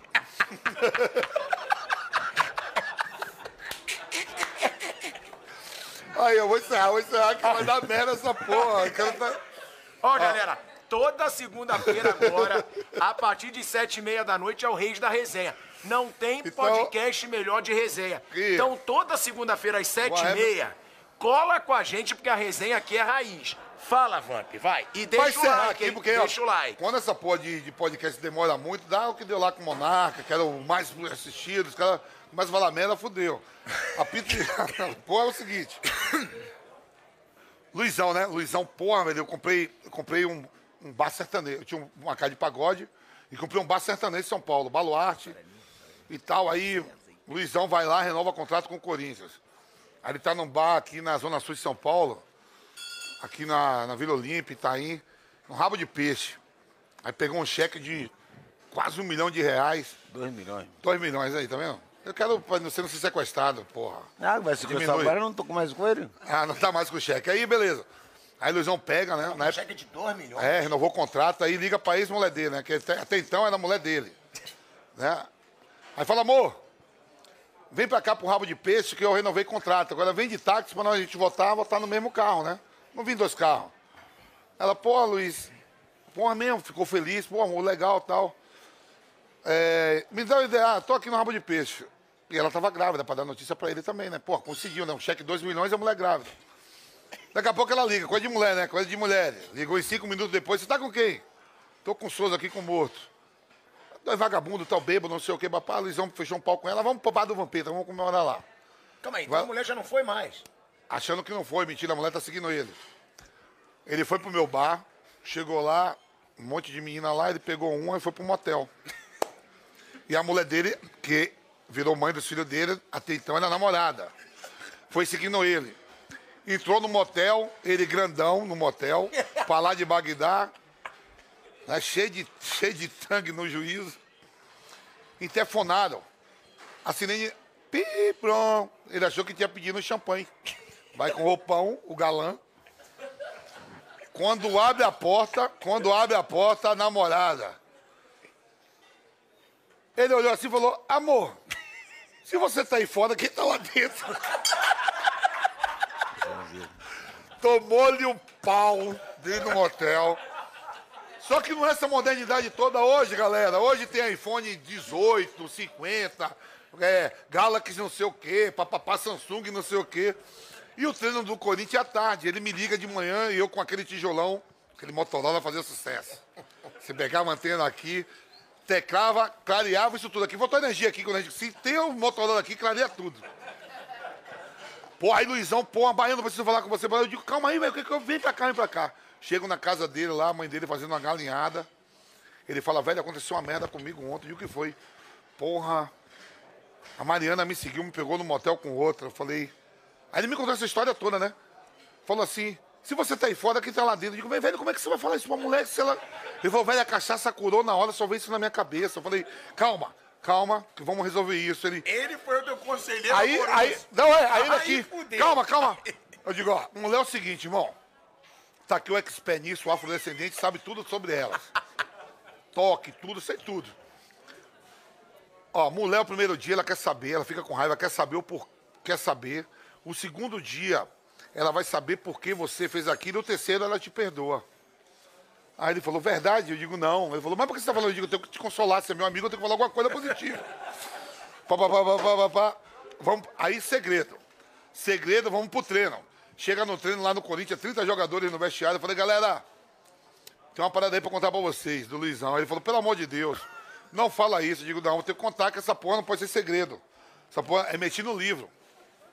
Aí, eu vou encerrar, vou encerrar que vai dar merda essa porra. O cara tá- Ó, galera, toda segunda-feira agora, a partir de sete e meia da noite, é o Reis da Resenha. Não tem Então- podcast melhor de resenha. Ih. Então, toda segunda-feira, às sete e Ué, meia, cola com a gente, porque a resenha aqui é raiz. Fala, Vamp, vai. E Vai deixa o encerrar like, aqui, hein? porque ó, deixa o like. quando essa porra de, de podcast demora muito, dá o que deu lá com o Monarca, que era o mais assistido, os caras começam a falar merda, fudeu. A pita de... porra é o seguinte. Luizão, né? Luizão, porra, velho, eu comprei, eu comprei um, um bar sertanejo. Eu tinha um- uma casa de pagode e comprei um bar sertanejo em São Paulo, Baluarte e tal. Aí Luizão vai lá, renova contrato com o Corinthians. Aí ele tá num bar aqui na Zona Sul de São Paulo, aqui na, na Vila Olímpia, Itaim, um rabo de peixe. Aí pegou um cheque de quase um milhão de reais. Dois milhões. Dois milhões aí, tá vendo? Eu quero pra não ser não ser sequestrado, porra. Ah, vai se começar Diminui. agora, eu não tô com mais com ele. Ah, não tá mais com o cheque. Aí, beleza. Aí Luizão pega, né? Na época, Cheque de 2 milhões. é, renovou o contrato, aí liga pra ex-mulher dele, né? Que até, até então era a mulher dele. Né? Aí fala, amor, vem pra cá pro rabo de peixe que eu renovei o contrato. Agora vem de táxi pra nós a gente votar, votar no mesmo carro, né? Não vim dois carros. Ela, pô, Luiz, porra mesmo, ficou feliz, pô, amor, legal tal. É, me dá uma ideia, ah, tô aqui no rabo de peixe. E ela tava grávida, pra dar notícia pra ele também, né? Pô, conseguiu, né? Um cheque de 2 milhões e a mulher grávida. Daqui a pouco ela liga, coisa de mulher, né? Coisa de mulher. Ligou em cinco minutos depois, você tá com quem? Tô com o Souza aqui com o morto. Tu é vagabundo, tal, bêbado, não sei o quê, papá, Luizão fechou um pau com ela, vamos pro bar do Vampeta, vamos comemorar lá. Calma aí, então Vai- a mulher já não foi mais. Achando que não foi, mentira, a mulher tá seguindo ele. Ele foi pro meu bar, chegou lá, um monte de menina lá, ele pegou uma e foi pro motel. E a mulher dele, que virou mãe dos filhos dele, até então era namorada, foi seguindo ele. Entrou no motel, ele grandão no motel, pra lá de Bagdá, né, cheio, de, cheio de tangue no juízo. E telefonaram. A sirene. Assim Pi, prom. Ele achou que tinha pedido um champanhe. Vai com o roupão, o galã. Quando abre a porta, quando abre a porta, a namorada. Ele olhou assim e falou: Amor, se você tá aí fora, quem tá lá dentro? Tomou-lhe um pau dentro do hotel. Só que não é essa modernidade toda hoje, galera. Hoje tem iPhone 18, 50, é, Galaxy não sei o quê, papapá Samsung não sei o quê. E o treino do Corinthians é à tarde. Ele me liga de manhã e eu com aquele tijolão, aquele Motorola fazia sucesso. Você pegava a antena aqui, teclava, clareava isso tudo aqui. Voltou energia aqui, quando a gente, se tem um Motorola aqui, clareia tudo. Pô, aí Luizão, pô, uma baiana, preciso falar com você. Eu digo, calma aí, velho, o que que eu vim pra cá, vem pra cá. Chego na casa dele lá, a mãe dele fazendo uma galinhada. Ele fala, velho, aconteceu uma merda comigo ontem. E o que foi? Porra, a Mariana me seguiu, me pegou no motel com outra. Eu falei. Aí ele me contou essa história toda, né? Falou assim: se você tá aí fora, quem tá lá dentro? Eu digo, "Mas, velho, como é que você vai falar isso pra mulher? Se ela... Ele falou, velho, a cachaça curou na hora, só veio isso na minha cabeça. Eu falei, calma, calma, que vamos resolver isso. Ele, Ele foi o teu conselheiro. Aí, amoroso. aí, não, é, aí ele Aí aqui. fudeu. Calma, calma. Eu digo, ó, mulher é o seguinte, irmão. Tá aqui o expert nisso, o afrodescendente, sabe tudo sobre elas. Toque, tudo, sei tudo. Ó, mulher, o primeiro dia, ela quer saber, ela fica com raiva, quer saber o por... quer saber. O segundo dia, ela vai saber por que você fez aquilo. E o terceiro, ela te perdoa. Aí ele falou, verdade? Eu digo, não. Ele falou, mas por que você tá falando? Eu digo, eu tenho que te consolar, você é meu amigo, eu tenho que falar alguma coisa positiva. Pá, pá, pá, pá, pá, pá, pá. Vamos, aí, segredo. Segredo, vamos pro treino. Chega no treino lá no Corinthians, 30 jogadores no vestiário. Eu falei, galera, tem uma parada aí pra contar pra vocês, do Luizão. Aí ele falou, pelo amor de Deus, não fala isso. Eu digo, não, eu tenho que contar que essa porra não pode ser segredo. Essa porra é meti no livro.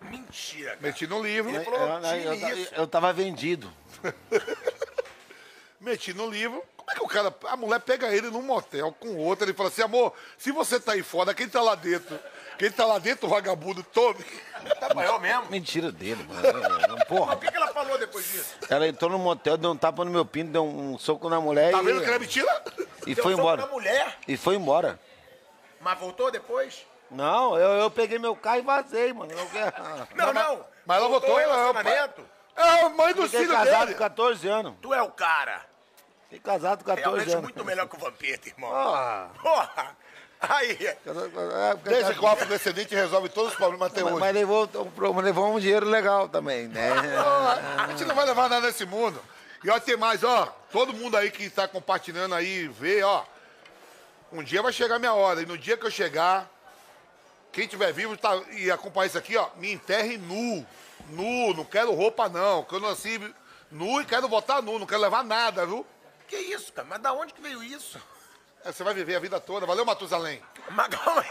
Mentira, cara. Meti no livro. Eu, eu, eu, eu tava vendido. meti no livro. Como é que o cara. A mulher pega ele num motel com outra, ele fala assim, amor, se você tá aí fora, quem tá lá dentro? Quem tá lá dentro, vagabundo, tome. Tá maior mesmo. Mentira dele, mano. Porra. O que, que ela falou depois disso? Ela entrou no motel, deu um tapa no meu pinto, deu um soco na mulher Tá e- vendo que não é mentira? e, Deu foi soco embora. na mulher, E foi embora. mas voltou depois? Não, eu, eu peguei meu carro e vazei, mano. Eu quero- Não, não. Mas ela votou o ela, é o relacionamento? É a mãe do Fiquei filho casado dele. com 14 anos. Tu é o cara. Fiquei casado com 14 Realmente Tá anos. muito melhor que o Vampeta, irmão. Ah. Porra. Aí. É, porque- Desde que o afrodescendente resolve todos os problemas até mas, hoje. mas levou, um pro- mas levou um dinheiro legal também, né? Ah, A gente não vai levar nada nesse mundo. E ó, tem mais, ó. Todo mundo aí que tá compartilhando aí, vê, ó. Um dia vai chegar a minha hora. E no dia que eu chegar, quem tiver vivo tá, e acompanhar isso aqui, ó, me enterre nu. Nu, não quero roupa, não. Que eu nasci nu e quero voltar nu, não quero levar nada, viu? Que isso, cara? Mas da onde que veio isso? É, Você vai viver a vida toda. Valeu, Matusalém. Mas calma aí.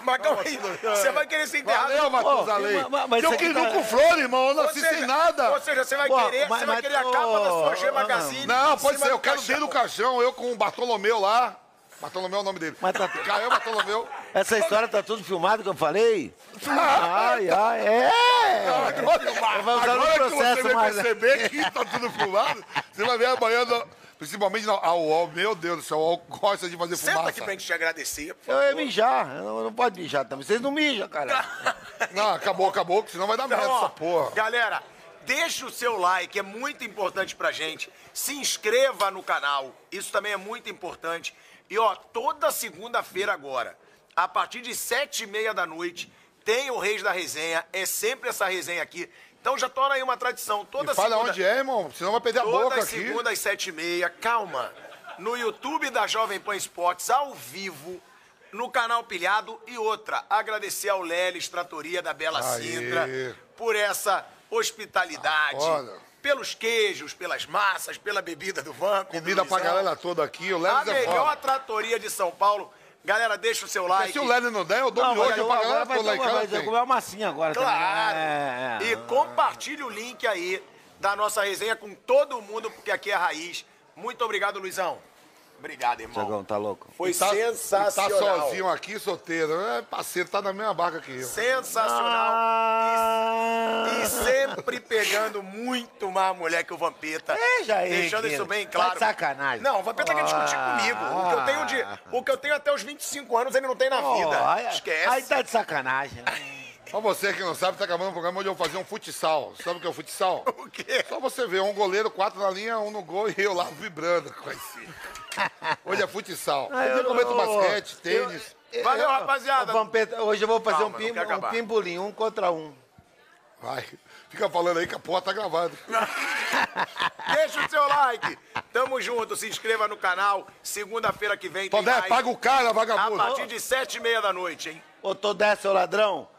Mas calma aí. Você vai querer ser enterrado. Valeu, Matusalém. mas- mas- mas eu isso aqui quis nu tá- com flor, irmão. Eu Ou nasci seja- sem nada. Ou seja, você vai Pô, querer, mas- você vai mas- querer a capa da ô, sua G Magazine. Ah, Não, em pode cima ser, do eu quero dentro do caixão, eu com o Bartolomeu lá. Bartolomeu é o nome dele. Mas tá- Caiu Bartolomeu. Essa história tá tudo filmado que eu falei? Ai, ai, é! Agora, vai usar no agora que processo, você vai mas- perceber que tá tudo filmado, você vai ver amanhã, no- principalmente na a UOL, meu Deus do céu, a UOL gosta de fazer Senta aqui fumaça. pra gente te agradecer. pô. Eu ia mijar, eu não, não pode mijar também. Vocês não mijam, cara. Não, acabou, acabou, que senão vai dar Então, merda ó, essa porra. Galera, deixa o seu like, é muito importante pra gente. Se inscreva no canal, isso também é muito importante. E ó, toda segunda-feira agora, a partir de sete e meia da noite, tem o Reis da Resenha, é sempre essa resenha aqui. Então já torna aí uma tradição. Toda E fala segunda... onde é, irmão, senão vai perder a boca Todas aqui. segundas às sete e meia, calma. No YouTube da Jovem Pan Esportes, ao vivo, no canal Pilhado e outra. Agradecer ao Lelis Tratoria da Bela Aê. Sintra por essa hospitalidade, Ah, olha. pelos queijos, pelas massas, pela bebida do Vamp. Comida pra galera toda aqui, é eu levo A Zé Fora. melhor tratoria de São Paulo. Galera, deixa o seu Porque like. se o Lennon não der, eu dou Não, miojo mas pra galera agora vai toda ter lá em uma, vai casa. ter que tem. comer uma massinha agora assim. Claro. também. né? É, é, E compartilhe o link aí da nossa resenha com todo mundo, porque aqui é a raiz. Muito obrigado, Luizão. Obrigado, irmão. Tiagão, tá louco? Foi Tá- sensacional. Tá sozinho aqui, solteiro. É parceiro, tá na mesma barca que eu. Ah. Sensacional. E, e sempre pegando muito mais mulher que o Vampeta. Veja aí, Deixando querido. isso bem Tá claro. de sacanagem. Ah. Não, o Vampeta quer discutir comigo. O que, eu tenho de, o que eu tenho até os 25 anos ele não tem na vida. Olha, Esquece. Aí tá de sacanagem. né? Pra você que não sabe, tá acabando um programa onde eu vou fazer um futsal. Sabe o que é o futsal? O quê? Só você ver, um goleiro, quatro na linha, um no gol e eu lá vibrando com esse. Hoje é futsal. Ah, eu Hoje eu comento não- basquete, eu- tênis. Valeu, eu- rapaziada. Ô, Vampeta, hoje eu vou fazer Calma, um, não pim, quer acabar. um pimbolim, um contra um. Vai. Fica falando aí que a porra tá gravada. Deixa o seu like. Tamo junto. Se inscreva no canal. Segunda-feira que vem tem Todé, mais. paga o cara, A Ah, vagabundo. partir de sete e meia da noite, hein? Ô, Todé, seu ladrão,